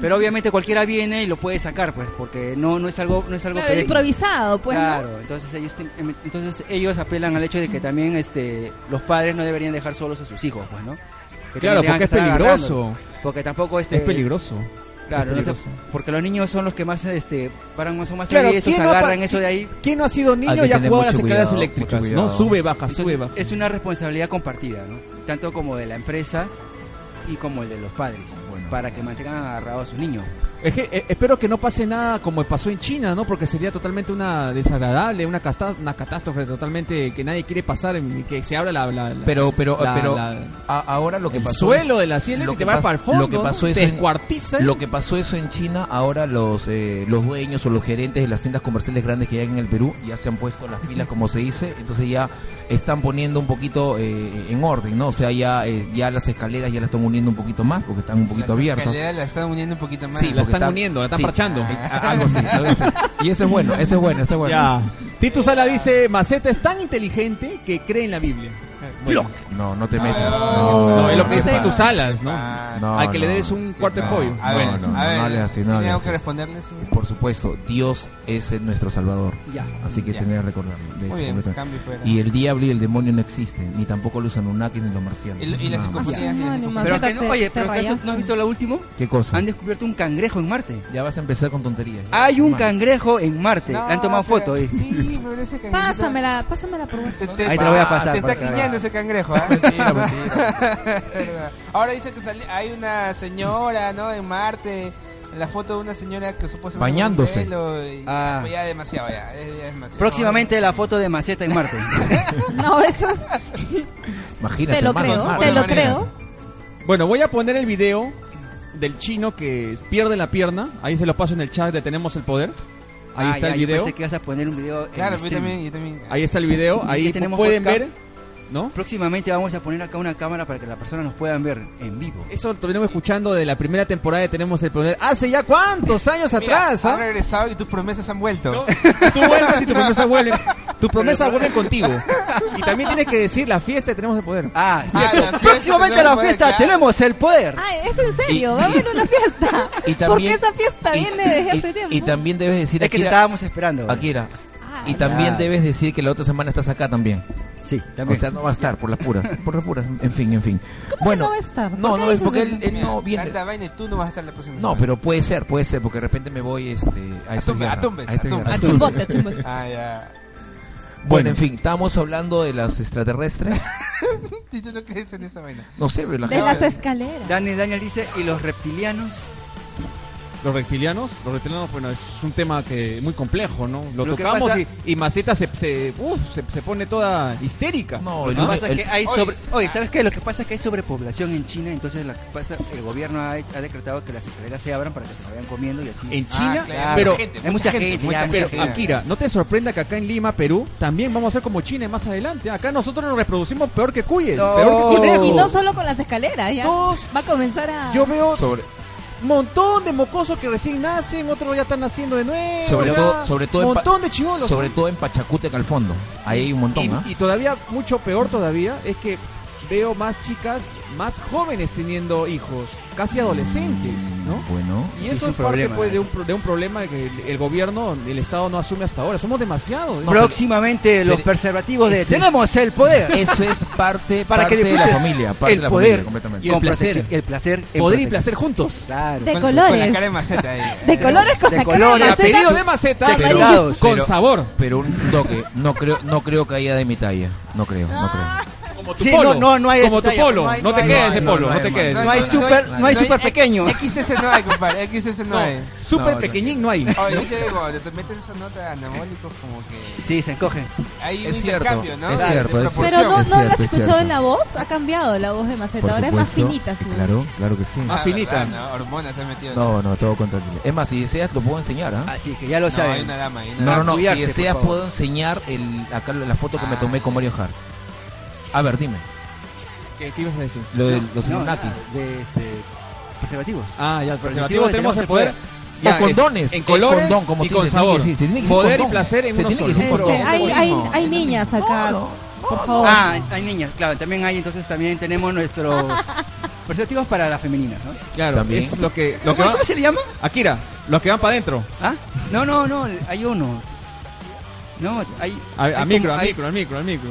Pero obviamente cualquiera viene y lo puede sacar, pues, porque no no es algo no es
y
algo
claro,
perenne.
improvisado, pues. ¿no?
Claro, entonces ellos te- em- entonces ellos apelan al hecho de que también este los padres no deberían dejar solos a sus hijos, pues, ¿no? Que también
Claro,
tengan
porque es
que estar
peligroso.
agarrándolo, Porque tampoco este
Es peligroso.
Claro,
es
no sé,
peligroso.
porque los niños son los que más este paran más o más
Claro,
traviesos,
¿quién no ha
agarran
pa-
eso de ahí.
¿Quién no ha sido
Hay
niño
que
y ha
tener
jugado a las
mucho
escaleras
cuidado,
eléctricas?
mucho
¿no?
cuidado.
Sube, baja,
Entonces,
sube, baja.
Es una responsabilidad compartida, ¿no? Tanto como de la empresa y como el de los padres,
Bueno.
para que mantengan agarrados a sus niños.
Es que, eh, espero que no pase nada como pasó en China, ¿no? Porque sería totalmente una desagradable, una, casta- una catástrofe totalmente que nadie quiere pasar, en- que se abra la... la- la-
Pero, pero,
la-
pero
la-
a- ahora lo que
el
pasó.
suelo de la silla
lo
que
que
te va
pas-
para el fondo,
lo que pasó
¿no?
es
te
en-
descuartiza.
Lo que pasó eso en China, ahora los eh, los dueños o los gerentes de las tiendas comerciales grandes que hay en el Perú ya se han puesto las pilas, como se dice, entonces ya están poniendo un poquito eh, en orden, ¿no? O sea, ya eh, ya las escaleras ya las están uniendo un poquito más porque están un poquito
Las
abiertas.
escaleras La están uniendo un poquito más.
Sí, porque
la están
está-
uniendo, la están
sí.
parchando.
A- Algo así, algo así. Y eso es bueno, eso es bueno, eso es bueno.
Ya. Tito Sala dice, Maceta es tan inteligente que cree en la Biblia. Bueno.
No, no te metas.
No,
No,
es
es lo que
no,
dice
no,
Tito Salas, ¿no?
Ah,
no,
Al que le
no.
debes un cuarto de
No,
pollo.
A ver,
no, no,
a
no
ver.
hables así, no
¿tiene
hables
algo
así.
que responderles?
Por supuesto, Dios es el nuestro salvador.
Ya.
Así que
Ya.
tenía que recordarlo. de hecho,
Muy bien,
completamente.
cambio y fuera.
Y el diablo y el demonio no existen, ni tampoco los Anunnakis ni los marcianos.
Y- y las
Nada más.
psicofonías. y
No,
las
ni
psicofonías.
más.
Pero
Maceta,
que no,
te-
oye,
te
pero que eso-
rayaste.
¿no has visto lo último?
¿Qué cosa?
Han descubierto un cangrejo en Marte.
Ya vas a empezar con tonterías. ya.
Hay un
Man.
cangrejo en Marte. Le
No,
han tomado
pero-
foto. ahí.
Sí, pero ese cangrejo.
Pásamela, pásamela por
Te-
WhatsApp.
Ahí te lo voy a pasar
Se está
para que
quiñando
veas.
ese cangrejo, ¿ah?
Mentira, mentira.
Verdad. Ahora dice que sali- hay una señora, ¿no? En Marte. En la foto de una señora que supuestamente. con
Bañándose.
un velo y- pues
Ah.
Ya demasiado, ya. es- ya es demasiado.
Próximamente la foto de Maceta en Marte.
No, eso es-
Imagínate.
te lo
man,
creo,
man.
te lo
Marta.
creo.
Bueno, voy a poner el video del chino que pierde la pierna. Ahí se lo paso en el chat de Tenemos el Poder. Ahí
Ah,
está
ya,
el
yo
video.
pensé que ibas a poner un video. en
Claro, yo
streaming.
también, yo también.
Ahí está el video.
¿Y
Ahí
qué tenemos
pueden
por acá?
ver. ¿No?
Próximamente vamos a poner acá una cámara para que las personas nos puedan ver en vivo.
Eso lo venimos escuchando de la primera temporada de Tenemos el Poder. Hace ya cuántos años
Mira,
atrás.
ha
¿ah?
regresado y tus promesas han vuelto.
Tú vuelves y tu promesa vuelve. Tu promesa vuelve contigo. Y también tienes que decir la fiesta de Tenemos el Poder.
Ah,
la
cierto.
fiesta
Próximamente a
tenemos
la
poder,
fiesta
claro. Ah,
tenemos el poder.
Ay, es en serio, va a haber una fiesta.
Y
Porque
también-
esa fiesta
y-
viene desde
y-
hace tiempo.
Y también debes decir
Es que te
Akira.
estábamos esperando. güey.
Akira.
Ah,
Y también
claro.
debes decir que la otra semana estás acá también.
Sí,
O
también.
sea, no va a estar por las puras. Por las puras. En fin, en fin.
que no va a estar? ¿Por
No,
qué
no, es
dices
porque
eso?
él, él
Mira,
no viene.
Tanta vaina y tú no vas a estar la próxima.
No,
semana.
pero puede ser, puede ser, porque de repente me voy este, a esta
Tumbe-
guerra,
a Tumbes,
a esta
a Tumbes.
guerra.
Al chumbote, al chumbote.
Ah, ya.
Bueno, en fin, estábamos hablando de los extraterrestres.
Sí, Tú no crees en esa vaina.
No sé, pero la
De
gente-
las escaleras.
Daniel, Daniel dice, ¿y los reptilianos?
Los reptilianos, los reptilianos, bueno, es un tema que muy complejo, ¿no? Lo,
Lo que
tocamos
pasa-
y, y Maceta se, se, uf, se, se pone toda histérica.
No,
Lo
el
que
único-
pasa
el-
es que hay
Oye,
sobre...
sí.
Oye, ¿sabes qué? Lo que pasa es que hay sobrepoblación en China, entonces la pasa, el gobierno ha, ha decretado que las escaleras se abran para que se vayan comiendo y así.
En China,
Ah, claro,
pero,
mucha gente,
hay mucha gente, ya,
mucha
pero
mucha
gente.
Akira, no te sorprenda que acá en Lima, Perú, también vamos a ser como China más adelante. Acá nosotros nos reproducimos peor que cuyes,
No.
peor que
Y,
conejos.
y no solo con las escaleras, ya.
Todos-
Va a comenzar a.
Yo veo
sobre,
un montón de mocosos que recién nacen, otros ya están naciendo de nuevo.
sobre
ya.
todo, sobre todo, en,
montón
Pa-
de chivolos.
sobre todo en Pachacútec al fondo. Ahí hay un montón, ¿ah?
Y, y todavía, mucho peor todavía, es que veo más chicas, más jóvenes teniendo hijos, casi adolescentes, ¿no?
Bueno,
Y
Ese es
eso
un
es parte
problema.
pues, de, un, pro- de un problema que el, el gobierno, el Estado no asume hasta ahora. Somos demasiados. ¿eh?
Próximamente los
pero-
preservativos de
ese-
¡Tenemos el poder!
eso es parte,
para
parte
que
de la
disfrutes
familia, parte
el
de la
poder
familia completamente.
y el
Con
placer,
placer.
el placer, en
Poder y
protección.
placer juntos.
Claro.
De
Con- Con la
colores.
cara de maceta ahí.
De colores con
De
la
colores,
cara de
Apellido
maceta.
de maceta,
Pero-
pero
Pero-
con
pero-
sabor.
Ah,
Pero un toque, no creo, no creo que haya de mi talla, no creo, no creo.
Como tu
Sí,
polo.
no, no, no hay
Como
esta
tu
talla,
polo.
no hay-
No te
no hay-
quedes
no
ese
hay-
polo.
no
No
hay
te
hermano.
quedes.
No hay super, no hay super pequeño.
XS no hay, compadre. XS no hay.
Súper
No,
pequeñín no hay.
Oye, dice cuando te metes esa nota anabólicos como que
Sí, se encoge.
hay un
Es cierto,
intercambio, ¿no?
es
De- de
cierto, es
proporción.
Pero no,
Es
no la
cierto, es
has escuchado
cierto.
en la voz, ha cambiado la voz de
Por
Maceta, ahora es más
supuesto, eh,
finita su voz.
Claro, claro que sí.
Ah,
Más finita.
¿verdad? No, hormonas se han metido.
No, no, todo controlable. Es más, si deseas, lo puedo enseñar, ¿ah?
Así que ya lo
no hay
saben.
una dama, hay una
No,
Para
no, no.
cuidarse,
si deseas,
por favor.
puedo enseñar el, acá la foto que me
Ah.
tomé con Mario Hart. A ver, dime.
¿Qué, qué ibas a decir?
Lo de los
No,
Illuminati.
de este, preservativos.
Ah, ya, el
preservativo
preservativo tenemos
tenemos
el
que
poder.
O
Ya, es-
condones.
En
El
colores
condón, como
y
se
con
dice, tiene
sabor.
que- sí, se tiene que decir
Poder y
condón.
placer en
Se
uno
tiene que
solo.
decir
Este,
condón.
hay, hay,
no,
hay niñas acá,
no,
por favor.
Ah, hay niñas, claro, también hay, entonces también tenemos nuestros preservativos para las femeninas, ¿no?
Claro,
También.
es lo que, lo que
¿Cómo,
va-
cómo se le llama?
Akira, los que van para adentro.
¿Ah? No, no, no, hay uno. No, hay...
A,
hay
a
como-
micro, a
hay-
micro, a micro, a micro.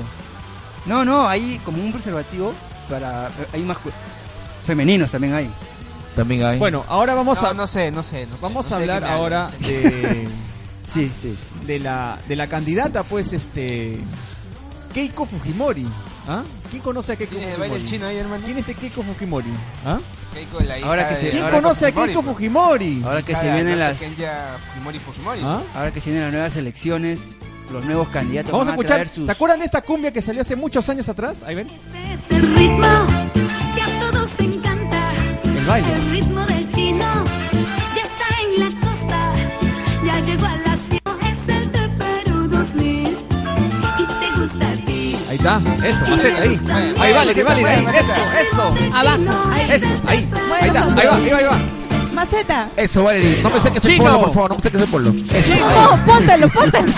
No, no, hay como un preservativo para... Hay más... Femeninos también hay.
También hay.
Bueno, ahora vamos
No,
a,
no sé, no sé. no sé,
vamos
no
a
sé
hablar
qué me
ahora
hablas.
de,
Sí, sí, sí.
de, la, de la candidata, pues, este. Keiko Fujimori. ¿Ah? ¿Quién conoce a Keiko
¿Tienes el
Fujimori?
baile chino ahí, hermano?
¿Quién es el Keiko Fujimori? ¿Ah?
Keiko, la hija
Ahora que se-
de-
¿Quién
ahora
conoce a
con
Keiko
Fujimori, pues.
Fujimori?
Ahora que
hija
se
de
vienen las...
Alberto Kenya Fujimori Fujimori.
¿Ah?
Ahora que se vienen las nuevas elecciones, los nuevos candidatos
Vamos a
van
escuchar.
traer sus-
¿Se acuerdan de esta cumbia que salió hace muchos años atrás? Ahí ven.
Este ritmo que a todos encanta,
El baile.
el ritmo del chino, ya está en la costa, ya llegó a la ciudad, es el de Perú 2000 y te gusta a ti.
Ahí está. Eso, maceta ahí.
Ahí,
Ahí vale, ahí vale. Ahí.
Maceta.
Eso, eso.
Abajo, ahí.
Eso, ahí.
Mueve
Ahí está.
los
Ahí va,
hombros.
ahí va, ahí va.
Maceta.
Eso, Valerie. No me saques el
Chino.
polo, por favor. No me saques el polo. Eso.
No, póntelo, póntelo.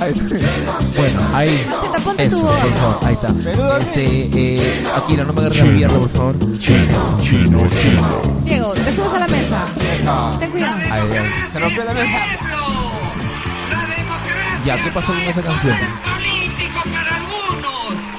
Ahí está. Bueno, ahí.
Maceta, ponte
Eso,
tu
por
gorra.
favor. Ahí está.
Pero,
Este, eh, Akira, no me agarres la pierna, por favor.
Chino, chino, chino.
Diego, te subes a la mesa.
Eso.
Ten cuidado.
Ahí, ahí.
Se rompió la mesa.
Ya, ¿qué pasó con esa canción?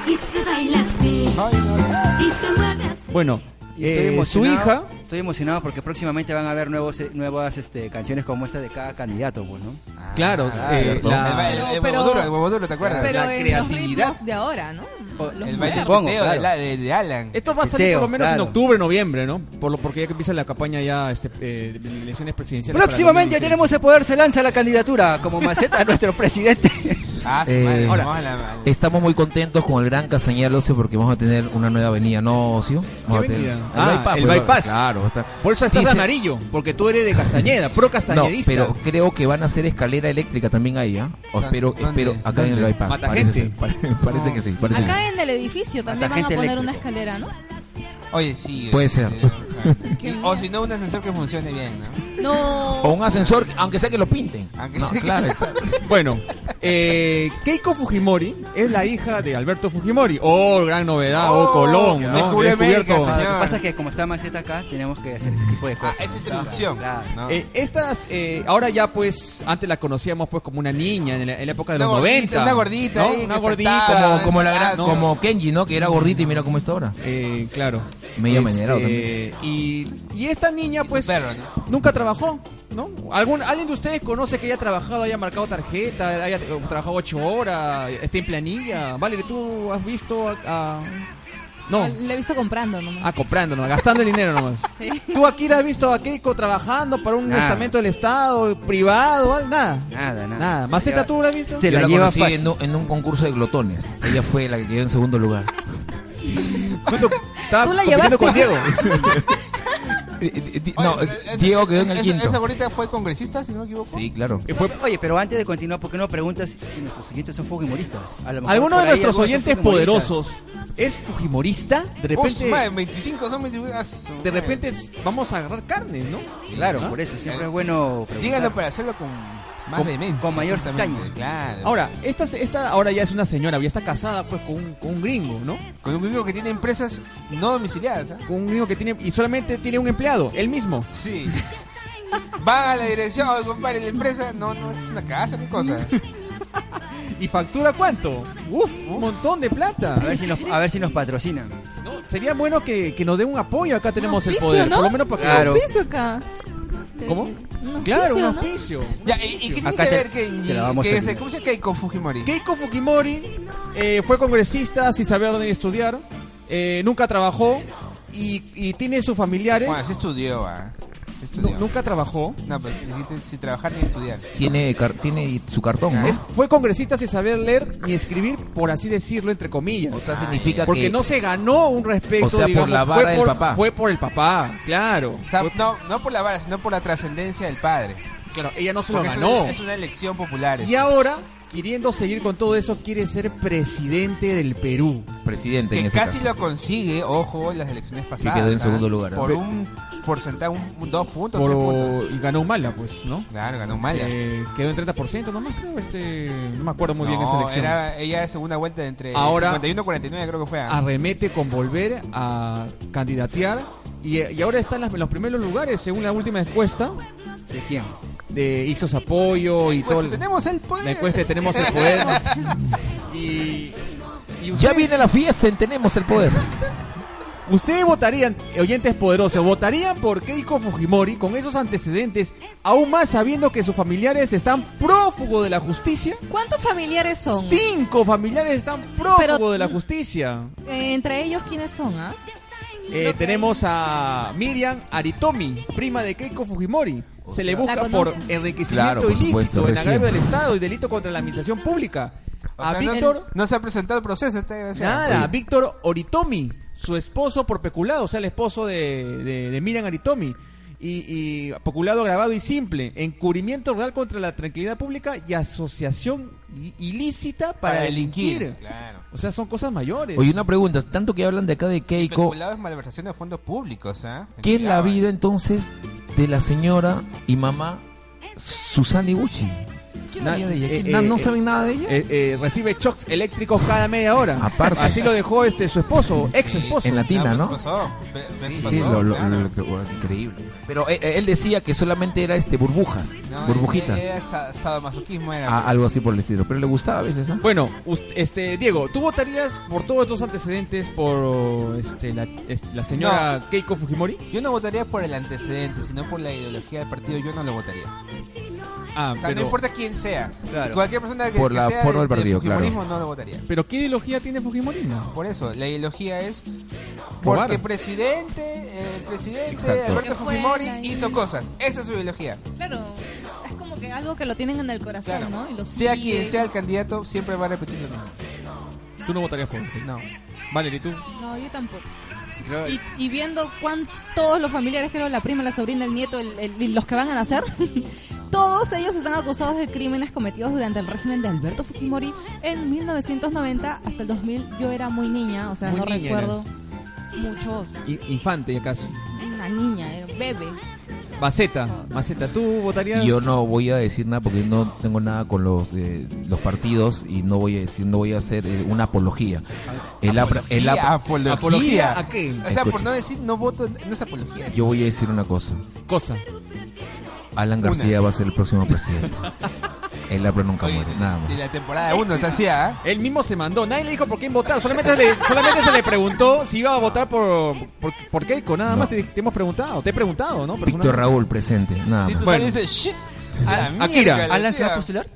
Y se baila así,
Ay, no, no.
y se mueve así.
Bueno,
Y estoy
eh, su
emocionado-
hija.
Estoy emocionado porque próximamente van a haber nuevos, eh, nuevas este, canciones como esta de cada candidato, pues, ¿no?
Claro, eh,
cierto.
El
la-
baile, el
Pero-
huevo duro, el huevo duro, ¿te acuerdas?
Pero
La
en los
creatividad.
ritmos de ahora, ¿no?
O-
Los
el baile
modernos.
supongo,
teteo de,
claro.
la- de, de Alan.
Esto va a salir
Teo,
por lo menos
claro.
en octubre, noviembre, ¿no? Por lo, porque ya que empieza la campaña ya este, eh, de elecciones presidenciales. para
Próximamente
2016.
tenemos el poder, se lanza la candidatura como maceta a nuestro presidente.
Ah, su
Eh,
madre,
ahora,
vamos a la madre.
Estamos muy contentos con el gran Castañeda Ocio porque vamos a tener una nueva avenida, ¿no, Ocio? Vamos
¿Qué
a tener-
avenida? Ah, el
pues,
bypass.
Claro. está-
Por eso estás
Dice-
de amarillo, porque tú eres de Castañeda, pro
No,
castañedista.
pero creo que van a hacer escalera eléctrica también ahí, ¿ah? O
¿Dónde?
espero,
¿Dónde?
espero, acá en el
¿Dónde?
bypass.
Mata
parece,
gente.
ser, pare- parece que sí, parece que sí.
Acá en el edificio también van a
gente
poner una
eléctrico.
escalera, ¿no?
Oye, sí.
Puede
eh,
ser.
eh, o sea, y- O si no, un ascensor que funcione bien, ¿no?
No.
O un ascensor, aunque sea que lo pinten.
Aunque
No,
sea que-
claro, exacto.
Bueno, eh, Keiko Fujimori es la hija de Alberto Fujimori. Oh, gran novedad, oh,
Oh,
Colón, ¿no?
descubre
Descubierto.
América,
eh,
señor.
Lo que pasa es que como está maceta acá, tenemos que hacer ese tipo de
Ah,
cosas.
esa es
Claro,
introducción.
claro.
¿no?
Eh, estas, eh, ahora ya pues, antes la conocíamos pues como una niña en la, en la época de
Una
los
gordita,
90.
una gordita
¿no?
ahí
Una
que
gordita.
saltaba.
Como, como la gran-
Ah, no.
como Kenji, ¿no? Que era gordito y mira cómo está ahora.
Eh, claro. Este,
Medio menerado también.
Y, y esta niña, pues,
perro, ¿no?
nunca trabajó, ¿no? ¿Algún, ¿Alguien de ustedes conoce que haya trabajado, haya marcado tarjeta, haya eh, trabajado ocho horas, esté en planilla? Vale, ¿tú has visto a...? a- No,
Le he visto comprando nomás.
ah, comprando, nomás, gastando el dinero nomás.
Sí.
¿Tú, Akira, has visto a Keiko trabajando para un
Nada.
estamento del Estado, privado, al- nada?
Nada, nada.
Nada. ¿Maceta tú la has visto?
Se
Yo
la
la
lleva
conocí
fácil.
en un, en un concurso de glotones. Ella fue la que quedó en segundo lugar.
Justo estaba
Tú la
compitiendo
llevaste.
con Diego.
Eh, eh, di-
Oye,
No,
pero
eh,
esa-
Diego quedó en
esa-
el
esa- Esa
quinto.
gorita fue congresista, si no me equivoco.
Sí, claro.
Y fue- Oye, pero antes de continuar, ¿por qué no preguntas si nuestros oyentes son fujimoristas? A lo mejor
Alguno de
por ahí algunos
nuestros
son
oyentes
fujimoristas.
poderosos es fujimorista. De
Oh, su
repente,
madre, 25 son 25. ah, su
de
madre.
repente s- vamos a agarrar carne, ¿no?
Claro,
¿Ah?
por eso siempre es bueno preguntar.
Díganlo para hacerlo con más
Con-
vehemencia,
con mayor
justamente,
cizaña.
Claro.
Ahora, esta, se- esta ahora ya es una señora, ya está casada pues con un, con un gringo, ¿no?
Con un gringo que tiene empresas no domiciliadas. ¿ah?
Con un gringo que tiene y solamente tiene un empleado, él mismo.
Sí. Va a la dirección, oye, compadre, la empresa. No, no, es una casa, ni cosa.
¿Y factura cuánto? Uf, un montón de plata.
A ver si nos, a ver si nos patrocinan.
No, sería bueno que, que nos dé un apoyo, acá tenemos el
auspicio,
poder,
¿no?
por lo menos para que
Claro.
Pienso acá. que-
¿Cómo?
un
Claro, un auspicio.
auspicio, ¿no?
un
Ya, ¿y, y
auspicio.
qué tiene
Acá
que
te-
ver Kenji?
te la vamos
que
a-
se- ¿Cómo se llama Keiko Fujimori?
Keiko Fukimori eh, fue congresista sin saber ni estudiar, eh, nunca trabajó y, y tiene sus familiares.
Bueno, sí estudió, ah. Sí
nu-
estudió.
Nunca trabajó.
No, pero dijiste sin trabajar ni estudiar.
Tiene, car- tiene su cartón, ¿no?
Es- fue congresista sin saber leer ni escribir, por así decirlo, entre comillas.
O sea, significa
porque
que...
no se ganó un respeto.
O sea, por
digamos,
la
fue
vara del
por-
papá.
Fue por el papá, claro.
O sea,
Fue-
no, no por la vara, sino por la trascendencia del padre.
claro, ella no se lo
Porque es
ganó.
una, es una elección popular.
Y ahora, queriendo seguir con todo eso, quiere ser presidente del Perú.
Presidente, en
que
ese
casi
caso.
lo consigue, ojo, en las elecciones pasadas.
quedó en
ah,
segundo lugar, ¿no?
Por un porcentaje, un, un dos puntos, tres puntos.
Por, y ganó Humala, pues, ¿no?
Claro, ganó Maya.
Eh, quedó en 30% nomás, creo. Este, no me acuerdo muy bien
No,
esa elección.
Era, ella de segunda vuelta entre
Ahora-
51 49 creo que fue. ah.
Arremete con volver a candidatear. Y, y ahora está en, las- en los primeros lugares, según la última encuesta,
¿De quién?
de Ixos Apoyo y
Pues
todo. el-
tenemos el poder.
La encuesta de Tenemos el Poder. y. y
Ya
ustedes-
viene la fiesta en Tenemos el Poder.
Ustedes votarían, oyentes poderosos, votarían por Keiko Fujimori con esos antecedentes, aún más sabiendo que sus familiares están prófugos de la justicia.
¿Cuántos familiares son?
Cinco familiares están prófugos
Pero-
de la justicia.
Eh, entre ellos, ¿quiénes son? ah?
Eh, tenemos a Miriam Aritomi, prima de Keiko Fujimori. Se le busca
¿La
por
conoces?
enriquecimiento
Claro, por
ilícito,
supuesto,
en agravio
recién.
del Estado y delito contra la administración pública.
O
a
sea, no-
Víctor.
no, se ha presentado el proceso. este, Está desgraciado.
Nada,
Sí.
Víctor Oritomi, su esposo por peculado, o sea, el esposo de, de, de Miriam Oritomi. Y, y peculado grabado y simple, encubrimiento real contra la tranquilidad pública y asociación i- ilícita para, delinquir.
Claro.
O sea, son cosas mayores.
Oye, una pregunta. Tanto que hablan de acá de Keiko.
Especulado es malversación de fondos públicos. ¿ah?
¿Qué es la
Cuidado,
vida
eh.
entonces de la señora y mamá Susana Iguchi? ¿Qué es la
Na-
vida de ella?
eh,
¿Qué- na-
eh,
¿No
eh,
saben nada de ella?
Eh, eh, recibe shocks eléctricos cada media hora.
Aparte.
Así lo dejó este su esposo, ex esposo.
en la tina, ¿no?
pues pasó, pe- pe-
Sí,
pasó,
sí, lo, lo-
claro.
lo- lo- lo- increíble. Pero eh, eh, él decía que solamente era este burbujas,
No,
burbujitas,
eh, eh, sa- sadomasoquismo
eh,
era.
Ah, algo así por el estilo. Pero le gustaba a veces, ¿ah?
Bueno, us- este Diego, ¿tú votarías por todos estos antecedentes por este, la, es- la señora Keiko Fujimori?
Yo no votaría por el antecedente, sino por la ideología del partido. Yo no lo votaría. O
Ah,
sea, no importa quién sea.
Claro.
Cualquier persona que,
Por
que
la
sea
forma
de-
del partido,
de fujimorismo no lo votaría.
¿Pero qué ideología tiene Fujimori?
Por eso, la ideología es
Robar.
porque presidente, el presidente
Exacto.
Alberto
Fue
Fujimori
la idea.
hizo cosas. Esa es su ideología.
Claro, es como que algo que lo tienen en el corazón,
Claro.
¿no? Y lo
Sea quien
siguen.
sea el candidato, siempre va a repetir lo mismo.
Tú no votarías por él.
No.
Valerie, ¿tú?
No, yo tampoco. Y, y viendo cuán todos los familiares, creo, la prima, la sobrina, el nieto, el- el- y los que van a nacer, todos ellos están acusados de crímenes cometidos durante el régimen de Alberto Fujimori en 1990 hasta el 2000. Yo era muy niña, o sea,
Muy
no
niña
recuerdo muchos.
I- infante, ya casi.
Una niña, era un bebé.
Maceta, Maceta, ¿tú votarías?
Y Yo no voy a decir nada porque no tengo nada con los eh, los partidos y no voy a decir, no voy a hacer eh, una apología. El apra- el
Apología,
apra-
apología.
¿Apología a qué?
O sea, por no decir no voto, no es apología.
yo voy a decir una cosa.
Cosa.
Alan García va a ser el próximo presidente. El APRA nunca
Oye,
muere, nada más.
de la temporada 1 está así, ¿ah?
Él mismo se mandó, nadie le dijo por quién votar, solamente, le- solamente se le preguntó si iba a votar por, por, por Keiko, nada
No.
más te, te hemos preguntado, te he preguntado, ¿no?
Víctor
Personalmente.
Raúl presente, nada
Tito
más.
Bueno.
Sara dice, shit. a la mierda,
Ah, Akira,
la
¿Alan se va a
tía.
postular?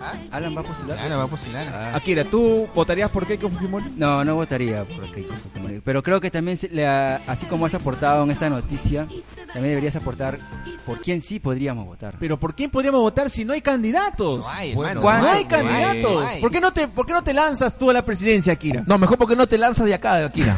¿Ah?
¿Alan va a postular?
Claro, va a postular.
Ah.
Akira, ¿tú votarías por Keiko Fujimori?
No, no votaría por Keiko Fujimori. Pero creo que también, se- le ha- así como has aportado en esta noticia, también deberías aportar por quién sí podríamos votar.
Pero ¿por quién podríamos votar si no hay candidatos?
No hay,
Bueno,
hermano,
¿cuál?
No
no
hay
no
candidatos.
no hay.
¿Por, qué no te, ¿Por qué no te lanzas tú a la presidencia, Akira?
No, mejor porque no te lanzas de acá, de Akira.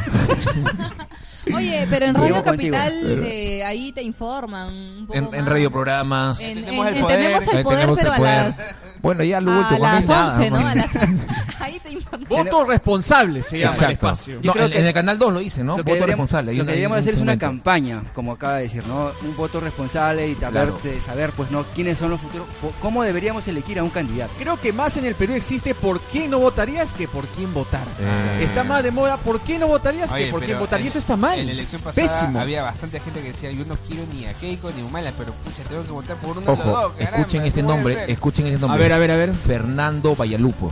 Oye, pero en
Pero
Radio
contigo.
Capital eh, ahí te informan un poco
En, en
más.
radio programas.
En- en-
Tenemos el
en
poder.
tenemos el
Ahí
poder,
tenemos el
pero a
poder.
las,
Bueno, ya lo
a
último. no hay
las
nada,
11, ¿no?
hermano.
A las- ahí te informan.
Voto responsable se llama el
Exacto.
espacio.
No,
creo
en,
que-
en el canal 2 lo dice, ¿no?
Lo
Voto
deberíamos-
responsable. Hay
Lo que
una-
deberíamos
hay
hacer es una
instrumento.
campaña, como acaba de decir, ¿no? Un voto responsable y saber,
Claro.
de saber, pues, ¿no? ¿Quiénes son los futuros? po- ¿Cómo deberíamos elegir a un candidato?
Creo que más en el Perú existe por quién no votarías que por quién votar.
Eh.
Está más de moda por quién no votarías
Ah. Oye,
que por quién
pero
votar.
en-
Y eso está mal.
En la elección pasada
Pésimo.
había bastante gente que decía, yo no quiero ni a Keiko ni a Humala, pero pucha, tengo que votar por uno de los dos.
Ojo,
caramba,
escuchen este
¿cómo voy a
nombre,
hacer?
escuchen este nombre.
A ver, a ver, a ver.
Fernando Vallalupo.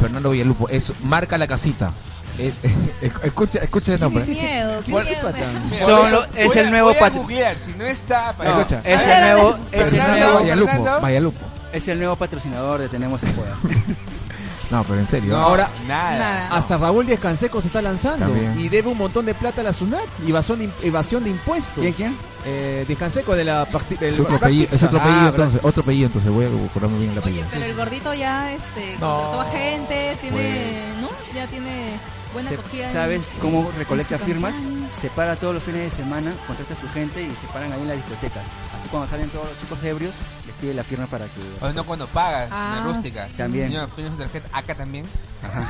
Fernando Vallalupo, eso marca la casita. Eh, eh, escucha, escucha el nombre.
Qué miedo, qué
¿Cuál-
miedo.
Mira,
Son
voy a-
lo- es
voy a-
el nuevo
voy a
pat-
googlear, si no está, para-
No,
escucha.
es el
Ay,
nuevo, es el
Fernando,
nuevo-
Fernando.
Vallalupo, Vallalupo.
es el nuevo patrocinador de Tenemos el Poder.
No, pero en serio. ¿eh?
No,
Ahora-
nada.
Nada.
Hasta Raúl Díaz Canseco se está lanzando
También.
y debe un montón de plata a la SUNAT y evasión de, evasión de impuestos.
¿Quién, quién?
Eh, Díaz Canseco de la Paxi- del-
Es otro apellido, es otro
Ah,
apellido
verdad.
entonces, otro apellido entonces, voy a acordarme bien el
Oye,
apellido.
pero el gordito ya este,
No,
contrató a gente, tiene, ¿no? Ya tiene buena
Se-
acogida. en-
¿Sabes cómo recolecta
en su
firmas?
campaña.
Se para todos los fines de semana, contrata a su gente y se paran ahí en las discotecas. Así cuando salen todos los chicos ebrios, les pide la firma para que...
O no cuando pagas
Ah,
en la rústica.
sí.
También.
Señor, pide su tarjeta acá también.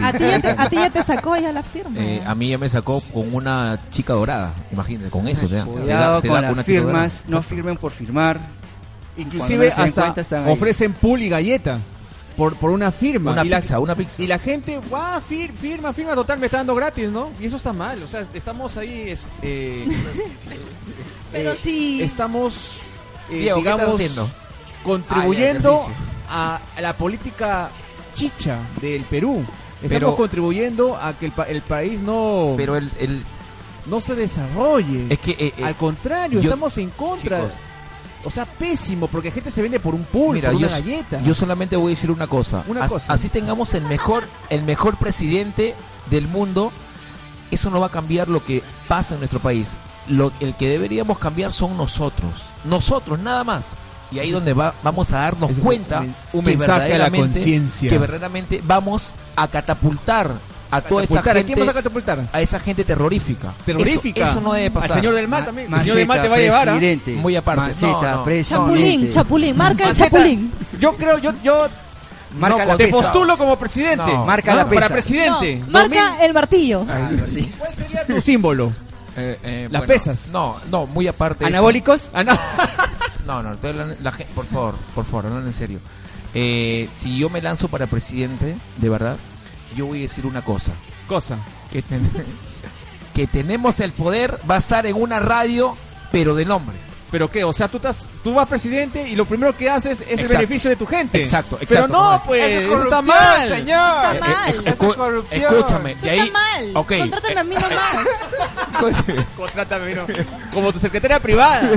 A ti, ya te, a ti ya te sacó ya la firma.
Eh, a mí ya me sacó con una chica dorada, imagínate, con eso, o sea, te da-
Cuidado
te da
con
con una
las
chica dorada.
firmas, no firmen por firmar.
Inclusive
Cuando no se den
hasta
cuenta, están ahí.
ofrecen pool y galleta por, por una firma.
Una
y, la,
pizza, una pizza.
y la gente, guau, fir- firma, firma, total, me está dando gratis, ¿no? Y eso está mal, o sea, estamos ahí, es- eh,
Pero
eh,
sí.
estamos, eh,
Diego, ¿qué estás
digamos,
haciendo?
contribuyendo
Ah, ya, ya,
a a la política chicha del Perú. Estamos
Pero-
contribuyendo a que el, pa- el país no,
Pero el, el-
no se desarrolle.
es que eh, eh,
Mm. Al contrario,
yo-
estamos en contra.
Chicos.
o sea, pésimo, porque gente se vende por un pool,
Mira,
por
yo,
una galleta.
yo solamente voy a decir una cosa.
Una
As-
cosa.
Así tengamos el mejor, el mejor presidente del mundo, eso no va a cambiar lo que pasa en nuestro país. Lo, el que deberíamos cambiar son nosotros. Nosotros, nada más. Y ahí donde va, vamos a darnos
Es un-
cuenta
un- un
que
mensaje a la
verdaderamente-
conciencia.
Que verdaderamente vamos a catapultar a toda esa
Catapultar, ¿a quién
gente,
vas a catapultar?
a esa gente terrorífica.
Terrorífica.
Eso, eso no debe
Al
pasar.
señor del mar
Ma-
también. el
Maceta,
Ah, señor del mar te va a llevar. ¿ah?
presidente.
Muy aparte.
Maceta,
No, no.
Chapulín,
presidente.
chapulín, marca el
Maceta,
chapulín.
Yo creo, yo, yo
Marca
No,
la
te
pesa.
postulo como presidente.
No.
Marca la
Para
pesa.
presidente.
No, marca el martillo.
Algo así.
¿Cuál sería tu símbolo?
Eh, eh,
Las
bueno,
pesas.
No, no, muy aparte. de eso.
¿Anabólicos?
Ah, no. no, no, entonces la- la gen- por favor, por favor, no en serio. Eh, si yo me lanzo para presidente, de verdad, yo voy a decir una cosa.
Cosa.
Que, ten- que tenemos el poder va a estar en una radio, pero de nombre.
¿Pero qué? O sea, tú estás, tú vas presidente y lo primero que haces es el
Exacto.
beneficio de tu gente.
Exacto,
Pero
exacto.
no,
Eso
pues,
Eso es
eso está
corrupción,
mal.
señor.
Está mal.
Eso es corrupción.
Escúchame.
Eso
y ahí,
está mal.
Ok.
Contrátame a mí nomás.
Contrátame, ¿no? Como tu secretaria privada.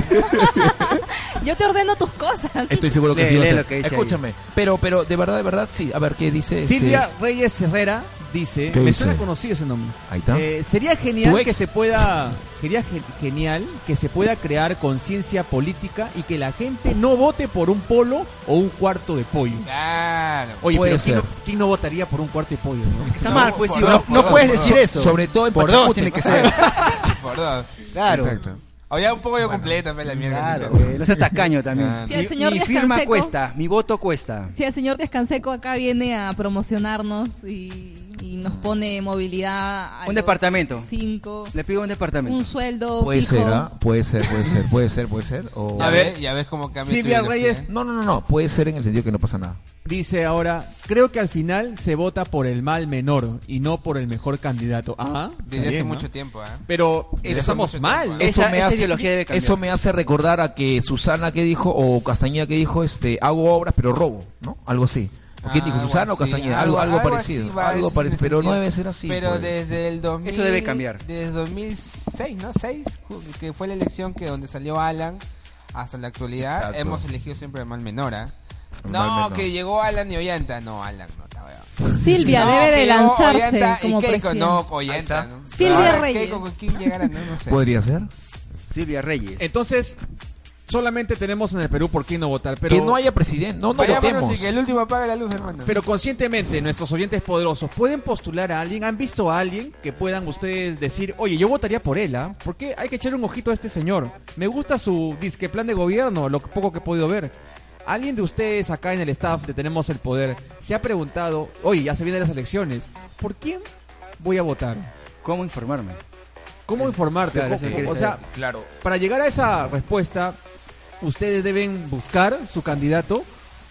Yo te ordeno tus cosas.
Estoy seguro que
Lee,
sí. va a
lee
ser.
lo que dice ahí.
Escúchame. Pero, pero, de verdad, de verdad, sí. A ver, ¿qué dice? este-
Silvia Reyes Herrera dice,
¿Qué
me
dice?
suena conocido ese nombre.
Ahí está.
Eh, sería
Tu
genial
ex.
que se pueda, sería ge- genial que se pueda crear conciencia política y que la gente no vote por un polo o un cuarto de pollo.
Claro.
Oye,
Puede
pero ¿quién no,
ser.
quién no votaría por un cuarto de pollo? no?
Está
No,
mal, pues
por
sí,
dos,
no,
por
no
dos,
puedes
por
decir
dos.
eso.
Sobre todo en Ah,
Por dos
Pachacute.
tiene que ser.
Por dos.
Claro.
Exacto.
O ya un poco yo completo, pues, la mierda.
Claro,
Dice.
güey, no seas tacaño también.
Ah.
Si el
Mi-
señor
mi,
Díaz
firma
Canseco-
cuesta, mi voto cuesta.
Si el señor Descanseco acá viene a promocionarnos y, y nos pone movilidad. A
Un
los
departamento.
Cinco.
Le pido un departamento.
Un sueldo.
Puede
fijo.
ser, ¿ah? Puede ser, puede ser, puede ser, puede ser. O...
Ya
A ver.
ves, ya ves cómo cambia. tu ¿eh?
Silvia
ideología.
Reyes.
No, no, no, no. Puede ser en el sentido que no pasa nada.
Dice ahora, creo que al final se vota por el mal menor y no por el mejor candidato. Ah,
Desde hace mucho tiempo, ¿ah?
Pero
Desde hace
estamos
mucho
mal.
tiempo, ¿eh?
Esa- esa ideología debe cambiar.
eso me hace recordar a que Susana que dijo, o Castañeda que dijo, este, hago obras pero robo, ¿no? Algo así. ¿O ¿Quién dijo
Ah, Algo
Susana o
así,
Castañeda? Algo, algo, parecido.
así va,
algo
ese
parecido. Pero no
sentido.
debe ser así.
Pero
pues.
desde el 2000.
Eso debe cambiar.
Desde 2006, ¿no? 6, ju- que fue la elección que donde salió Alan hasta la actualidad.
Exacto.
Hemos elegido siempre al mal menor, ¿ah?
Al
No,
mal menor.
que llegó Alan y Ollanta. No, Alan, no, está weón.
Silvia
No,
debe
que
de
llegó
lanzarse
Ollanta
como
y Keiko,
presidenta.
no,
Ahí
Ollanta.
está.
¿no?
Silvia
Ahora,
Reyes.
Keiko, ¿con quién llegará? No, no sé.
¿Podría ser?
Silvia Reyes.
Entonces, solamente tenemos en el Perú por quién no votar. Pero,
que no haya presidente. No, no
Vayámonos
votemos.
y que el último apaga la luz, hermano.
pero conscientemente, nuestros oyentes poderosos, ¿pueden postular a alguien? ¿Han visto a alguien que puedan ustedes decir, oye, yo votaría por él, ¿ah? Porque hay que echarle un ojito a este señor. Me gusta su disque plan de gobierno, lo poco que he podido ver. ¿Alguien de ustedes acá en el staff de Tenemos el Poder se ha preguntado, oye, ya se vienen las elecciones, ¿por quién voy a votar?
¿Cómo informarme?
¿Cómo informarte?
Claro,
¿Cómo-
eso quiere
o
saber.
sea,
Claro.
Para llegar a esa respuesta, ustedes deben buscar su candidato,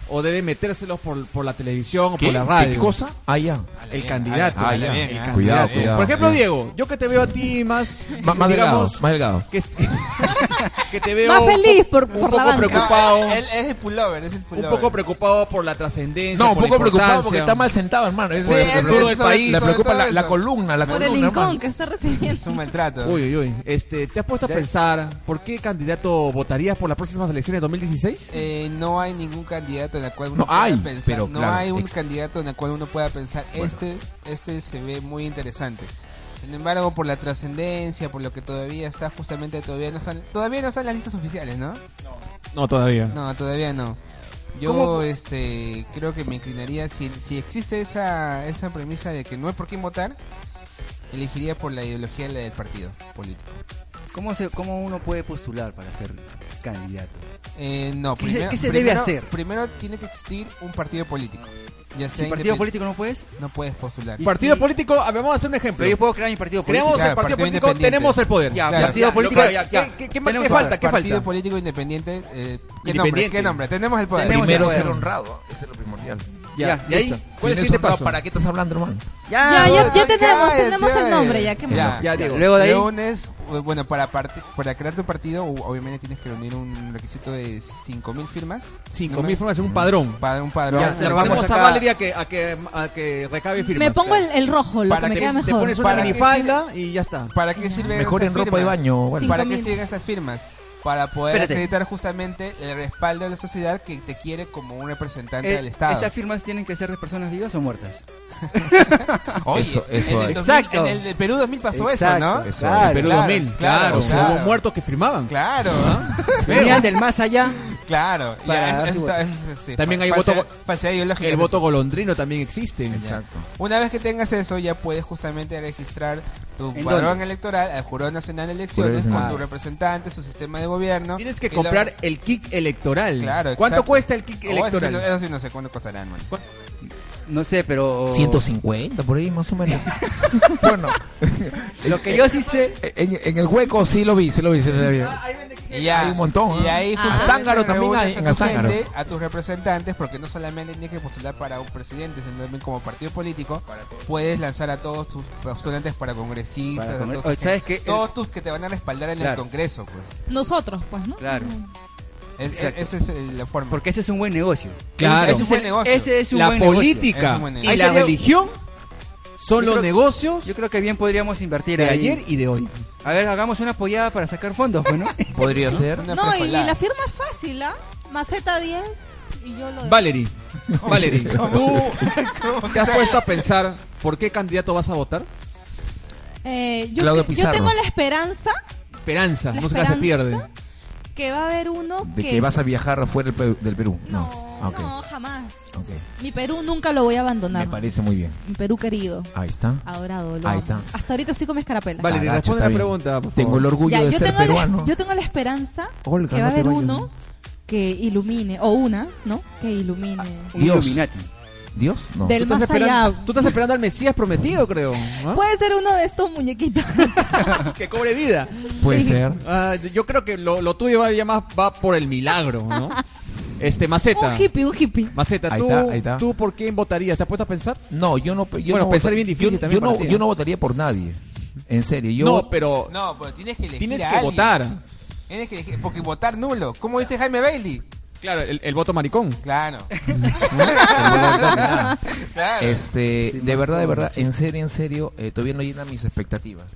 o debe metérselos por, por la televisión o
¿Qué?
por la radio.
¿Qué cosa? Ah, ya.
El
bien,
candidato.
ah,
el
ya.
bien,
Cuidado,
el candidato.
cuidado.
Por ejemplo,
Ya.
Diego, yo que te veo a ti más,
Ma- más delgado,
digamos,
más delgado.
que, que te veo
Más feliz por-
un
por la
poco
banca.
preocupado,
Él, él es el pullover, es el
un
pullover.
poco preocupado por la trascendencia,
No, un
por la
poco preocupado porque
importancia.
está mal sentado, hermano. Es
Sí,
el
eso,
futuro del
eso,
país.
eso,
Le preocupa
eso,
la, la
eso.
columna, la
Por el
columna,
rincón
hermano.
que está
Es un
recibiendo.
maltrato.
Uy, uy, uy. Este, ¿te has puesto a pensar por qué candidato votarías por las próximas elecciones de 2016?
Eh, no hay ningún candidato en el cual uno
No
pueda
hay,
pensar.
pero
no
claro,
hay un
ex-
candidato en el cual uno pueda pensar, este, este se ve muy interesante. Sin embargo, por la trascendencia, por lo que todavía está, justamente todavía no están, todavía no están las listas oficiales, ¿no?
No, todavía.
No, todavía no. Yo
¿Cómo?
este creo que me inclinaría si, si existe esa, esa premisa de que no hay por quién votar, elegiría por la ideología de la del partido político.
¿Cómo, se, ¿Cómo uno puede postular para ser candidato?
Eh, no,
¿Qué se-
primero,
qué se debe
primero-
hacer?
Primero tiene que existir un partido político. Ya
Si
sea
partido
independ-
político no puedes,
no puedes postular.
Partido
Y-
político, a ver, vamos a hacer un ejemplo.
pero yo puedo crear mi partido político.
Creamos
Claro,
el partido,
partido
político,
independiente.
tenemos el poder.
Ya,
Claro.
partido
lo
político,
que-
ya,
¿qué-
ya.
qué- qué más-
Tenemos
qué
ahora,
falta? ¿Qué
partido
falta?
político independiente. eh, ¿qué, nombre,
Independiente.
¿Qué nombre? Tenemos el poder.
Tenemos-
Primero
Ya,
ser
bueno.
honrado, eso es lo primordial.
Ya,
Ya,
¿y ahí?
listo.
¿Cuál es
Si
el
no
siguiente
honrado,
paso?
¿Para qué estás hablando, hermano?
Ya, ya, ya
Cállate,
tenemos,
cállate.
tenemos el nombre, ya que
Ya.
Ya,
Diego.
Luego de ahí,
León es, eh, bueno, para, parti- para crear tu partido, u- obviamente tienes que reunir un requisito de 5.000 firmas.
5.000 formas en un padrón.
Para un padrón.
Ya,
se
le
lo
ponemos
vamos
a
acá.
Valeria que, a que, a que recabe firmas.
Me pongo el, el rojo, lo
Para
que me
que
queda
te
Te
mejor.
pones una
Para que
minifalda y ya está.
¿Para qué sirven
Mejor
esas
en ropa de
firmas?
baño, bueno.
¿Para qué
5.000?
sirven esas firmas? Para poder
Espérate.
acreditar justamente el respaldo de la sociedad que te quiere como un representante
eh,
del Estado.
¿esas firmas tienen que ser de personas vivas o muertas?
Oye,
Eso- eso
en el
es.
2000
Exacto.
En el de Perú 2000 pasó
Exacto,
eso, ¿no?
eso.
claro.
En Perú
claro,
2000,
claro,
claro. o sea,
claro.
Hubo muertos que firmaban.
Claro,
Venían del más allá.
claro. Ya,
Para
eso-
dar
eso
su
está- eso- sí,
También
fa-
hay voto-
falsedad- falsedad ideológica,
El
eso.
voto golondrino también existe.
Exacto.
Una vez que tengas eso, ya puedes justamente registrar tu
¿En
padrón
dónde?
electoral al Jurado Nacional de Elecciones
Jurado
con
Nacional.
tu representante, su sistema de gobierno.
Tienes que
y lo-
comprar el kick electoral.
Claro,
¿Cuánto
exacto.
cuesta el kick
Oh, eso, sí, no-
electoral?
eso sí no sé cuánto costarán, man.
No sé, pero...
150, por ahí más o menos. bueno,
Lo que yo sí sé...
en, en el hueco sí lo vi, sí lo vi. Sí lo vi.
Y ya,
Hay un montón,
Y
¿ah?
ahí
Ah.
justamente
Zángaro también
reúnes
hay
a
en
tu
Azángaro.
gente, A tus representantes, porque no solamente tienes que postular para un presidente, sino también como partido político, puedes lanzar a todos tus postulantes para congresistas,
Para
a
congre-
todos,
Oye,
tus-
¿sabes qué?
todos tus que te van a respaldar en el
Claro.
Congreso, pues.
Nosotros, pues, ¿no?
Claro.
Es-
Exacto.
esa es eh, la forma.
Porque ese es un buen negocio.
Claro.
Ese
Es un buen negocio.
Ese es un
la
buen negocio.
Es
política
un buen
y
negocio.
la
Ahí sería-
religión son
Yo
los
creo-
negocios
Yo creo que bien podríamos invertir
de
ahí.
ayer y de hoy.
A ver, hagamos una apoyada para sacar fondos, bueno.
Podría ser.
Una
No, y, y
preescolar.
la firma es fácil, ¿ah? Maceta 10 y yo lo dejo.
Valerie, Valerie, ¿tú te has puesto a pensar por qué candidato vas a votar?
Eh, yo,
Claudio
que- yo
Pizarro.
tengo la esperanza
Esperanza,
La
música se
esperanza.
pierde.
que va a haber uno
De
que...
que vas a viajar afuera del Pe- del Perú. No,
No,
Ah, ok,
no, jamás.
ok.
Mi Perú nunca lo voy a abandonar.
Me parece muy bien.
Mi Perú querido,
Ahí está.
adorado. lo
Ahí
amo.
está.
Hasta ahorita estoy con mi escarapela.
Valerie,
Caracho,
responde
está
la
bien.
pregunta. por
Tengo
favor.
el orgullo
Ya,
de
yo,
ser
tengo la-
peruano.
yo tengo la esperanza
Olga,
que va a
no te
haber
vayas.
uno que ilumine, o una, ¿no? Que ilumine.
Ah,
Un
Dios.
Illuminati.
¿Dios? No.
Del
Tú estás
más
esperando-
allá.
Tú estás esperando al Mesías prometido, creo. ¿ah?
Puede ser uno de estos muñequitos.
Que cobre vida.
Puede ser.
Ah, yo creo que lo, lo tuyo va, ya más, va por el milagro, ¿no? Este, Maceta.
un hippie, un hippie.
Maceta,
Ahí
¿tú,
está, ahí está.
¿tú por quién votarías? ¿Te has puesto a pensar?
No, yo no. Yo
Bueno,
no
pensar
voto-
bien difícil
yo,
también
yo no,
para ti,
yo
¿eh?
no votaría por nadie. En serio. Yo,
no, pero
No, pero tienes que elegir.
tienes que
a alguien.
votar.
Tienes que elegir, porque votar nulo. ¿Cómo dice Jaime Bailey?
Claro, el, el voto maricón.
Claro. claro.
Este,
Sí,
de
más
verdad, de
joven,
verdad, en serio, en serio, eh, todavía no llena mis expectativas.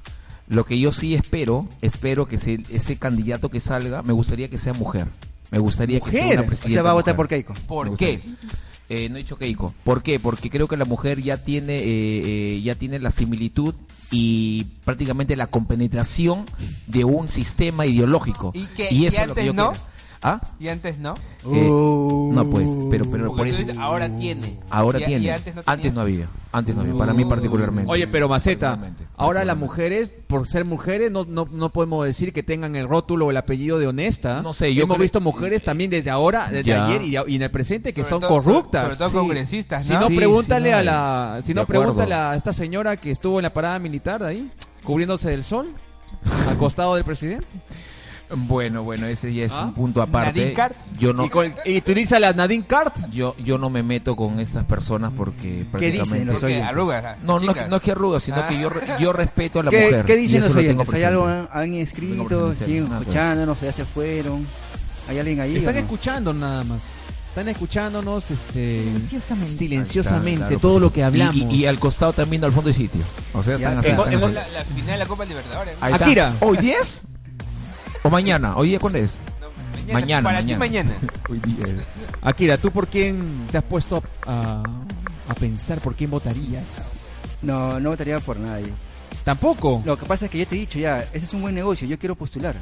Lo que yo sí espero, espero que se- ese candidato que salga, me gustaría que sea mujer. Me gustaría que sea
¿Mujer?
una
O sea,
O
presidenta.
sea, va a votar
mujer.
por Keiko.
¿Por
Por
qué? Eh, no he dicho Keiko. ¿Por qué? Porque creo que la mujer ya tiene, eh, eh, ya tiene la similitud y prácticamente la compenetración de un sistema ideológico.
¿Y qué? ¿Y
eso es lo que
antes
yo
no?
quiero. ¿Ah?
Y antes no.
Eh, no, pues, pero, pero por
Porque tú
eso.
dices, ahora tiene.
Ahora
Y- y
tiene.
antes no tenía.
había. Antes no había. Para
Uh.
mí particularmente.
Oye, pero Maceta,
Particularmente,
ahora
particularmente.
las mujeres, por ser mujeres, no, no, no podemos decir que tengan el rótulo o el apellido de honesta.
No sé, yo
Hemos
creo-
visto mujeres también desde ahora, desde
Ya.
ayer y, y en el presente, que
Sobre
son
todo-
corruptas.
sobre todo
Sí.
congresistas,
Si
¿no?
no,
Sí,
pregúntale
sí, no
a
hay.
la, si
De
no,
acuerdo.
pregúntale a esta señora que estuvo en la parada militar de ahí, cubriéndose del sol, al costado del presidente.
Bueno, bueno, ese ya es
¿Ah?
un punto aparte.
Nadine Cart.
Yo no,
Y, con- y utiliza la Nadine Cart.
yo, yo no me meto con estas personas porque
dicen
prácticamente.
los-
Porque
oyentes.
arrugas. ah,
No, no,
chicas. Ah.
no es que arruga, sino que yo, re- yo respeto a la
¿Qué,
mujer.
¿Qué
y
dicen
eso
los
lo tengo
oyentes? ¿Hay
presente.
algo, han
Lo
escrito,
tengo presente.
siguen
Ah, ok.
escuchándonos, ya se fueron? ¿Hay alguien ahí?
Están
o no?
escuchando nada más. Están escuchándonos este
Silenciosamente.
silenciosamente
Claro, claro,
todo
por
lo que
supuesto.
hablamos.
Y, y- y al costado están viendo al fondo de sitio. O sea,
Ya,
están así.
En-
están
en-
así.
la, la final de la Copa Libertadores. ¿no?
Ahí está.
Akira.
¿Hoy 10? ¿O mañana? ¿Hoy día cuándo es?
No,
Mañana,
Para ti mañana.
Hoy día es.
Akira, ¿tú por quién te has puesto a, a- a pensar por quién votarías?
No, no votaría por nadie.
Tampoco.
Lo que pasa es que yo te he dicho ya, ese es un buen negocio, yo quiero postular.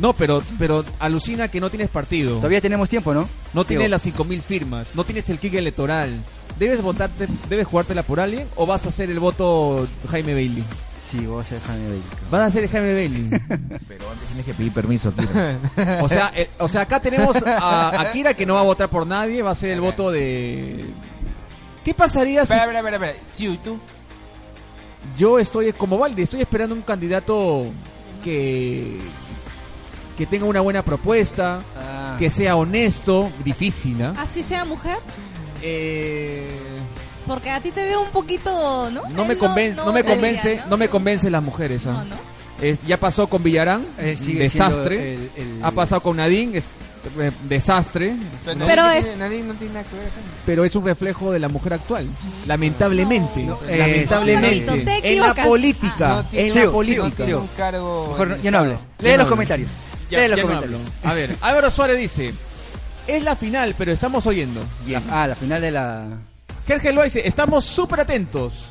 No, pero pero alucina que no tienes partido.
Todavía tenemos tiempo, ¿no?
No tienes
Digo,
las 5000 firmas, no tienes el kick electoral. ¿Debes votarte, debes jugártela por alguien o vas a hacer el voto Jaime Bailey?
Sí, vos ser Jaime Bailey.
Vas a hacer el Jaime Bailey.
Pero antes tienes que pedir permiso aquí.
O sea, el- o sea, acá tenemos a Akira que no va a votar por nadie, va a ser el voto de. ¿Qué pasaría si
Espera, espera, espera, espera. Sí, tú.
yo estoy como Valdi? Estoy esperando un candidato que que tenga una buena propuesta,
Ah,
que sea honesto, difícil, ¿ah?
Así sea mujer,
Eh,
porque a ti te veo un poquito, ¿no?
no
Él
me convence, no me
debería,
convence, no me convence las mujeres, ¿ah?
No, ¿no?
Es- ya pasó con Villarán,
él Eh, sigue
desastre.
siendo eh, el- el-
Ha pasado con Nadine, es, eh, desastre.
No.
nadie
Pero
tiene-
es-
Nadie no tiene nada que ver acá.
pero es un reflejo de la mujer actual. Lamentablemente,
No,
eh,
lamentablemente,
Margarito,
te
en la
equivocas. Ah.
política,
No tiene-
en
sigo,
la política.
sigo, sigo.
Un cargo.
Mejor no-
en el
ya no hables.
Estado.
Lee
Ya no
los
hablo.
comentarios.
Ya-
Lee los
ya no
comentarios.
hablo. A ver, Álvaro Suárez dice, es la final, pero estamos oyendo.
Ah, la final de la...
Gerge Loa dice, estamos súper atentos.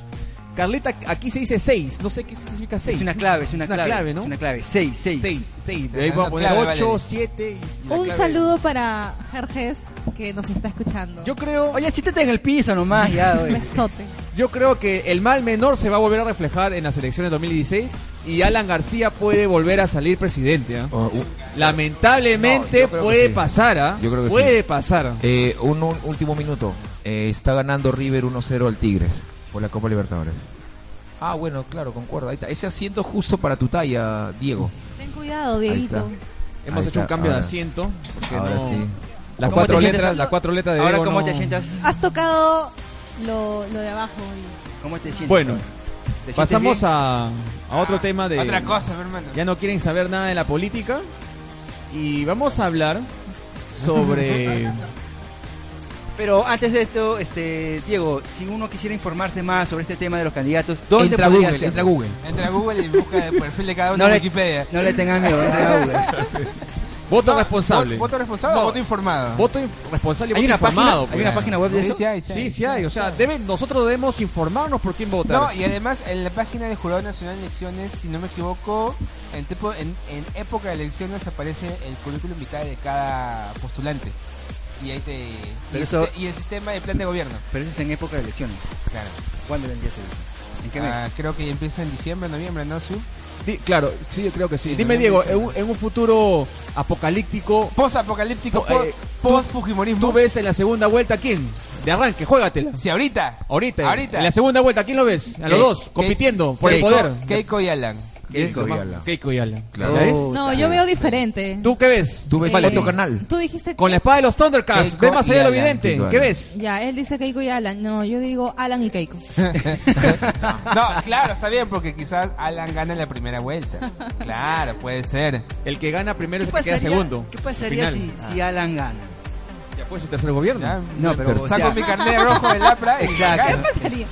Carlita, aquí se dice 6, no sé qué significa 6.
Es una clave, es una, clave,
¿no?
Es una clave. Seis, seis.
6, 6. De ahí voy a
Una
poner
clave,
8,
Valeria.
7
Un saludo para Jerjes, que nos está escuchando.
Yo creo,
Oye, siéntate en el piso nomás, ya,
Un
oye.
besote.
Yo creo que el mal menor se va a volver a reflejar en las elecciones 2016 y Alan García puede volver a salir presidente. ¿ah?
Oh, u- No,
Lamentablemente
yo creo que
puede
sí.
pasar, ¿ah?
Yo creo que
puede
sí.
pasar.
Eh, un, un último minuto. Eh, está ganando River 1-0 al Tigres por la Copa Libertadores. Ah, bueno, claro, concuerdo. Ahí está. Ese asiento justo para tu talla, Diego.
Ten cuidado,
Ahí
Dieguito.
está.
Hemos
Ahí
hecho
está,
un cambio de
ahora.
asiento. porque
Ahora
no-
sí.
Las
¿Cómo
cuatro
te
letras,
sientes?
las cuatro letras de
Ahora,
Diego
¿cómo
no-
te sientas?
Has tocado lo, lo de abajo. y-
¿Cómo te sientes?
Bueno,
¿Te sientes
Pasamos
bien?
a, a otro tema de...
Ah, Otra cosa, hermano.
Ya no quieren saber nada de la política y vamos a hablar sobre...
Pero antes de esto, este, Diego, si uno quisiera informarse más sobre este tema de los candidatos, ¿dónde
entra
podría
Google,
hacerlo?
entra Google.
Entra a Google y busca el perfil de cada uno
No
en
le-
Wikipedia.
No le tengan miedo, entra a Google.
voto responsable.
¿Voto responsable
No.
o voto informado?
Voto in- responsable y
¿Hay
voto
una, página,
informado.
¿Hay una
pues.
página web de
Sí,
eso?
sí hay, sí
Sí,
hay.
sí hay. O sea, deben, nosotros debemos informarnos por quién votar.
No, y además en la página del Jurado Nacional de Elecciones, si no me equivoco, en, tipo- en, en época de elecciones aparece el currículum vitae de cada postulante. Y ahí te. Y,
Pero
el,
eso-
siste- y el sistema de plan de gobierno.
Pero eso es en época de elecciones.
Claro.
¿Cuándo empieza eso? ¿En qué mes?
Ah, creo que ya empieza en diciembre, noviembre, ¿no? Su?
Di- claro, sí, yo creo que sí.
Sí,
Dime,
no,
Diego,
no,
en un, en un futuro apocalíptico,
Post-apocalíptico,
Po- eh,
post-fujimorismo.
¿tú ves en la segunda vuelta a quién? De arranque, juégatela.
Si ahorita.
Ahorita,
Ahorita.
En la segunda vuelta, ¿a quién lo ves? A los
Ke-
dos, compitiendo por el
Keiko-
poder.
Keiko y Alan.
Keiko y Alan.
Keiko y Alan.
Claro.
¿Ya ves?
Oh,
No, yo veo diferente.
¿Tú qué ves?
Tú ves
Vale.
otro canal.
Tú dijiste que...
Con la espada de los Thundercats,
Keiko
ve más
y
allá de lo
Alan,
evidente.
Keiko y
¿Qué
Alan.
ves?
Ya, él dice Keiko y Alan. No, yo digo Alan y Keiko.
No, claro, está bien, porque quizás Alan gana en la primera vuelta. Claro, puede ser.
El que gana primero
¿Qué
es el que queda
pasaría,
segundo.
¿qué pasaría
Al
si,
final. Ah,
si Alan gana?
Ya pues, su tercer gobierno.
Ya,
Ah. No, pero,
Pero
o
Saco
sea,
mi carnet rojo del APRA y
Exacto.
gano.
Sería-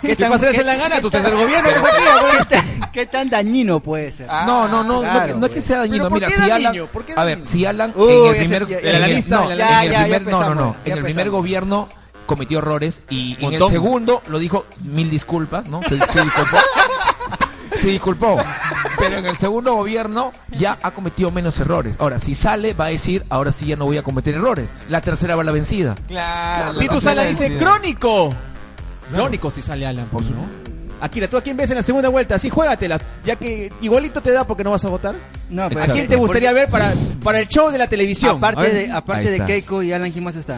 ¿qué
¿Qué
tan-
pasaría si
qué-
Alan gana? ¿Tu tercer gobierno? ¿Qué pasaría?
¿Qué tan- ¿Qué tan dañino puede ser?
Ah,
no, no, no,
claro,
no, que- no es que
güey.
sea dañino.
¿Pero por
Mira,
qué
si
dañino?
Alan,
¿Por qué
a ver,
dañino?
si Alan
Uy,
en el
ya
primer,
se- ya-
en
ya-
el-
la lista,
no,
ya-
en
ya- ya
el primer- no, no,
empezamos, ya
no, en el primer
empezamos.
gobierno cometió errores y en el
Montón.
segundo lo dijo mil disculpas, ¿no? Se, se disculpó. Se disculpó, pero en el segundo gobierno ya ha cometido menos errores. Ahora, si sale, va a decir, ahora sí ya no voy a cometer errores. La tercera va a la vencida.
Claro.
Tito
Titus
Sala dice crónico. Crónico si sale Alan, por no. Akira, ¿tú a quién ves en la segunda vuelta? Sí, juégatela, ya que igualito te da porque no vas a votar.
No,
¿A
pero-
quién te gustaría ver para, para el show de ah, la televisión? A
Aparte,
ver.
de,
Ahí
aparte de
está.
Keiko y Alan, ¿quién más está?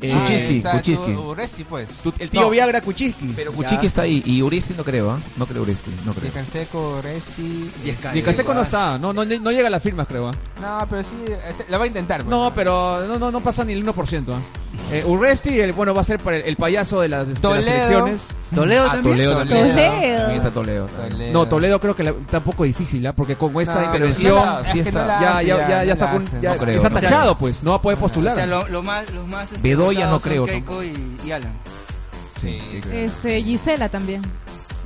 Eh, Kuchiski,
está tu
Kuchiski.
Urresti, pues.
Tu- el tío
No.
Viagra Kuchiski.
Pero Kuchiki está ahí y Uristi no creo, ¿ah? No creo Uristi, no creo.
Canseco, Urresti.
Ni Caseco ah. no está, no, no, no llega a las firmas, creo. ¿ah?
No, pero sí, este, la va a intentar. pues.
No, pero no, no, no pasa ni el 1%. ¿ah? Eh, Urresti, el, bueno, va a ser para el, el payaso de las, de las
Toledo.
elecciones.
Toledo
Ah,
también.
Toledo también.
Toledo.
También está Toledo.
Toledo.
No, Toledo creo que la- está un poco difícil, ¿ah? porque con esta
No,
intervención
pero
sí
es que
está.
no la
ya,
hace,
ya, ya, ya
no
está,
la
con-
hace,
ya
no
creo, Ah,
está
no.
tachado, pues, no va a poder postular.
O sea, lo, lo más, los más. este,
Bedoya no
votados son
creo,
Keiko y, y Alan.
Sí.
Este, Gisela también.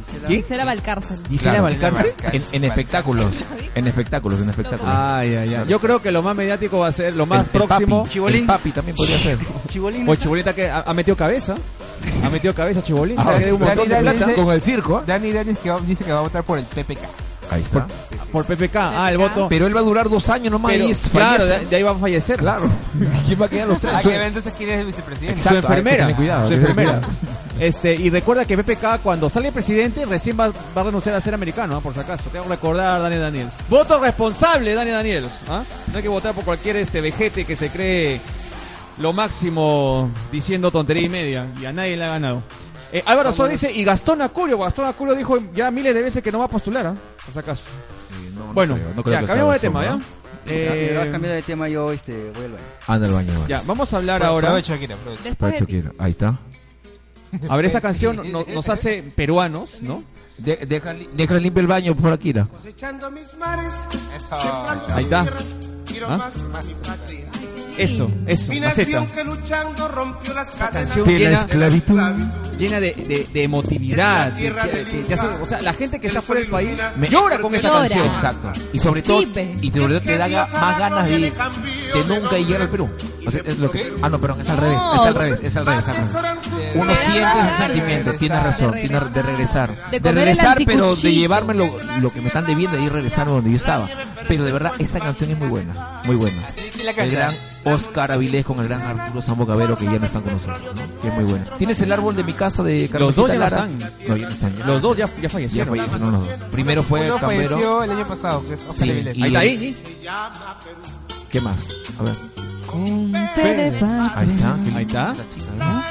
Gisela-
Gisela Valcárcel.
Gisela Claro.
Valcárcel.
En, en espectáculos, en espectáculos, en espectáculos.
Ay, ay, ay. Yo creo que lo más mediático va a ser lo Ah, más
El- el
próximo.
papi,
Chibolín.
el papi también podría ser.
Chibolín.
O Chibolita que ha, ha metido cabeza. Ha metido cabeza Chibolín.
Ah,
ha quedado un montón de
Dani, Dani
plata.
dice-
Con el circo, ¿ah?
Dani Daniels que va- dice que va a votar por el PPK.
Ah,
Ahí está.
Por PPK. Ah, el voto.
Pero él va a durar dos años nomás
Pero,
y es
claro,
fallece.
de, de ahí va a fallecer.
Claro. ¿Quién va a quedar los tres?
Ah, que ver entonces quién es el vicepresidente.
Exacto,
su enfermera.
hay que tener cuidado,
su
hay que tener
enfermera. Este, y recuerda que PPK, cuando sale presidente, recién va, va a renunciar a ser americano, ¿ah? por si acaso. Tengo que recordar, Daniel Daniels. Voto responsable, Daniel Daniels. ¿ah? No hay que votar por cualquier este vejete que se cree lo máximo diciendo tontería y media. Y a nadie le ha ganado. Eh, Álvaro Sol dice, y Gastón Acurio. Gastón Acurio dijo ya miles de veces que no va a postular, ¿ah? por si acaso.
Sí, no, no
bueno,
creo, no creo
ya,
que sea
cambiamos de
razón,
tema, ¿ya?
¿no?
Eh,
Eh, cambiando de tema, yo este, voy al baño.
Anda al baño, al baño.
ya, vamos a hablar ahora.
Aprovecha, Akira, aprovecha.
Después
Aprovecho
de
que
ti.
ir. Ahí está.
A ver, esa canción no- nos hace peruanos, ¿no?
De- deja, li- deja limpio el baño por Akira.
Echando mis mares,
Eso.
Ahí está.
quiero
¿Ah?
más a mi patria.
Eso, eso,
Mi
maceta.
nación que luchando rompió las cadenas
canción
de la
llena-
esclavitud.
Llena de, de, de emotividad. de- de- de- de hacer- o sea, la gente que está fuera del país llora con esta
Llora.
canción.
Exacto. Y sobre todo,
Vive.
y sobre todo te da ga- más ganas de ir que nunca
de
llegar al Perú. O sea, es lo que- ah, no, perdón, es al revés. Es al revés, es al revés. es al revés. Uno
Me da
siente ese
ganas
sentimiento,
de
tienes
regresar.
razón, tiene de regresar. De
De comer
regresar,
el
pero de
anticuchito.
llevarme lo, lo que me están debiendo y regresar a donde yo estaba. Pero de verdad, esta canción es muy buena, muy buena.
Ah,
que la
El gran
cantará.
Oscar Avilés con el gran Arturo Zambocavero que ya no están con nosotros, ¿no? que es muy buena. ¿Tienes el árbol de mi casa de Carlos
dos ya no están.
No, ya no están. ya.
Los dos ya, ya
ya
fallecieron.
fallecieron los dos. Primero fue
Uno
Cambero.
falleció el año pasado, que es Oscar
Sí,
Avilés.
y-
Ahí está Iñis.
¿Qué más? A ver.
Te de pa-
Ahí está. qué
Ahí está.
linda chica, ¿no?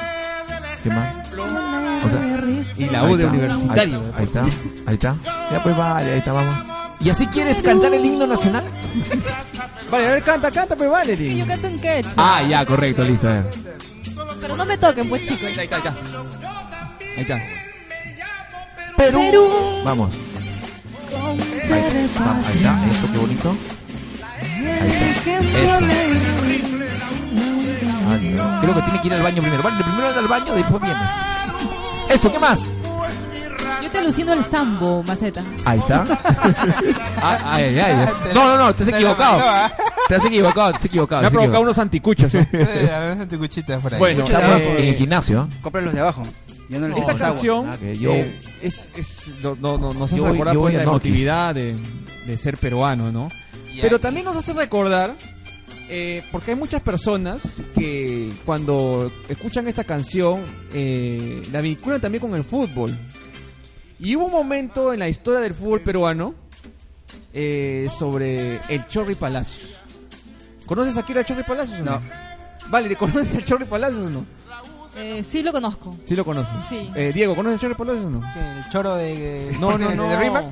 ¿Qué más? O sea,
Y la U de
está,
universitario.
Ahí, ahí está, ahí está. Ya pues vale, ahí está, vamos. ¿Y así quieres cantar el himno nacional?
Vale, a ver, canta, canta, pues
Yo
Valerie.
canto en quechua.
Ah, ya, correcto, listo. a ver.
Pero no me toquen, pues chicos.
Ahí está, ahí está. Ahí está.
Perú.
Vamos.
con te
Ahí
de
está, vamos, ahí está, eso, qué bonito.
pa-
Ah, no. Creo que tiene que ir al baño primero. Vale, primero anda al baño, después vienes. Eso, ¿qué más?
Yo te alucino el sambo, maceta.
Ahí está. Ah, Ay, ay, ay. No, no, no, te ¿ah? has
Te la
equivocado.
mandó,
Te has equivocado, te has equivocado.
Me ha
te has equivocado.
provocado unos anticuchos. ¿eh?
¿ah? A ver, tu cuchita por ahí.
Bueno,
Estamos
eh,
en el gimnasio.
Compra los de abajo. Yo no les
Esta
pongo agua.
canción
Ah, que yo-
eh, es, es, no, no, no- nos hace
Yo-
recordar
yo
pues,
voy
la
a Norquis.
emotividad de, de ser peruano, ¿no?
Y
Pero
ahí-
también nos hace recordar, eh, porque hay muchas personas que cuando escuchan esta canción eh, la vinculan también con el fútbol. Y hubo un momento en la historia del fútbol peruano eh, sobre el Chorri Palacios. ¿Conoces aquí al Chorri Palacios o no?
No.
Vale, ¿conoces al Chorri Palacios o no?
Eh, sí lo conozco.
Sí lo conoces.
Sí.
Eh, Diego, ¿conoces al Chorri Palacios o no?
El choro de...
No, no,
de-
no.
de Rimac.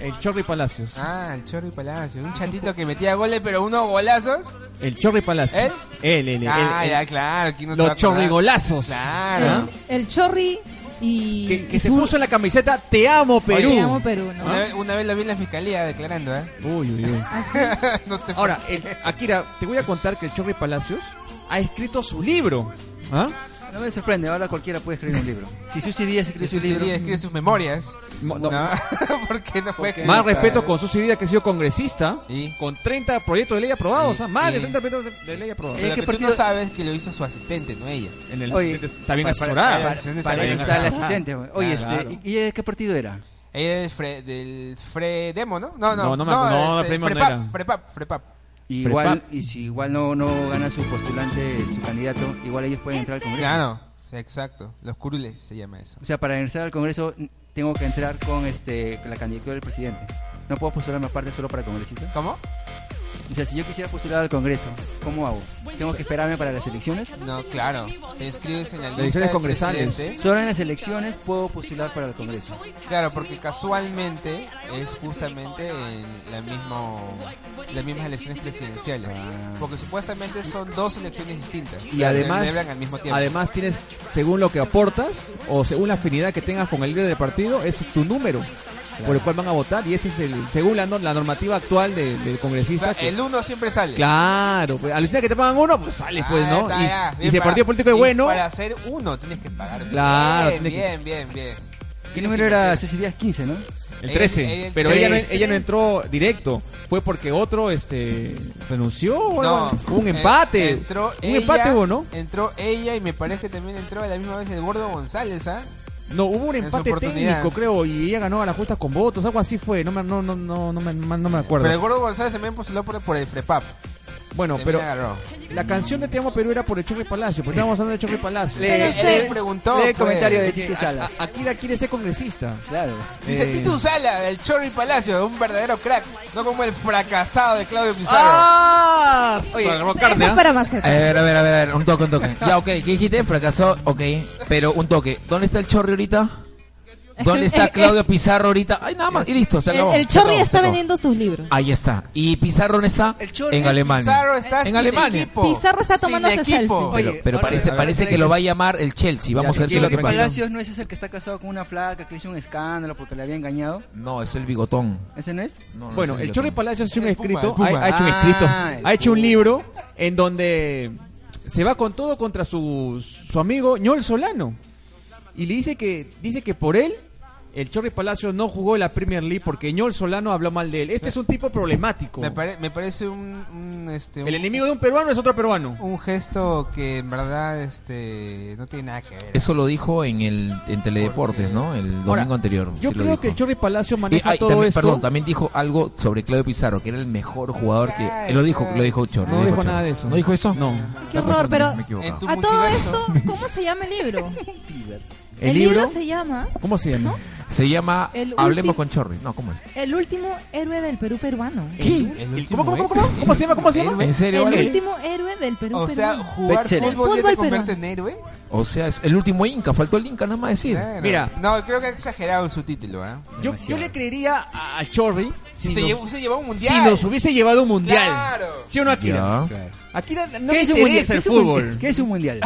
El Chorri Palacios.
Ah, el choro y Palacio. Un chatito que metía goles, pero unos golazos.
El Chorri Palacios. Él, él, él,
Ah,
él, él.
ya, claro. ¿quién no se va a
Los
acordar?
chorrigolazos.
Claro.
El, el chorri y.
Que, que
y
se
su-
puso en la camiseta Te amo Perú.
Te amo Perú, ¿no?
Una,
Ah.
vez, una vez lo vi en la fiscalía declarando, ¿eh?
Uy, uy, uy.
no sé por
Ahora, el- Akira, te voy a contar que el Chorri Palacios ha escrito su libro. ¿Ah?
No me sorprende, ahora cualquiera puede escribir un libro. Si Susi Díaz escribe su
Jesús
libro.
Díaz escribe sus memorias.
Mo-
No,
no.
¿por qué no fue?
Más respeto con Susi Díaz, que ha sido congresista,
Y-
con 30 proyectos de ley aprobados.
Y-
¿ah? Más de
y-
30 proyectos de ley aprobados.
Pero
Es
lo
que
que tú no
partido-
sabes que lo hizo su asistente, no ella.
En el-
Oye,
está bien
para-
asesorada.
Para, para- para eso está el asistente. güey. Oye,
Claro.
este, ¿y, y de qué partido era?
Ella es Fre- del Fredemo, ¿no? No,
No,
no, este,
no me acuerdo. No, Fredemo no
Frepap,
era.
Frepap, Frepap.
Igual,
Prepap.
y si igual no, no gana su postulante, su candidato, igual ellos pueden entrar al Congreso.
Claro, sí, exacto. Los curules se llama eso.
O sea, para ingresar al Congreso n- tengo que entrar con este la candidatura del presidente. No puedo postularme aparte solo para congresistas.
¿Cómo?
O sea, si yo quisiera postular al Congreso, ¿cómo hago? ¿Tengo que esperarme para las elecciones?
No, claro. Te inscribes en la lista
Elecciones
del
congresales.
presidente.
Solo en las elecciones puedo postular para el Congreso.
Claro, porque casualmente es justamente en la mismo, las mismas elecciones presidenciales. Porque supuestamente son dos elecciones distintas.
Ah. Y
pero se
además,
celebran al mismo tiempo.
además tienes, según lo que aportas o según la afinidad que tengas con el líder del partido, es tu número por el cual van a votar y ese es el, según la, nor- la normativa actual de- del
O sea,
congresista. que-
el uno siempre sale.
claro, pues, alucina que te pagan uno, pues sales, pues,
Ah,
¿no?
está,
Y-
ya.
Y,
Bien,
si el
para-
partido político es
y
bueno,
Para hacer uno tienes que pagar.
Claro,
Bien,
tienes que-
bien, bien, bien.
¿Qué número era Ceci Díaz? 15, ¿no?
el
Ella-
13.
ella-
pero ella no,
ella-
ella no entró directo, fue porque otro este renunció, o
No,
algo, hubo un
eh,
empate.
entró
un
ella-
empate hubo, ¿no?
Entró ella y me parece que también entró a la misma vez el gordo González, ¿ah?
No, hubo un
en su
empate
oportunidad.
técnico, creo, y ella ganó a la justa con votos, algo así fue, no me, no, no, no, no me, no me acuerdo.
Pero el gordo González también postuló por, por el FREPAP.
bueno,
También
pero
agarró.
la canción de Te Amo Perú era por el Choque Palacio, porque estábamos hablando de Choque Palacio.
Le-
Él-
Pero
él
se-
preguntó.
lee el
pues.
comentario de Tito
Porque a-
Ah,
Salas.
a- Akira quiere ser congresista.
Claro.
Dice
Eh.
Tito Sala, del Chorri Palacio, un verdadero crack. No como el fracasado de Claudio Pizarro.
¡Ah! Oye,
Eso es para Maceta.
A ver, a ver, a ver, a ver, un toque, un toque. Ya, ok, ¿qué dijiste? Fracasó, ok. Pero un toque. ¿Dónde está el chorri ahorita? ¿Dónde está Claudio Pizarro ahorita? Ay, nada más, y listo, se
El,
acabó.
Eh,
se
el Chorri
acabó, se
está
acabó.
vendiendo sus libros.
Ahí está. ¿Y Pizarro dónde está?
El Chorri.
En Alemania.
Pizarro está
En
sin
Alemania.
equipo.
Pizarro está
Sin
tomándose
equipo.
selfie.
Pero,
Oye,
pero
ahora,
parece,
a ver,
parece
¿qué
que lo
dices?
va a llamar el Chelsea. Vamos a ver
Ya,
qué es
¿Y
ah, lo
lo
que
que
pasa.
Palacios no es ese el que está casado con una flaca que le hizo un escándalo porque le había engañado?
No, es el bigotón.
¿Ese no es?
No, no
Bueno,
es
el Chorri Palacios ha hecho un
El Puma,
escrito,
el Puma.
ha, ha hecho un
Ah,
escrito,
el
ha hecho un
Puma.
libro en donde se va con todo contra su, su amigo Ñol Solano y le dice que dice que por él el Chorri Palacios no jugó la Premier League porque Ñol Solano habló mal de él. Este es un tipo problemático.
Me, pare- me parece un, un, este, un-
El enemigo de un peruano es otro peruano.
un gesto que en verdad este no tiene nada que ver.
Eso lo dijo en el en Teledeportes, ¿no? El domingo
Ahora,
anterior.
Yo
sí lo
creo
dijo.
que el Chorri Palacios
Y,
maneja
ay,
todo
también-
esto.
Perdón, también dijo algo sobre Claudio Pizarro, que era el mejor jugador que...
Ay,
él lo dijo,
ay.
lo dijo Chorri.
No
lo
dijo nada
Chorri.
de eso.
¿No dijo eso?
No.
Qué horror, pero
Me he equivocado.
En tu
a todo
multiverso.
esto, ¿cómo se llama el libro?
El,
el
libro,
se llama
¿cómo se llama?
Se llama
El
Hablemos
ulti-
con Chorri. No, ¿cómo es?
El último héroe del Perú peruano.
El
El-
último
¿Cómo, cómo,
héroe.
cómo, cómo? ¿Cómo se llama? ¿Cómo se llama?
¿En serio?
El
vale?
último héroe del Perú
O sea,
peruano.
jugar
Bestseller.
fútbol ya te
Fútbol
convierte en
peruano.
héroe.
O sea, es el último Inca. Faltó el Inca, nada más decir.
Claro.
Mira.
No, creo que ha exagerado en su título, ¿eh?
Yo, yo le creería a a Chorri si,
Si te
nos-
llevó, se llevó un mundial.
si nos hubiese llevado un mundial.
Claro.
¿Sí o no,
Ya.
Akira? Akira
¿Qué
no le
es un
interesa
mundial?
el
¿Qué es un
fútbol.
mundial? ¿Qué es un mundial?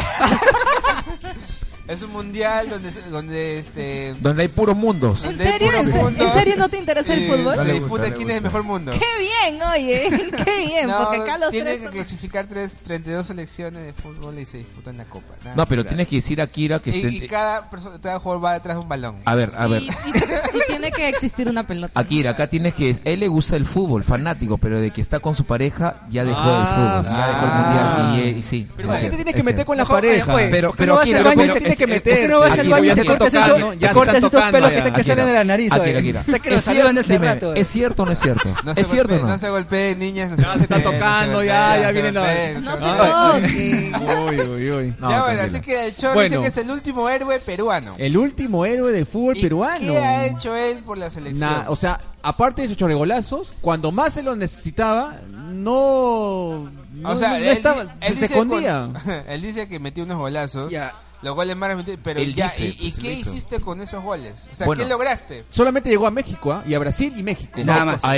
Es un mundial donde donde este
Donde hay puros mundos.
¿En
del
serio?
puro
¿En, se-
mundo.
en serio no te interesa el
eh,
fútbol?
Se
Dale,
disputa
dale,
quién
gusta.
es el mejor mundo.
Qué bien, oye, qué bien,
No,
porque acá los
tiene
tres
que
son-
clasificar tres, 32 selecciones de fútbol y se disputan la copa. Nada.
No, pero tienes que decir a Akira que... este- Ah,
y, y
esté-
cada, persona, cada jugador va detrás de un balón.
A ver, a ver.
Y, y- y tiene que existir una pelota.
Akira, acá tienes que... A él le gusta el fútbol, fanático, pero de que está con su pareja, ya dejó
Ah,
el fútbol. Ya dejó el
ah.
mundial. Y, eh, y sí. es
Pero ¿por qué te
cierto,
tienes que
es
meter
cierto.
con la
No, oye,
pareja?
pues.
oye,
Pero-
¿por qué
pero
no vas
Akira,
al baño?
pero
te tienes
es-
que
es-
meter.
es-
¿Por qué no vas al
Akira,
baño?
ya
Te
te
cortas
tocaron, ¿no?
esos,
Ya
te
te
cortas
están
esos pelos que,
tocando,
te- que
ya,
salen de
Akira.
la nariz. oye.
Akira, Akira.
Sé que nos
¿Es
salieron
cierto?
hace
Dime,
rato. eh.
¿Es cierto o no es cierto?
No
¿Es
se
cierto o
golpeen,
no?
no se golpeen, niñas. este, No
Ya se están
golpeen, no se
tocando,
golpeen,
ya,
no
ya
se
vienen los-
golpeen,
No
se
se
golpeen.
toque.
Uy, uy, uy.
No,
ya, bueno,
tranquilo.
así que el Chor
Bueno.
dice que es el último héroe peruano.
El último héroe del fútbol
¿Y
peruano.
¿Qué ha hecho él por la selección?
Na- o sea, aparte de sus choregolazos, cuando más se los necesitaba, no. no-
O sea,
no
él,
estaba,
di-
se
él dice
escondía.
con- él dice que metió unos golazos.
Ya.
Los goles más metió- pero
Él
ya,
dice,
¿y- ¿y,
pues,
qué
él hizo.
hiciste con esos goles? O sea,
Bueno.
¿qué lograste?
Solamente llegó a México, ¿ah? y a Brasil y México.
Nada más.
A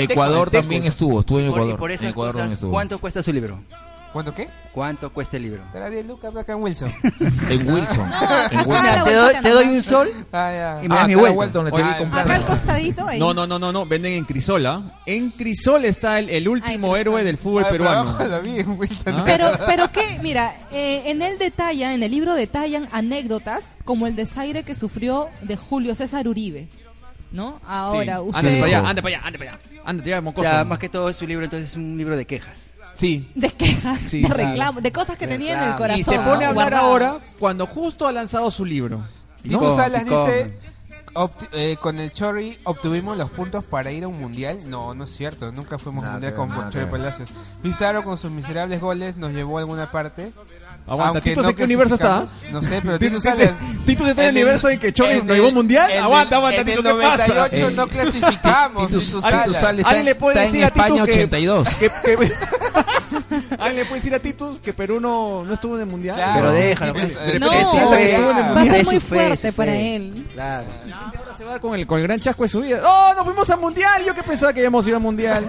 Tecos,
Ecuador
tecos.
también estuvo, estuvo en
Por-
Ecuador.
y por
en
esas
Ecuador
cosas,
también estuvo.
¿cuánto cuesta su libro?
¿Cuánto qué?
¿Cuánto cuesta el libro?
Te la 10 lucas acá en Wilson.
En Wilson.
acá
en
Ah,
Mira, te,
Wilson.
la vuelta
doy,
que
te
nos
doy
dan.
un sol y me
ah, ya.
das
Ah,
mi
acá la
vuelta.
vuelta donde te vi
Ah,
comprando.
Acá al costadito ahí.
No, no, no, no, no, venden en Crisola. En Crisola está el, el último
Ay, Crisola.
héroe del fútbol
Ay, ah, pero
peruano.
abajo lo vi en Wilson.
Ah.
Pero, pero qué, mira, eh, en él detalla, en el libro detallan anécdotas como el desaire que sufrió de Julio César Uribe, ¿no? Ahora,
Sí. Ah,
usted...
Anda para allá, anda para allá, anda para allá. Anda, tira
O
mocoso.
sea, más que todo es su libro, entonces es un libro de quejas.
Sí.
De quejas,
Sí,
de
sí.
reclamos, de cosas que tenía en el
Reclamos.
corazón.
Y se pone a hablar
guardado.
ahora cuando justo ha lanzado su libro.
Tito
Picón,
Salas
picón.
dice, obtu- eh, con el Chorri obtuvimos los puntos para ir a un mundial. No, no es cierto. Nunca fuimos a un
Nada
mundial
que
con
ver, nada
Chorri
que ver.
Palacios. Pizarro con sus miserables goles nos llevó a alguna parte.
Aguanta,
Aunque
Tito,
no
¿en qué universo está?
clasificamos. No sé, pero
Tito
Tito sale.
Tito
el-
está en el este universo en que Chorri
en
no llegó
el-
mundial.
en el-
Aguanta, aguanta,
en
Tito,
el
¿qué pasa?
98 no
Eh,
clasificamos.
Tito-
Tito
Tito
Sala.
Sala está
¿Alguien
en-
le puede
está
decir
en
a Tito
España
que-
82.
Que- que- Alguien Ah, le puede decir a Titus que Perú no, no estuvo en el mundial.
Claro.
Pero déjalo.
Pues,
pues,
eh,
de
No,
repente
va a
fue-
ser
es
muy
su fe,
fuerte
su fe.
para él.
Claro.
Ahora se va a dar con el, con el gran chasco de su vida. ¡Oh, no fuimos al mundial! Yo que pensaba que íbamos a ir al mundial.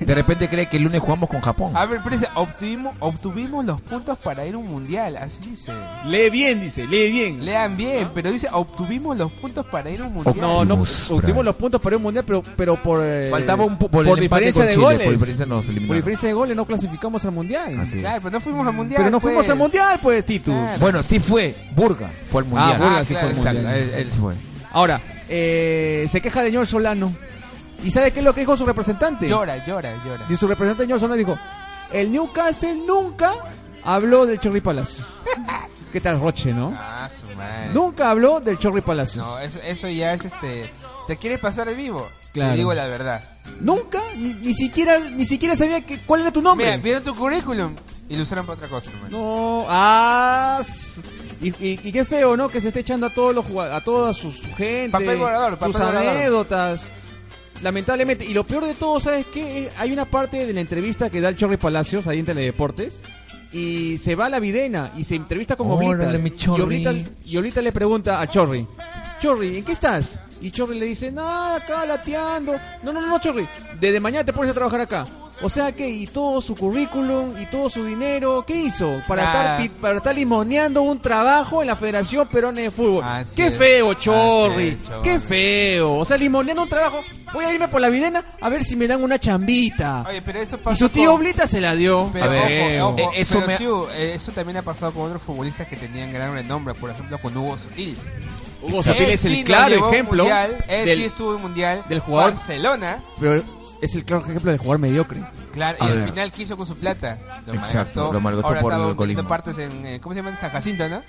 De repente cree que el lunes jugamos con Japón.
A ver, espérense, obtuvimos, obtuvimos los puntos para ir a un mundial, así dice.
lee bien, dice, lee bien.
Lean bien, pero dice, obtuvimos los puntos para ir a un mundial.
No, no,
Optimus
obtuvimos
Prime.
los puntos para ir al mundial, pero, pero por. eh,
Faltaba un pu- por el
por
empate
diferencia
con
de
Chile,
goles.
por diferencia nos eliminaron.
Por diferencia de goles no clasificamos al mundial.
Así es.
Claro, pero no fuimos al mundial.
Pero no fuimos
pues.
al mundial, pues, Titus.
Claro.
Bueno, sí fue. Burga fue al mundial.
Ah, Burga sí
claro,
fue al
Exacto,
mundial.
él, él sí fue.
Ahora, eh, se queja de Ñor Solano. ¿Y sabe qué es lo que dijo su representante?
Llora, llora, llora.
Y su representante Ñor Solano dijo: El Newcastle nunca habló del Chorri Palacios. ¿Qué tal, Roche, no?
Ah, su madre. No,
Nunca habló del Chorri Palacios.
eso, eso ya es este. ¿Te quieres pasar el vivo?
Claro.
Te digo la verdad.
Nunca, ni, ni siquiera ni siquiera sabía que, cuál era tu nombre.
Mira, vieron tu currículum y lo usaron para otra cosa, hermano.
No, ah, s- y, y- y qué feo, ¿no? Que se esté echando a todos los jugado- a toda su, su gente,
Papel borrador, papel
sus
borrador.
anécdotas. Lamentablemente, y lo peor de todo, ¿sabes qué? Eh, Hay una parte de la entrevista que da el Chorri Palacios ahí en Teledeportes y se va a la videna y se entrevista con Oblitas.
Órale, mi
Y
Chorri.
Oblitas- y Oblitas le pregunta a Chorri, Chorri, ¿en qué estás? Y Chorri le dice, nada, acá lateando. No, no, no, no, Chorri, desde mañana te pones a trabajar acá. O sea que, y todo su currículum, y todo su dinero, ¿qué hizo? Para,
Nada.
estar, pi- para estar limoneando un trabajo en la Federación Peruana de Fútbol.
Así
¡Qué
es.
feo,
Así
Chorri!
es, Chorri.
¡Qué feo! O sea, limoneando un trabajo, voy a irme por la videna a ver si me dan una chambita.
Oye, pero eso
y
pasa.
su tío
con-
Oblita se la dio.
Pero,
A ver,
Feo.
ojo, ojo,
eh, eso
pero
me-
sí, eh, eso también ha pasado con otros futbolistas que tenían gran renombre, por ejemplo con Hugo Sutil.
Hugo Zapil
Él
es el
sí nos
claro
llevó a un
ejemplo
mundial, él sí
del,
estuvo en mundial
del jugador-
Barcelona.
pero es el claro ejemplo del jugador mediocre.
Claro,
A
y al
ver.
final, ¿qué hizo con su plata? Lo
Exacto,
malgastó.
lo malgastó
Ahora
por
está
el
vendiendo
alcoholismo.
partes en, eh, ¿cómo se llama? En San Jacinto, ¿no?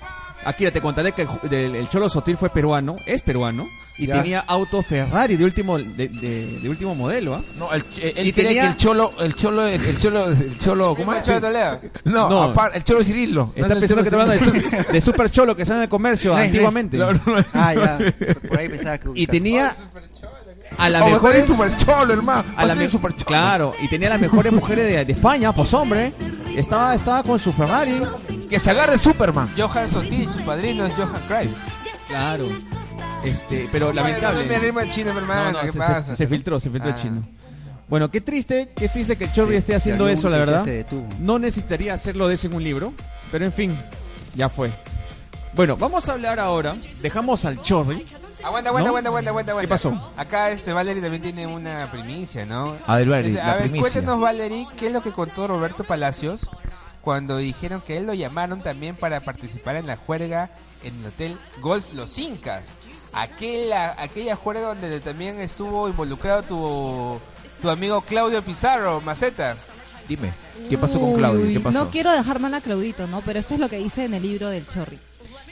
Akira, te contaré que el, ju- del- el Cholo Sotil fue peruano, es peruano, y
Ya.
tenía auto Ferrari de último, de, de- de último modelo, ¿ah?
No, el, eh, él
Y
cree
tenía-
que el cholo, el cholo, el, el cholo, el cholo, ¿cómo
El
es?
Cholo de Toledo.
No,
No.
apar- el cholo Cirilo.
Está pensando que está hablando de, de Super Cholo que sale en el comercio
No es, no es.
antiguamente.
No, no, no.
Ah, ya. Por ahí pensaba que.
Y tenía a la
O mejor
mejor
es super cholo, hermano.
a la me-
mejor super cholo.
Claro, y tenía las mejores mujeres de, de España, pues hombre. Estaba, estaba con su Ferrari.
Que se agarre Superman.
Johan Sotil, su padrino es Johan Cruyff.
Claro. Este, pero
No, no me
lamentable.
rima el chino, mi
No,
hermano.
no,
¿Qué
se, se-
pasa?
se filtró, se filtró el
Ah.
chino. Bueno, qué triste, qué triste que el Chorri
Sí,
esté haciendo
se abrió
eso, la
un- se-
verdad.
se detuvo.
No necesitaría hacerlo de eso en un libro, pero en fin, ya fue. Bueno, vamos a hablar ahora. Dejamos al Chorri.
Aguanta, aguanta,
¿No?
aguanta, aguanta, aguanta. aguanta.
pasó?
Acá este Valery también tiene una primicia, ¿no?
A ver, Valery,
Este, a
la
ver,
primicia.
cuéntanos, Valery, qué es lo que contó Roberto Palacios cuando dijeron que él lo llamaron también para participar en la juerga en el hotel Golf Los Incas. Aquella, aquella juerga donde también estuvo involucrado tu, tu amigo Claudio Pizarro, Maceta.
Dime, ¿qué pasó con Claudio?
Uy,
¿Qué pasó?
No quiero dejar mal a Claudito, ¿no? Pero esto es lo que dice en el libro del Chorri.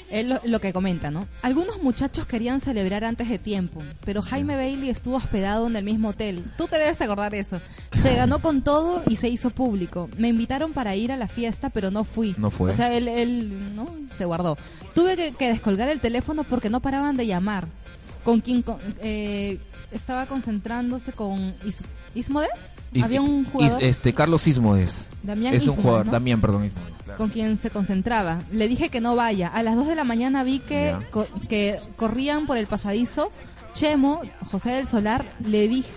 Él lo, lo que comenta, ¿no? Algunos muchachos querían celebrar antes de tiempo, pero Jaime Bailey estuvo hospedado en el mismo hotel. Tú te debes acordar eso. Se ganó con todo y se hizo público. Me invitaron para ir a la fiesta, pero no fui.
No fue.
O sea, él, él, ¿no? se guardó. Tuve que, que descolgar el teléfono porque no paraban de llamar. Con quien con- eh, estaba concentrándose con Is- Ismodes.
Y-
Había un
y-
jugador
este, Carlos Ismodes.
Damián
es un
Ismodes,
jugador,
¿no?
también, perdón. Ismodes, claro.
con quien se concentraba. Le dije que no vaya. A las 2 de la mañana vi que,
Ya.
co- que corrían por el pasadizo. Chemo, José del Solar, le dije,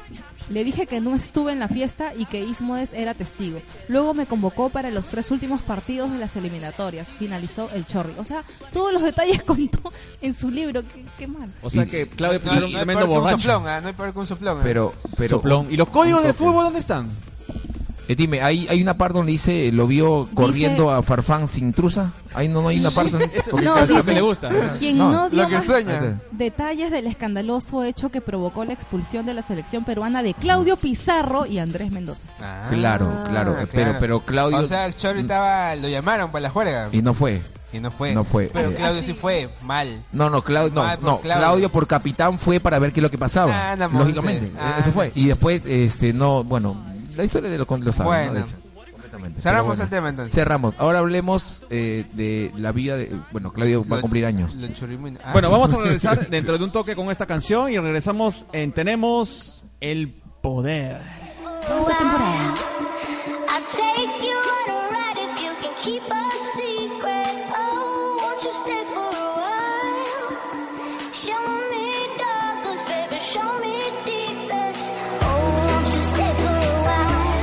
le dije que no estuve en la fiesta y que Ismodes era testigo. Luego me convocó para los tres últimos partidos de las eliminatorias. Finalizó el chorri. O sea, todos los detalles contó en su libro. Qué, qué mal.
O sea
Y-
que Claudio
No,
Pizarro
no
un
hay
tremendo
peor que un
borracho.
soplón, ¿ah? no hay peor que un soplón. ¿ah?
Pero, pero.
Soplón. ¿Y los códigos
Un
del
toque.
fútbol dónde están?
Eh, dime, hay, hay una parte donde dice, lo vio corriendo a Farfán sin truza. Ahí no, no hay una parte donde dice.
No,
es lo
dice-
que le gusta.
Quien
No,
no, dio
lo que
más
sueña.
detalles del escandaloso hecho que provocó la expulsión de la selección peruana de Claudio Pizarro y Andrés Mendoza.
Ah,
Ah,
Claro, claro, pero- pero Claudio- mm.
O sea, Chorri estaba, lo llamaron para la juerga.
Y no fue.
que no fue.
No fue,
Pero
eh.
Claudio sí fue, mal.
No, no, Claudio, no,
Ah, por
no,
Claudio.
Claudio por capitán fue para ver qué es lo que pasaba.
Ah, no,
lógicamente,
Monse. Ah,
eso fue.
no.
Y después, este, no, bueno, la historia de los lo saben,
Bueno.
¿no? De hecho, completamente.
Cerramos
Pero bueno.
el tema entonces.
Cerramos. Ahora hablemos eh, de la vida de. Bueno, Claudio va a
Lo-
cumplir años.
lo churrimino. Ah.
Bueno, vamos a regresar dentro de un toque con esta canción y regresamos en Tenemos el Poder.
Cuarta temporada.
I'll take you on a ride if you can keep a secret. Oh, won't you stay for a while? Show me darkness, baby, show me deepest. Oh, won't you stay for a while?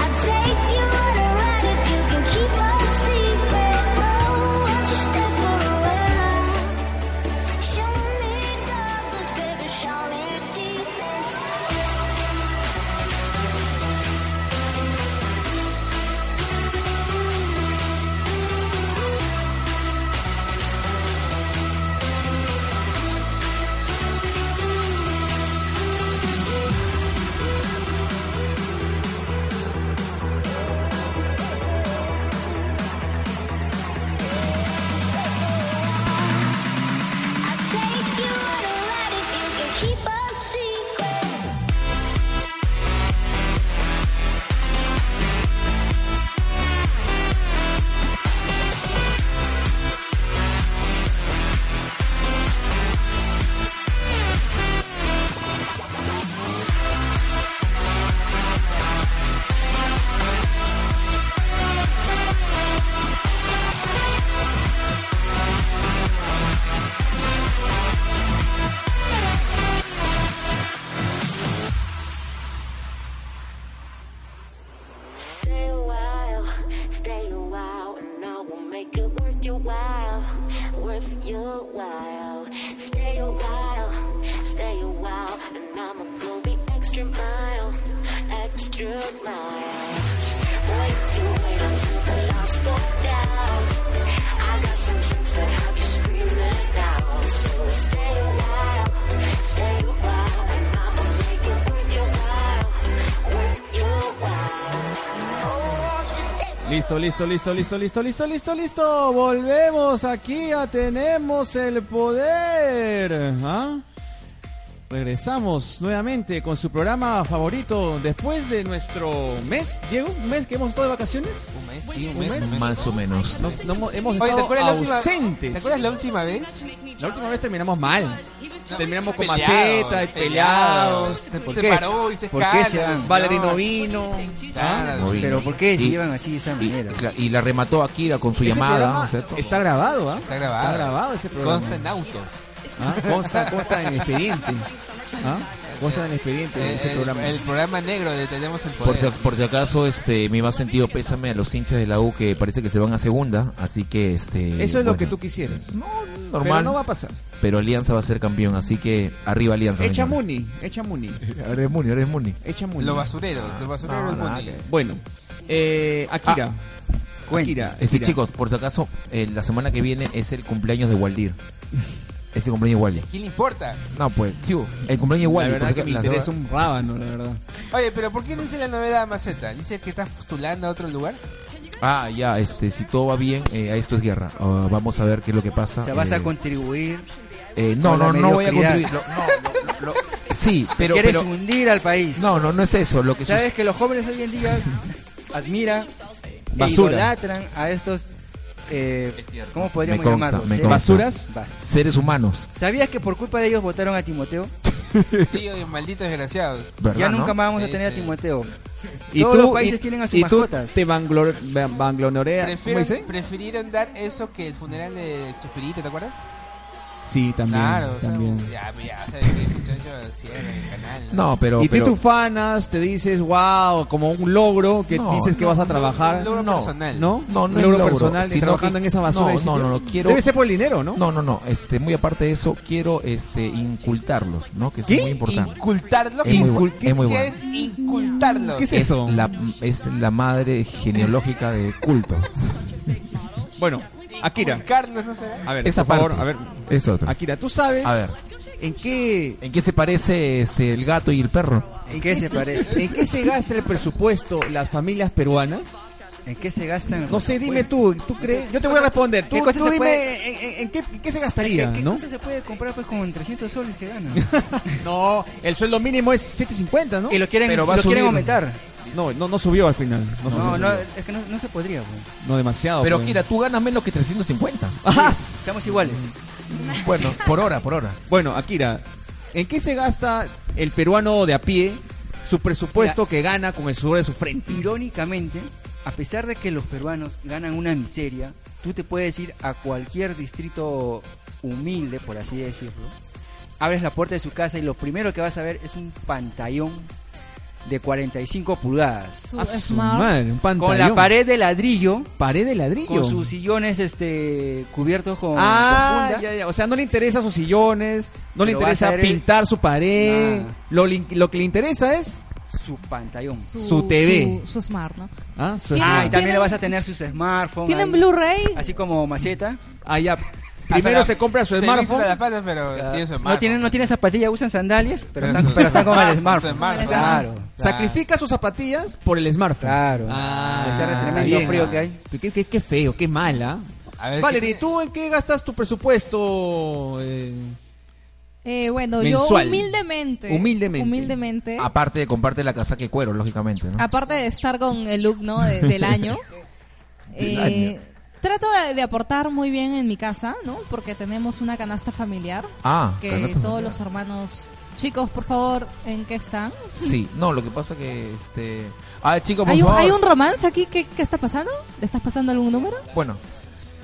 I'll take you on a ride if you can keep a secret. Oh, won't you stay for a while? Show me darkness, baby, show me deepest. I'll take you on a ride if you can keep a secret.
Stay a while, stay a while, and I will make it worth your while, worth your while. Stay a while, stay a while, and I'ma go the extra mile, extra mile. Wait, you wait until the lights go down. I got some tricks that have you screaming now. So stay a while, stay a while, and I'ma make it worth your while, worth your while.
Listo, listo, listo, listo, listo, listo, listo, listo. Volvemos aquí a Tenemos el Poder. ¿Ah? Regresamos nuevamente con su programa favorito después de nuestro mes, Diego, un mes que hemos estado de vacaciones.
Un mes, sí, un mes, un mes.
Más o menos.
Nos- no hemos- hemos
Oye, ¿te
estado
acuerdas, la última,
ausentes.
¿te acuerdas la última vez?
La última vez terminamos mal. Terminamos con
Peleados,
maceta y peleados.
Se-
¿Por
se
qué?
paró y se
¿Por qué se
escala.
van?
Valerie no
No,
vino. ¿Ah?
claro,
No vino.
Pero ¿por qué se
Y-
llevan así de esa
Y,
manera?
cla- y la remató Akira con su
Ese
llamada.
programa
o sea, todo.
Está grabado, ¿ah?
Está grabado.
Está grabado ese programa.
Consta en auto.
¿Ah? Consta, consta en expediente. ¿Ah? Consta en expediente de ese
el,
programa.
el programa negro de Tenemos el
Por si,
Poder.
por si acaso, este, me va sentido pésame a los hinchas de la U que parece que se van a segunda, así que este.
Eso es lo
bueno,
que tú quisieras.
normal.
Pero no va a pasar.
pero Alianza va a ser campeón, así que arriba Alianza.
Echa
señores.
Muni, echa Muni,
Ahora es Muni, ahora es Muni.
echa Muni. Ah,
Los basureros, los basureros.
No, nada
Muni.
Bueno, eh, Akira. Akira,
Este
Akira.
chicos, por si acaso, eh, la semana que viene es el cumpleaños de Waldir. Es el cumpleaños de Waldir.
¿Quién le importa?
No, pues, chivo, el cumpleaños de
La
Waldir.
verdad
por
que
si
me
acaso,
interesa
la-
un rábano, la verdad.
Oye, pero ¿por qué no dice la novedad Maceta? ¿Dice que estás postulando a otro lugar?
Ah, ya, este, si todo va bien, eh, a esto es guerra. Ah, vamos a ver qué es lo que pasa.
O sea, vas
eh,
a contribuir,
eh, No,
con la
no, no voy a contribuir.
mediocridad.
Lo- no, lo- lo- sí, pero,
quieres
pero-
hundir al país.
no, no, no es eso. Lo que
Sabes
suce-
que los jóvenes hoy en día admiran e
Basura.
idolatran a estos eh, ¿cómo podríamos
Me consta,
llamarlos?
me
Eh,
consta.
¿Basuras?
Ba-
seres humanos,
¿Sabías que por culpa de ellos votaron a Timoteo?
Sí, oye, malditos desgraciados.
¿verdad?
ya nunca
no?
más vamos a
Sí,
tener
sí.
a Timoteo. Todos los países tienen a sus
y tú
mascotas.
te vanglor- va- vanglonorea. ¿Cómo
Prefieren-
dice?
prefirieron dar eso que el funeral de Chespirito, ¿te acuerdas?
Sí, también.
claro, o sea,
también.
ya, ya, o sea, que muchachos cierran el canal.
No, pero.
y tú y
pero-
tus fanas te dices, wow, como un logro que
No,
dices que
no,
vas a
no,
trabajar.
Un logro
no,
personal.
¿No?
No,
Un
no es
logro
logro,
personal y
sino
trabajando
que-
en esa basura.
no,
de sitio.
no, no, no, quiero-
Debe ser por el dinero, ¿no?
No, no, no, este, muy aparte de eso, quiero este, incultarlos, ¿no? Que eso es muy importante.
Incultarlo.
Es muy bu-
Incul-
es
¿Qué
muy
qué
bueno.
es incultarlo?
¿Qué es eso?
La, es la madre genealógica de culto.
Bueno, Akira.
Inculcarnos, no sé.
A ver,
Esa
por favor,
parte.
a ver.
Es otra.
Akira, ¿tú sabes
A ver,
en qué
¿en qué se parece este, el gato y el perro?
¿En qué se parece?
¿En qué se gasta el presupuesto las familias peruanas?
¿En qué se gastan?
No sé, dime tú, ¿tú crees? Yo te voy a responder. Tú,
¿Qué cosa
tú
se
dime
puede-
en, en- en qué, en qué se gastaría,
¿Qué
¿no?
cosa se puede comprar pues con 300 soles que ganan?
No, el sueldo mínimo es 7.50, ¿no?
y lo quieren,
Pero va a
lo quieren
subir.
aumentar.
No, no, no subió al final. No, subió,
No, no,
subió.
es que no, no se podría. pues.
No demasiado.
Pero
pues. Ah,
Kira, tú ganas menos que 350.
Ajá.
Estamos iguales.
Bueno, por hora, por hora.
Bueno, Akira, ¿en qué se gasta el peruano de a pie su presupuesto que gana con el sudor de su frente?
Irónicamente, a pesar de que los peruanos ganan una miseria, tú te puedes ir a cualquier distrito humilde, por así decirlo. Abres la puerta de su casa y lo primero que vas a ver es un pantallón de 45 pulgadas.
Su
A su
smart.
madre, un
Con
pantallón.
la pared de ladrillo,
Pared de ladrillo.
con sus sillones este, cubiertos con,
Ah,
con funda.
ya, ya. O sea, no le interesa sus sillones, no le
Pero va a
interesa
ser-
pintar su pared.
Nada.
Lo, li- lo que le interesa es.
su pantallón.
Su TV.
Su, su smart, ¿no?
Ah, su
Tiene-
Ah, y
smart.
también le vas a tener sus smartphones.
¿Tienen
ahí,
Blu-ray?
Así como maceta.
Ah, ya. Primero
la-
se compra su
se
smartphone.
viste las patas, pero tiene su
No
smartphone.
tienen, no tienen zapatillas, usan sandalias, pero
Pero
están,
su-
pero están con
Ah,
el
su
smartphone.
smartphone.
Claro.
Sacrifica sus zapatillas por el smartphone.
Claro.
Ah,
Ese es el tremendo
está
frío que hay.
Qué, qué- qué feo, qué ¿ah? mala.
A ver,
Valerie,
¿qué-
¿tú en qué gastas tu presupuesto? eh?
Eh, bueno,
Mensual.
yo humildemente.
Humildemente.
humildemente,
Aparte de comparte la casaca de cuero, lógicamente, ¿no?
aparte de estar con el look, ¿no? de- del año.
Del
eh, Trato de, de aportar muy bien en mi casa, ¿no? Porque tenemos una canasta familiar.
Ah,
Que
canasta
todos
familiar.
los hermanos. Chicos, por favor, ¿en qué están?
Sí, no, lo que pasa que este. Ah, chicos, por
¿Hay un,
favor.
hay un romance aquí? ¿Qué, qué está pasando? ¿Le estás pasando algún número?
Bueno,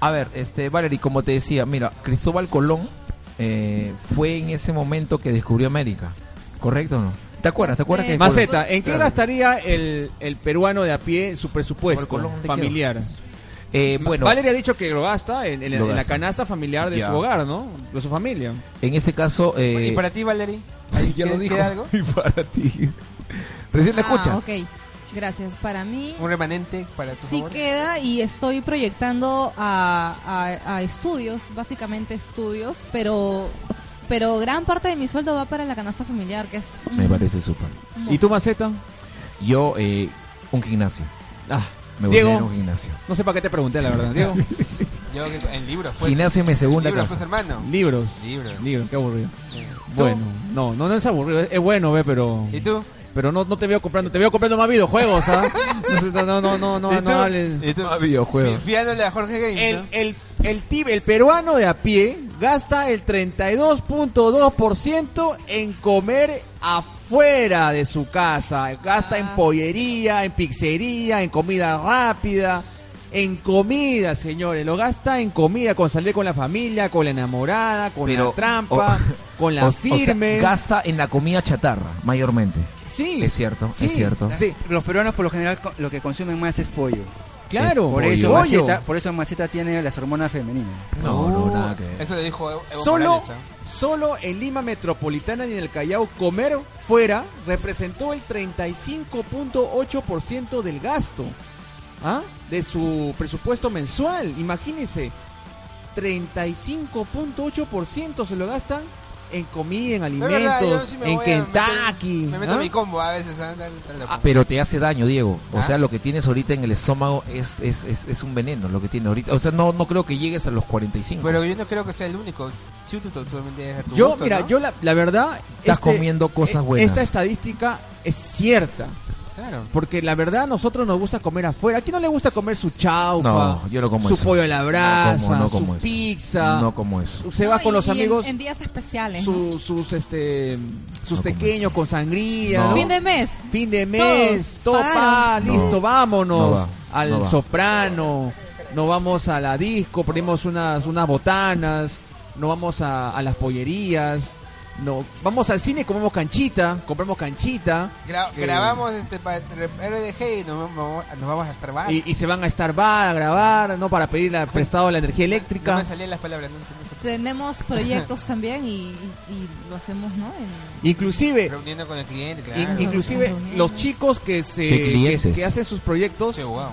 a ver, este, Valerie, como te decía, mira, Cristóbal Colón eh, fue en ese momento que descubrió América, ¿correcto o no? ¿Te acuerdas? ¿Te acuerdas que
Eh,
Maceta, ¿en qué
Claro.
gastaría el, el peruano de a pie su presupuesto
Por Colón, ¿de qué?
familiar?
Eh, bueno,
Valeria ha dicho que lo gasta en, en-
Lo
en la
gasta.
canasta familiar de
Ya.
su hogar, ¿no? De su familia.
en este caso, eh,
¿Y para ti, Valerie? ¿Ahí
ya lo
queda-
dijo.
queda algo?
Y para ti. Recién la escucha.
Ah, ok. Gracias. Para mí.
¿Un remanente para tu
Sí
favor?
queda y estoy proyectando a, a- a estudios, básicamente estudios, pero pero gran parte de mi sueldo va para la canasta familiar, que es un-
Me parece súper.
un
¿Y tú, Maceta?
Yo, eh, un gimnasio.
Ah,
Me gustaría ir a
Diego,
un gimnasio.
no sé para qué te pregunté, la verdad. Diego,
Yo, en libros, pues.
Gimnasio en mi segunda
Libros, pues,
casa.
hermano.
libros.
Libros.
Libros, qué aburrido.
Sí.
Bueno, no, no, no es aburrido. Es, es bueno, ve, pero.
¿Y tú?
Pero no, no te veo comprando, te veo comprando más videojuegos, ¿ah? No, no, no, no,
¿Y
no,
tú?
no hables.
¿Y tú?
Ah, videojuegos.
Fi- Fiándole a Jorge Gaines.
El,
¿no?
el, el, tib- el peruano de a pie gasta el 32.2% en comer afuera de su casa. Gasta en pollería, en pizzería, en comida rápida. En comida, señores. Lo gasta en comida, con salir con la familia, con la enamorada, con
Pero-
la trampa,
o-
con la
o- o sea,
firme.
gasta en la comida chatarra, mayormente.
sí,
Es cierto,
Sí.
es cierto.
Sí,
Los peruanos por lo general co- lo que consumen más es pollo.
claro.
Por eso,
Pollo.
Maceta, por eso Maceta tiene las hormonas femeninas.
No,
Oh.
no, nada que ver.
Eso le dijo Evo Evo
Solo,
Morales, ¿ah?
solo en Lima Metropolitana y en el Callao comer fuera representó el 35.8% del gasto ¿ah? de su presupuesto mensual. Imagínense, 35.8% se lo gastan en comida, en
Es verdad, yo
alimentos,
sí me
en
voy a
Kentucky.
meter- Me meto
¿ah?
en mi combo a veces. ¿ah? Dale, dale,
Ah, pero te hace daño, Diego. O
¿Ah?
sea, lo que tienes ahorita en el estómago es, es, es, es un veneno, lo que tienes ahorita. O sea, no, no creo que llegues a los 45.
Pero yo no creo que sea el único. Si tú tú también tienes a tu
Yo,
gusto,
mira,
¿no?
yo la, la verdad...
Estás comiendo cosas
eh,
buenas.
Esta estadística es cierta.
Claro.
Porque la verdad a nosotros nos gusta comer afuera. ¿A quién no le gusta comer su chaufa?
No, yo no como
su
eso.
pollo a la brasa,
No como- no como
su
eso.
pizza.
No como eso.
Se va
No,
con
y-
los
y en-
amigos
En, días especiales. ¿no?
su- sus este sus
No como
pequeños con sangría.
No.
Fin de mes.
Fin de mes, todo pa,
pagaron.
No.
listo, vámonos
No va,
al
no va.
soprano, nos vamos a la disco, ponemos unas unas botanas, nos vamos a, a las pollerías, no, vamos al cine, comemos canchita, compramos canchita.
Gra-
que-
grabamos este pa- RDG y nos vamos, nos vamos a Starbucks.
Y, y se van a estar bar a grabar, ¿no? Para pedir la- prestado la energía
No
eléctrica.
me salían las palabras. no entendí por qué.
Tenemos proyectos también y, y- y lo hacemos, ¿no? En-
Inclusive,
Reuniendo con el cliente, claro.
in- inclusive los chicos que se
¿Qué clientes?
que, que hacen sus proyectos.
Sí, wow.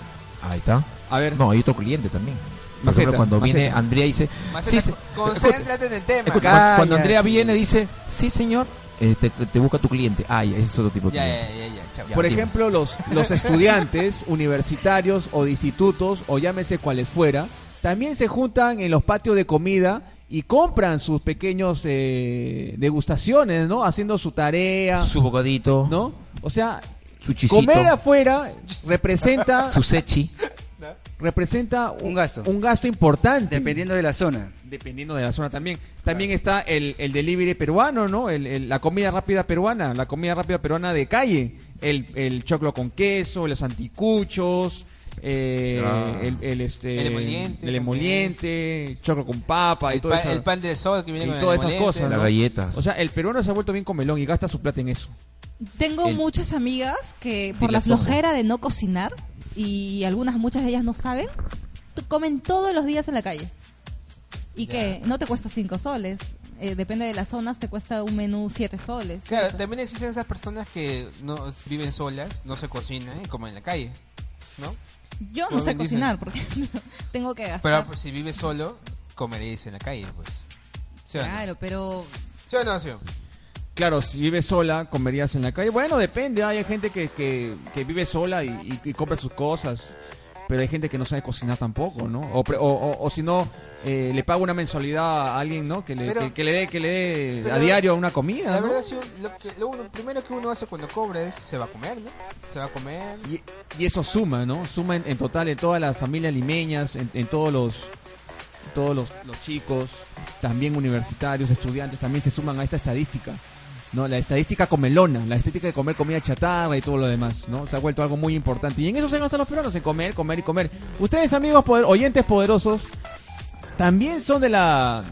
Ahí está.
A ver,
No, hay otro cliente también. Por
Maceta,
ejemplo, cuando viene
maceta.
Andrea dice...
Maceta,
Sí, se-
concéntrate en el tema.
escucha,
Calla,
cuando Andrea
sí.
viene dice... Sí, señor. eh, te, te busca tu cliente. Ah, ya, ese es otro tipo de
Ya,
cliente.
ya, ya, ya, chao.
Por
dime.
ejemplo, los, los estudiantes universitarios o de institutos, o llámese cuales fuera, también se juntan en los patios de comida y compran sus pequeños eh, degustaciones, ¿no? Haciendo su tarea,
Su bocadito,
¿no? O sea,
su chisito,
comer afuera representa,
su sechi.
representa un,
Un gasto.
un gasto importante.
Dependiendo de la zona.
Dependiendo de la zona también. También está el, el delivery peruano, ¿no? El- el- la comida rápida peruana, la comida rápida peruana de calle. El, el choclo con queso, los anticuchos, eh,
Ah.
el, el, este,
El emoliente
el emoliente, choclo con papa y
El,
todo
pa-
eso.
el pan de sol que viene
y
con el
todas esas
moliente,
cosas,
Las
¿no?
galletas.
O sea, el peruano se ha vuelto bien comelón y gasta su plata en eso.
Tengo
El-
muchas amigas que por
Dile
la
todo.
flojera de no cocinar y algunas muchas de ellas no saben, t- comen todos los días en la calle. ¿Y qué? No te cuesta cinco soles. Eh, depende de las zonas, te cuesta un menú siete soles.
Claro,
¿cierto?
también existen esas personas que no viven solas, no se cocinan y comen en la calle, ¿no?
Yo no
Todo
sé
bien dicen.
cocinar, porque tengo que gastar.
Pero pues, si vive solo, comeréis en la calle, pues. ¿Sí o no?
claro, pero
¿Sí o no, sí o no?
Claro, si vives sola, comerías en la calle. Bueno, depende. Hay gente que, que, que vive sola y, y- y compra sus cosas. Pero hay gente que no sabe cocinar tampoco, ¿no? O, pre- o, o- o si no, eh, le paga una mensualidad a alguien, ¿no? Que le,
Pero-
que, que le dé, que le dé
pero-
a diario una comida,
La
¿no?
verdad, sí, lo, que, lo uno- primero que uno hace cuando cobra es se va a comer, ¿no? Se va a comer.
Y, y eso suma, ¿no? Suma en, en total en todas las familias limeñas, en, en todos los todos los, los chicos, también universitarios, estudiantes, también se suman a esta estadística, ¿no? La estadística comelona, la estadística de comer comida chatarra y todo lo demás, ¿no? Se ha vuelto algo muy importante. Y en eso se gastan los peruanos, en comer, comer y comer. Ustedes, amigos poder- oyentes poderosos, también son de la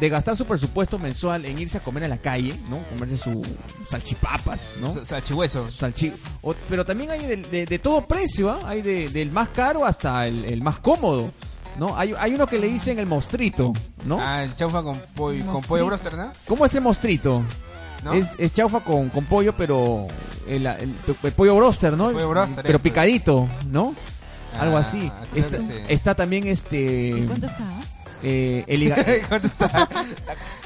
de gastar su presupuesto mensual en irse a comer a la calle, ¿no? Comerse sus salchipapas, ¿no?
sa- Salchihueso.
salchi- o- pero también hay de, de- de todo precio, ¿ah? hay de- del más caro hasta el, el más cómodo, ¿no? Hay, hay uno que le dicen el mostrito, ¿no?
Ah, el chaufa con, pollo con pollo broster, ¿no?
¿Cómo es el mostrito?
¿No?
Es, es chaufa con, con pollo, pero el, el- el pollo broster, ¿no?
El pollo broster,
pero
eh,
picadito, ¿no? Algo
Ah,
así.
creo
Está,
que sí.
está también este...
¿cuánto está?
eh, el higa-
¿Cuánto está?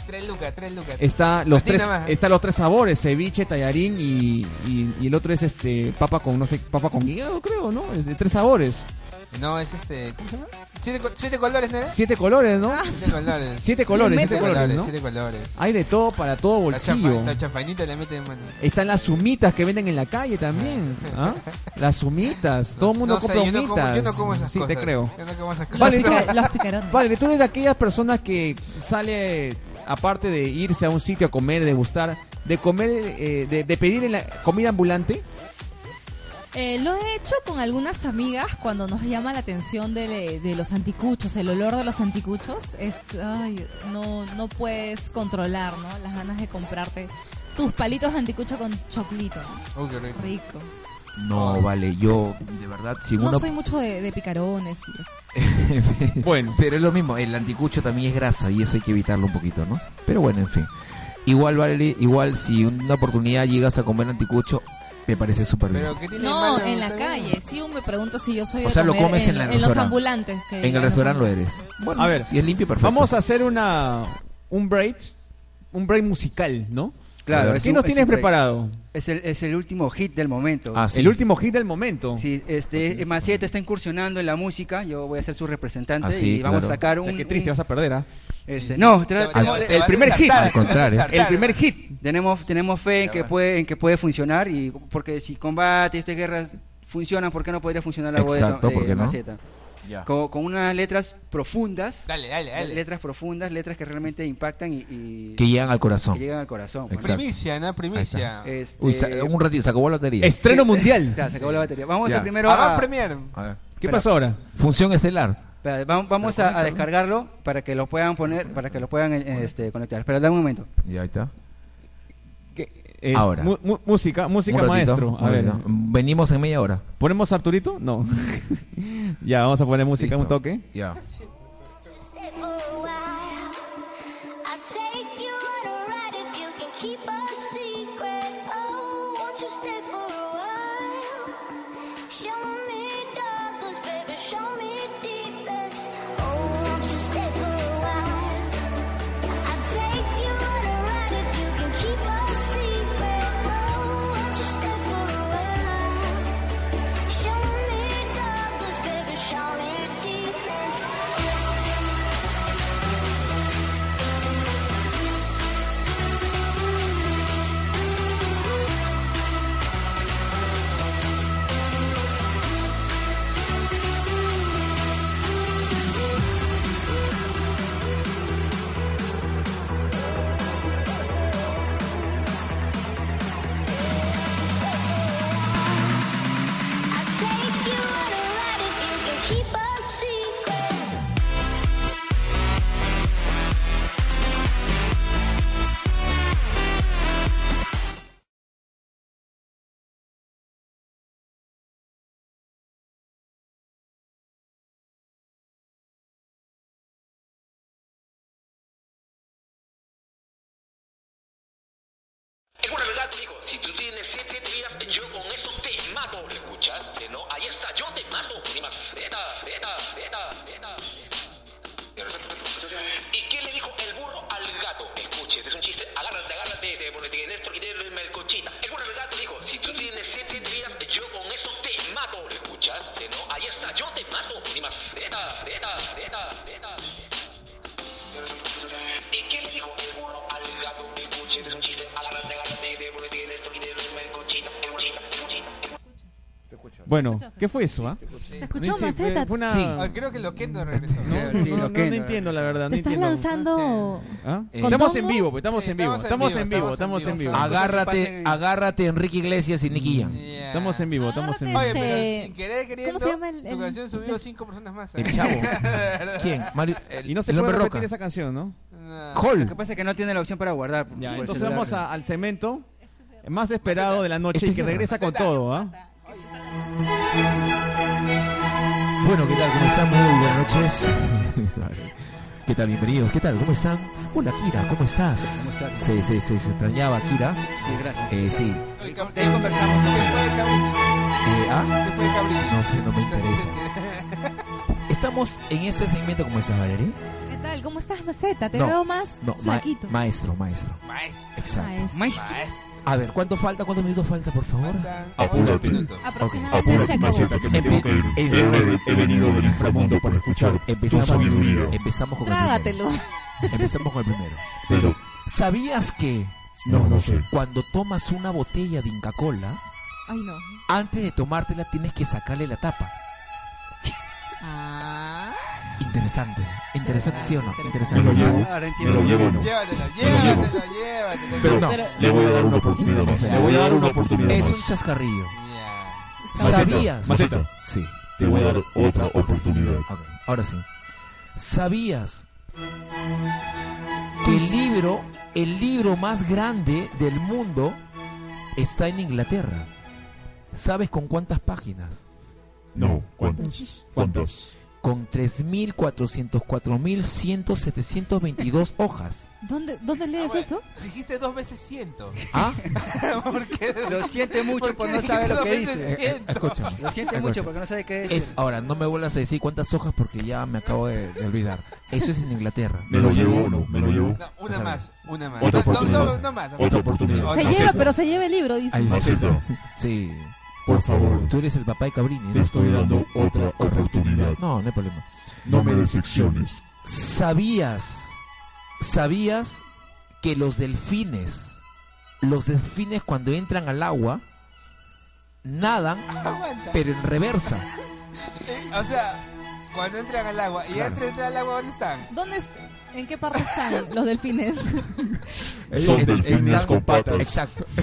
tres lucas, tres lucas.
Está los,
Latina
tres,
más.
está los tres sabores, ceviche, tallarín y, y- y el otro es este papa con, no sé, papa con hígado creo, ¿no? Es de tres sabores.
No, es este. ¿Cómo se llama? ¿Siete, co- siete colores, ¿no? era?
Siete colores, ¿no?
Siete colores.
Siete colores, siete
Siete
colores, ¿no?
Siete colores.
Hay de todo para todo
La, champa-
bolsillo.
la champañita le meten mano.
Están las sumitas que venden en la calle también. ¿ah? Las sumitas. Todo el mundo
No sé,
compra
yo no como-
humitas.
Yo no como esas
sí,
cosas.
te creo.
Yo no como esas cosas.
Vale,
los,
dice-
pica- los picarones.
Vale, tú eres de aquellas personas que sale, aparte de irse a un sitio a comer, de gustar, de comer, eh, de, de pedir en la comida ambulante.
Eh, lo he hecho con algunas amigas cuando nos llama la atención de, de los anticuchos, el olor de los anticuchos es, ay, no, no puedes controlar, ¿no? Las ganas de comprarte tus palitos de anticucho con choclito, ¿no?
Uy, qué rico.
rico.
No, vale, yo de verdad, si
No
uno...
soy mucho de, de picarones y eso.
Bueno.
Pero es lo mismo, el anticucho también es grasa y eso hay que evitarlo un poquito, ¿no? Pero bueno, en fin. Igual vale, igual si una oportunidad llegas a comer anticucho, me parece súper bien.
Pero ¿qué tiene de
No,
malo?
en la
Está bien.
calle. Sí, me pregunto si yo soy
O
de
sea, lo
comer
comes en la- el
los
restaurante.
ambulantes. que
en
ya
el
no
restaurante
son-
lo eres.
A ver.
Si es limpio, perfecto.
Vamos a hacer una un break, un break musical, ¿no?
Claro, es
¿Qué
un-
nos
es un
tienes
break.
preparado?
Es el, es el último hit del momento.
Ah, sí.
El último hit del momento.
Sí, este, Maciete está incursionando en la música, yo voy a ser su representante
Ah, sí,
y vamos
claro.
a sacar
O sea,
un...
qué triste,
eh,
un-
vas a perder, ¿ah?
este, no,
Te-
tra-
te-
tenemos-
te- te
el
vas a
primer hit.
descartar,
Al
te vas a
contrario.
El
descartar,
primer
¿no?
hit.
tenemos, tenemos fe en
Ya
que,
bueno.
puede, en que puede funcionar, y porque si combate y estas guerras funcionan, ¿por qué no podría funcionar la voz de-
Exacto,
de,
¿por qué no?
Maceta? Con, con unas letras profundas,
Dale, dale, dale.
letras profundas, letras que realmente impactan y, y
Que llegan al
que
corazón.
llegan al corazón. pues, ¿no?
Exacto.
Primicia, ¿no? Primicia.
Eh,
Ah,
Este,
Uy, sa- un ratito, se acabó la lotería.
Estreno
ya,
mundial.
se acabó la batería. Vamos
Ya.
a primero
Ah,
a,
premier.
A ver.
¿Qué
Espera.
pasó ahora?
Función estelar.
espera, va- vamos a, a descargarlo para que lo puedan poner, para que lo puedan eh, este, conectar. Espera, dame un momento.
Ya ahí está.
¿Qué- es
Ahora.
mu- mu- música, música
Un ratito,
maestro. A
un
ver.
ratito. Venimos en media hora.
¿Ponemos Arturito? No. ya, vamos a poner música,
Listo.
un toque.
Ya.
I'll take you on a ride if you can keep a secret. Oh, won't you stay for a while? Show me darkness, baby, show me deepest. Oh, won't you stay for a while? I'll take you on a ride if you can keep a secret. Oh,
Digo, si tú tienes siete días, yo con eso te mato. ¿Lo escuchaste, no? Ahí está, yo te mato. Prima Z, Z, Z, Z. ¿Y qué le dijo el burro al gato? Escuche, este es un chiste, agárrate, agárrate, este, porque Néstor Quintero es melcochita. El burro al gato dijo, si tú tienes siete días, yo con eso te mato. ¿Lo escuchaste, no? Ahí está, yo te mato. Prima Z, Z, Z, Z. ¿Y qué le dijo el burro al gato? Escuche, este es un chiste, agárrate, agárrate, este, porque Néstor Quintero es melcochita, melcochita, melcochita.
Bueno,
escuchaste?
¿qué fue eso, ah?
¿Te escuchó,
Sí, fue-
Maceta?
fue una-
Sí.
Ah, creo que lo que no regresó.
No,
Sí,
no,
lo
no,
que-
no entiendo, la verdad. no
Te estás
entiendo.
lanzando...
¿Ah?
Eh,
¿Con
Estamos en
tongo?
vivo, pues, estamos
Sí,
en vivo, estamos en vivo, estamos en vivo.
Agarra-
Agárrate, agárrate Enrique Iglesias y Nicky Jam.
Ya.
Estamos en vivo, estamos en vivo.
Oye, pero
Este,
sin querer queriendo,
¿cómo se llama el-
su
el-
canción subió 5 personas más. ¿eh?
El chavo. ¿Quién? Mario, el,
eh, Y no se
el
puede
hombre
repetir
roca.
esa canción, ¿no?
No.
Lo que
Hall.
pasa es que no tiene la opción para guardar. por-
Ya,
por el
entonces
celular.
vamos a- al cemento más esperado de la noche
Este
y que
es guerra.
regresa con todo, ¿ah?
Bueno, ¿qué tal? ¿Cómo están? Muy buenas noches. ¿Qué tal? Bienvenidos. ¿Qué tal? ¿Cómo están? Hola, Kira. ¿Cómo estás?
¿Cómo estás?
Se, se, se, se extrañaba, Kira.
Sí, gracias.
Eh, sí.
Oye, cab- De ahí conversamos. Se fue el cabrito,
Eh, ¿ah?
se fue el cabrito.
No sé, no me interesa. Estamos en este segmento. ¿Cómo estás, Valerie?
¿Qué tal? ¿Cómo estás, Maceta? Te
No,
veo más
No, ma-
flaquito. Ah,
maestro, maestro.
Maestro,
Exacto.
Maestro.
Maestro.
A ver, ¿cuánto falta? ¿Cuántos minutos falta, por favor?
faltan
Apúrate.
ocho minutos.
Aproximadamente se
Apúrate,
acabó.
Maceta, que me tengo que ir. He, he venido del inframundo para escuchar tu
Empezamos,
sabiduría.
empezamos con el primero.
Trágatelo.
Empezamos con el primero.
Pero,
¿Sabías que
no, no sé.
cuando tomas una botella de Inca Cola,
Ay, no.
antes de tomártela tienes que sacarle la tapa?
Ah.
Interesante. Interesante, ¿sí o no?
Me lo
Interesante.
llevo. Me
Ahora
lo
entiendo.
llevo, no.
Llévatelo,
llevo.
llévatelo, llévatelo.
Pero no,
Pero-
le voy a dar una oportunidad más. Le voy a dar una oportunidad
Es un
más.
chascarrillo.
Ya.
Maceta,
¿Sabías?
Maceta,
Sí.
te voy a dar otra oportunidad.
Ok, ahora sí. ¿Sabías que el libro, el libro más grande del mundo está en Inglaterra? ¿Sabes con cuántas páginas?
No, ¿cuántas? ¿Cuántas?
Con 3.404.722 hojas.
¿Dónde, dónde lees eso?
Dijiste dos veces ciento.
¿Ah?
¿Por qué?
Lo siente mucho por
qué
no saber lo
dijiste
que
dos veces
dice.
ciento?
Escúchame.
Lo siente
Ah,
Escúchame.
mucho porque no sabe qué es.
Es- ahora, no me vuelvas a decir cuántas hojas porque ya me acabo de, de olvidar. Eso es en Inglaterra.
¿Me lo llevo o no? ¿Me lo llevo?
No, una más, una más.
Otra
No, no,
oportunidad.
no, no más. no más.
Otra oportunidad.
Se
no,
lleva,
Maceta,
pero se lleva el libro, dice.
Ahí sí.
Maceta,
Sí.
por favor,
Tú eres el papá de Cabrini.
te
¿no?
estoy dando otra oportunidad.
No, no hay problema.
No me decepciones.
¿Sabías? ¿Sabías que los delfines, los delfines cuando entran al agua, nadan,
Aguanta.
pero en reversa?
Eh, O sea, cuando entran al agua, y antes de entrar al agua, ¿dónde están?
¿Dónde, es- ¿En qué parte están los delfines?
Son
En-
delfines
en-
con patas.
Exacto.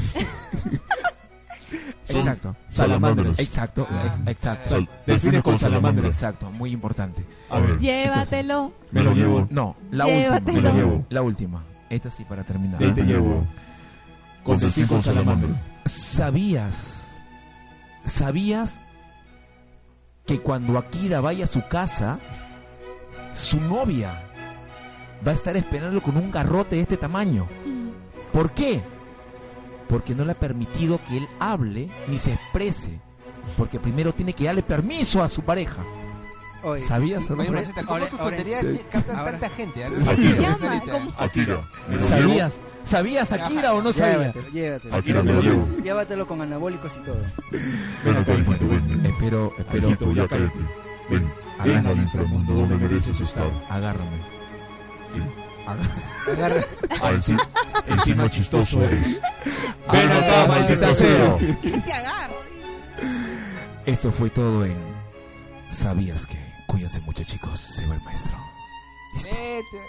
Son Ah.
exacto.
Salamandras.
Exacto. ex- exacto.
Sal- delfines con salamandras.
Exacto, muy importante.
A ver,
Llévatelo.
me lo llevo.
No, la
Me lo
última.
Llévatelo.
llevo.
La última. Esta sí para terminar.
Ahí te llevo. Ah, Con delfín con salamandra.
¿Sabías? ¿Sabías que cuando Akira vaya a su casa, su novia va a estar esperándolo con un garrote de este tamaño? ¿Por qué? Porque no le ha permitido que él hable ni se exprese. Porque primero tiene que darle permiso a su pareja.
Oye,
¿Sabías o no?
Oye, Rosita, ¿cómo
Ahora-
tus
ahora-
tonterías captan
ahora-
tanta gente? ah?
Aquí.
Ahorita,
Llama,
ahorita.
como-
Akira, me lo llevo.
¿Sabías? ¿Sabías Akira o no sabías?
llévatelo, llévatelo.
Akira, me lo llevo.
Llévatelo con anabólicos y todo.
Ven acá, hijito, ven, ven.
Espero, espero.
Hijito, ya cállate. Ven, ven al inframundo donde mereces estar.
Agárrame.
Ah, enci- encima chistoso eres. Ven acá, maldita sea.
¿Qué te agarro?
Esto fue todo en ¿Sabías que? Cuídense mucho chicos, se va el maestro.
Vete.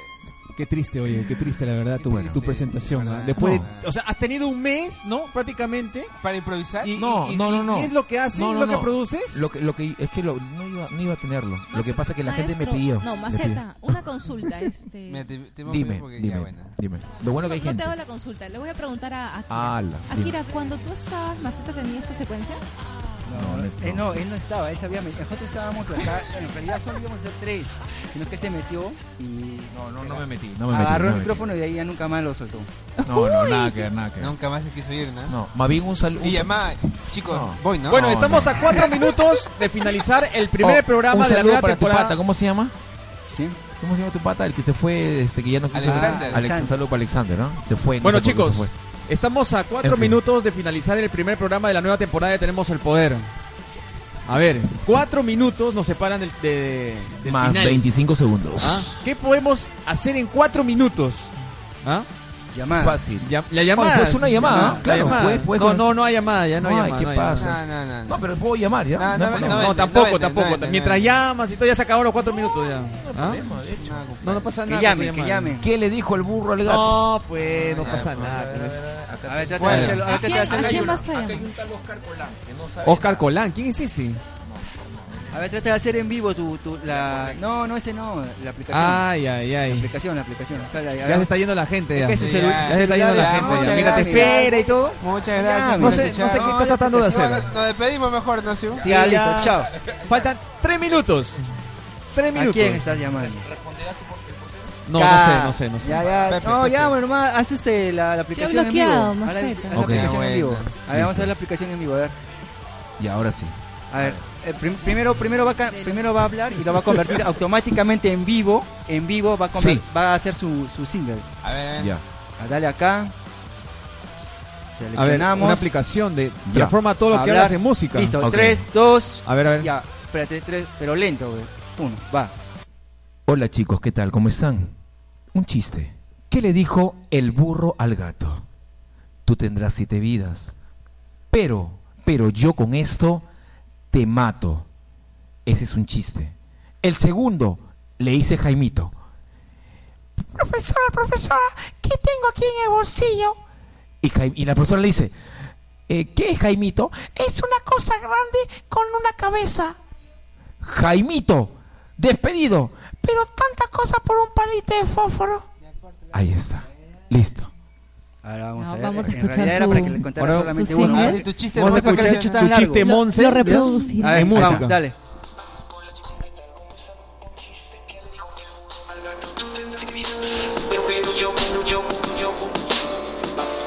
Qué triste, oye, qué triste, la verdad, tu,
Qué triste,
tu presentación.
la
¿ah?
verdad.
Después,
No.
de- o sea, has tenido un mes, ¿no? Prácticamente.
¿Para improvisar?
Y-
Ah, No,
y- y-
no, no, no.
¿y es lo que haces?
No, no,
¿Lo que
no.
produces?
Lo que, lo que es que lo- no, iba, no iba a tenerlo. Lo que pasa es que la gente me
Maestro,
pidió.
No,
me pidió.
Maceta, una consulta. Este,
Mira, te, te voy a pedir
Dime,
porque ya,
dime,
bueno.
dime. Lo bueno
no,
que hay
no
gente. Ah,
te hago la consulta. Le voy a preguntar a Akira.
Ala, dime.
Akira, cuando tú estabas, Maceta tenía esta secuencia.
No, no estaba.
Eh, no, él no estaba, él sabía. Nosotros estábamos acá, en realidad solo íbamos a ser tres, sino que se metió y
No, no, no
Era-
me metí.
No me metí,
agarró
no
el
me metí.
micrófono y de ahí ya nunca más lo soltó.
No, no, nada que ver, nada que ver.
Nunca más se quiso ir, ¿no?
No, más bien un saludo.
Y llamá, chicos,
No.
voy, ¿no?
Bueno,
No,
estamos
no.
a cuatro minutos de finalizar el primer
Oh,
programa
un
de la
saludo
nueva
para tu
temporada.
pata, ¿cómo se llama?
¿Sí?
¿Cómo se llama tu pata? El que se fue, este que ya no quiso.
Alexander.
Alex- un saludo para Alexander, ¿no? Se fue. no
Bueno,
sé por qué
chicos,
se fue.
Estamos a cuatro
En fin.
minutos de finalizar el primer programa de la nueva temporada de Tenemos el Poder. A ver, cuatro minutos nos separan del, de- del
más
final.
25 segundos.
¿Ah? ¿Qué podemos hacer en cuatro minutos? ¿Ah?
Llamada.
Fácil.
Ya- la llamada.
Oh, es una llamada,
Llamada,
¿ah?
la
Claro,
llamada.
puede- puede
no,
conect-
no, no hay llamada, ya no hay
Ay,
llamada.
¿qué
no hay
pasa?
llamada.
No, no, no.
No, pero puedo llamar, ¿ya?
No,
hay
no,
problema.
No,
no, vende,
tampoco,
vende,
tampoco.
no vende,
Mientras
no vende.
llamas y todo, ya se acabaron los cuatro minutos ya. ¿Ah? No, no pasa
Que
nada.
llamen,
con
que
tu
llamen.
llamada.
¿Qué le dijo el burro al gato?
No, pues, no pasa nada. pues.
A ver, trata
Bueno.
de hacerlo. A
¿A
ver, trata de
quién,
hacerlo.
a quién
llorar.
vas a llamar?
Oscar Colán, ¿quién es ese?
A ver, trata de hacer en vivo tu, tu la no, no ese no, la aplicación.
Ay, ay,
La
ay.
aplicación, la aplicación. Sale ahí. A
Ah, eh. Ya se
ver.
está yendo la gente. Ya,
Es que su
Ya,
celu-
ya
su
se está yendo la
celular-
gente. Ya.
Muchas
Mira, te
gracias.
espera y todo.
Muchas gracias.
Ya,
por
no
sé- no
escuchar.
sé qué está
ya,
tratando de
se van a-
hacer.
Nos despedimos mejor, ¿no? Sí,
Sí, ya, listo, chao.
Faltan tres minutos. Tres
¿A
minutos.
quién estás llamando?
No,
Ya.
no sé, no sé, no sé.
Ya, ya.
Pepe,
no,
Pepe.
ya, bueno, nomás haz este, la, la aplicación en vivo.
bloqueado,
Haz la- haz
Maceta.
la
Ok.
aplicación en vivo.
Bueno.
A ver, vamos a
Listo.
ver la aplicación en vivo, a ver.
Y ahora sí.
A ver, eh, prim- primero, primero, va a, ca- primero va a hablar y lo va a convertir automáticamente en vivo. En vivo va a, conver-
Sí.
va a hacer su, su single.
A ver,
Ya.
Ah, Dale acá.
A ver,
Seleccionamos.
una aplicación de
Ya.
transforma todo lo que
Hablar.
hablas en música.
Listo,
Ok.
3, 2,
A ver, a ver.
ya. Espérate, 3, pero lento, güey. 1, va.
Hola chicos, ¿qué tal? ¿Cómo están? Un chiste. ¿Qué le dijo el burro al gato? Tú tendrás siete vidas. Pero, pero yo con esto te mato. Ese es un chiste. El segundo le hice Jaimito. Profesora, profesora, ¿qué tengo aquí en el bolsillo? Y, Jaim- y la profesora le dice, "Eh, ¿qué es Jaimito? Es una cosa grande con una cabeza. Jaimito, despedido. Pero tanta cosa por un palito de fósforo. Ahí está. Listo.
Ahora vamos
No,
a ver.
vamos a
En
escuchar
realidad era
su-
para que le contara
Ahora,
solamente
su
uno. Este,
single.
A ver,
tu chiste,
Vamos a
Monse, ¿para
escuchar
qué
el chiste
hacen?
tan
Tu chiste
largo.
Monse.
Lo reproduciré.
A ver,
en
vamos,
Ah, música.
Dale.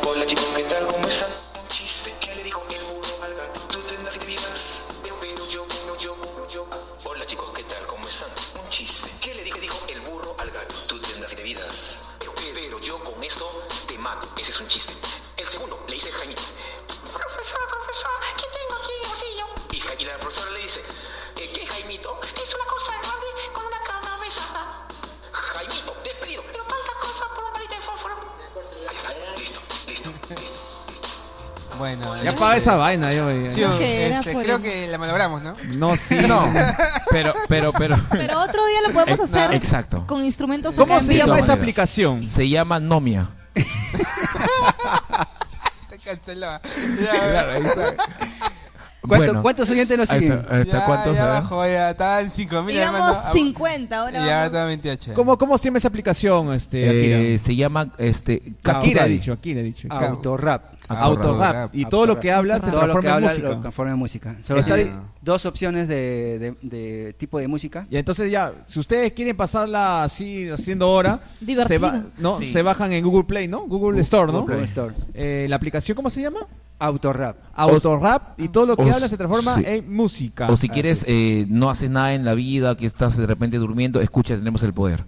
Hola chicos, ¿qué tal? ¿Cómo están? Un chiste que le dijo el burro al gato, tú tendrás que vidas, pero yo, no, yo, yo. Hola chicos, ¿qué tal? ¿Cómo están? Un chiste que le dijo, dijo el burro al gato, tú tendrás que vidas, pero, pero yo con esto te mato. Ese es un chiste. El segundo le dice Jaime, profesor, profesor, ¿qué tengo aquí en el bolsillo? Y, Ja- y la profesora le dice, "Eh, ¿qué Jaimito? Es una cosa grande con una cabeza. Jaimito, despedido. Pero tanta cosa por un palito de fósforo. Ahí está, listo, listo, listo.
bueno.
Ya paga esa vaina, yo. ya.
Sí,
Que era
este,
por
creo
el-
que la malogramos, ¿no?
No, sí, no.
Pero, pero, pero.
Pero otro día lo podemos hacer
Exacto.
con instrumentos
¿Cómo
acá en
se
vivo.
llama
Manera.
esa aplicación?
Se llama Nomia.
Te canceló. Ya,
¿Cuánto-
Bueno,
¿Cuántos oyentes nos
ahí
siguen?
está, ahí está,
ya,
¿cuántos,
ya
a ver?
bajó, ya estaban 5 mil.
Íbamos
hermano.
50, ahora
Ya
vamos.
está 28.
¿Cómo, ¿Cómo se llama esa aplicación, este,
Eh,
Akira?
se llama este
Akira
Kakira.
he dicho, Akira he dicho.
Autorap.
Autorap. Y todo lo que hablas se
Todo lo
transforma
que
en
habla
música. Este,
lo transforma en música. Solo
Está
tiene
bien.
dos opciones de, de- de tipo de música.
Y entonces ya, si ustedes quieren pasarla así, haciendo hora, se,
Divertido.
ba- no,
Sí.
se bajan en Google Play, ¿no? Google Store, ¿no?
Google Store.
Eh, ¿La aplicación cómo se llama?
Autorap.
Autorap. Y todo lo que
Os-
habla se transforma
sí.
en música.
O si quieres, eh, no haces nada en la vida, que estás de repente durmiendo, escucha, tenemos el poder.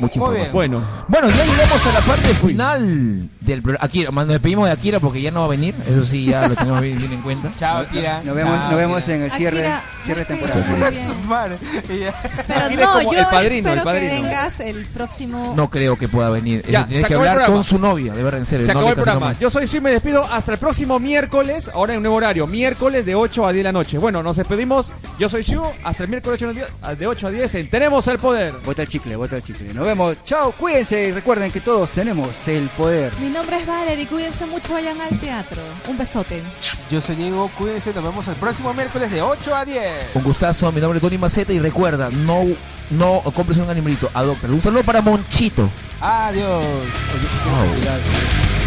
Mucha
Muy
información.
bien.
Bueno,
Bueno, ya llegamos a la parte final del programa. Akira, más nos despedimos de Akira porque ya no va a venir. Eso sí, ya lo tenemos bien, bien en cuenta.
Chao, Kira.
Nos vemos,
Ah,
Chao,
nos vemos
Kira.
en el cierre,
Akira,
cierre de
muy bien,
temporada.
muy bien.
Mar, y ya.
Pero
Akira es
no,
como
yo
el padrino, el
espero que
padrino.
vengas el próximo.
No creo que pueda venir.
Ya,
Eh, Tienes
se
que
acabó el
hablar
programa.
con su novia, de verdad, en serio.
se
no
acabó
le
el
estás haciendo
programa.
más.
Yo soy Sui, me despido hasta el próximo miércoles, ahora en un nuevo horario, miércoles de 8 a 10 de la noche. Bueno, nos despedimos. Yo soy Sui, hasta el miércoles 8 a 10, de 8 a 10 en Tenemos el Poder.
Bota el chicle, bota el chicle. Nos vemos. Chao, cuídense y recuerden que todos tenemos el poder.
Mi nombre es Valerie, cuídense mucho, vayan al teatro. Un besote.
Yo soy Diego, cuídense, nos vemos el próximo miércoles de 8 a 10.
Un gustazo, mi nombre es Tony Maceta y recuerda, no, no compres un animalito, adóptalo. Un saludo para Monchito.
Adiós.
Wow.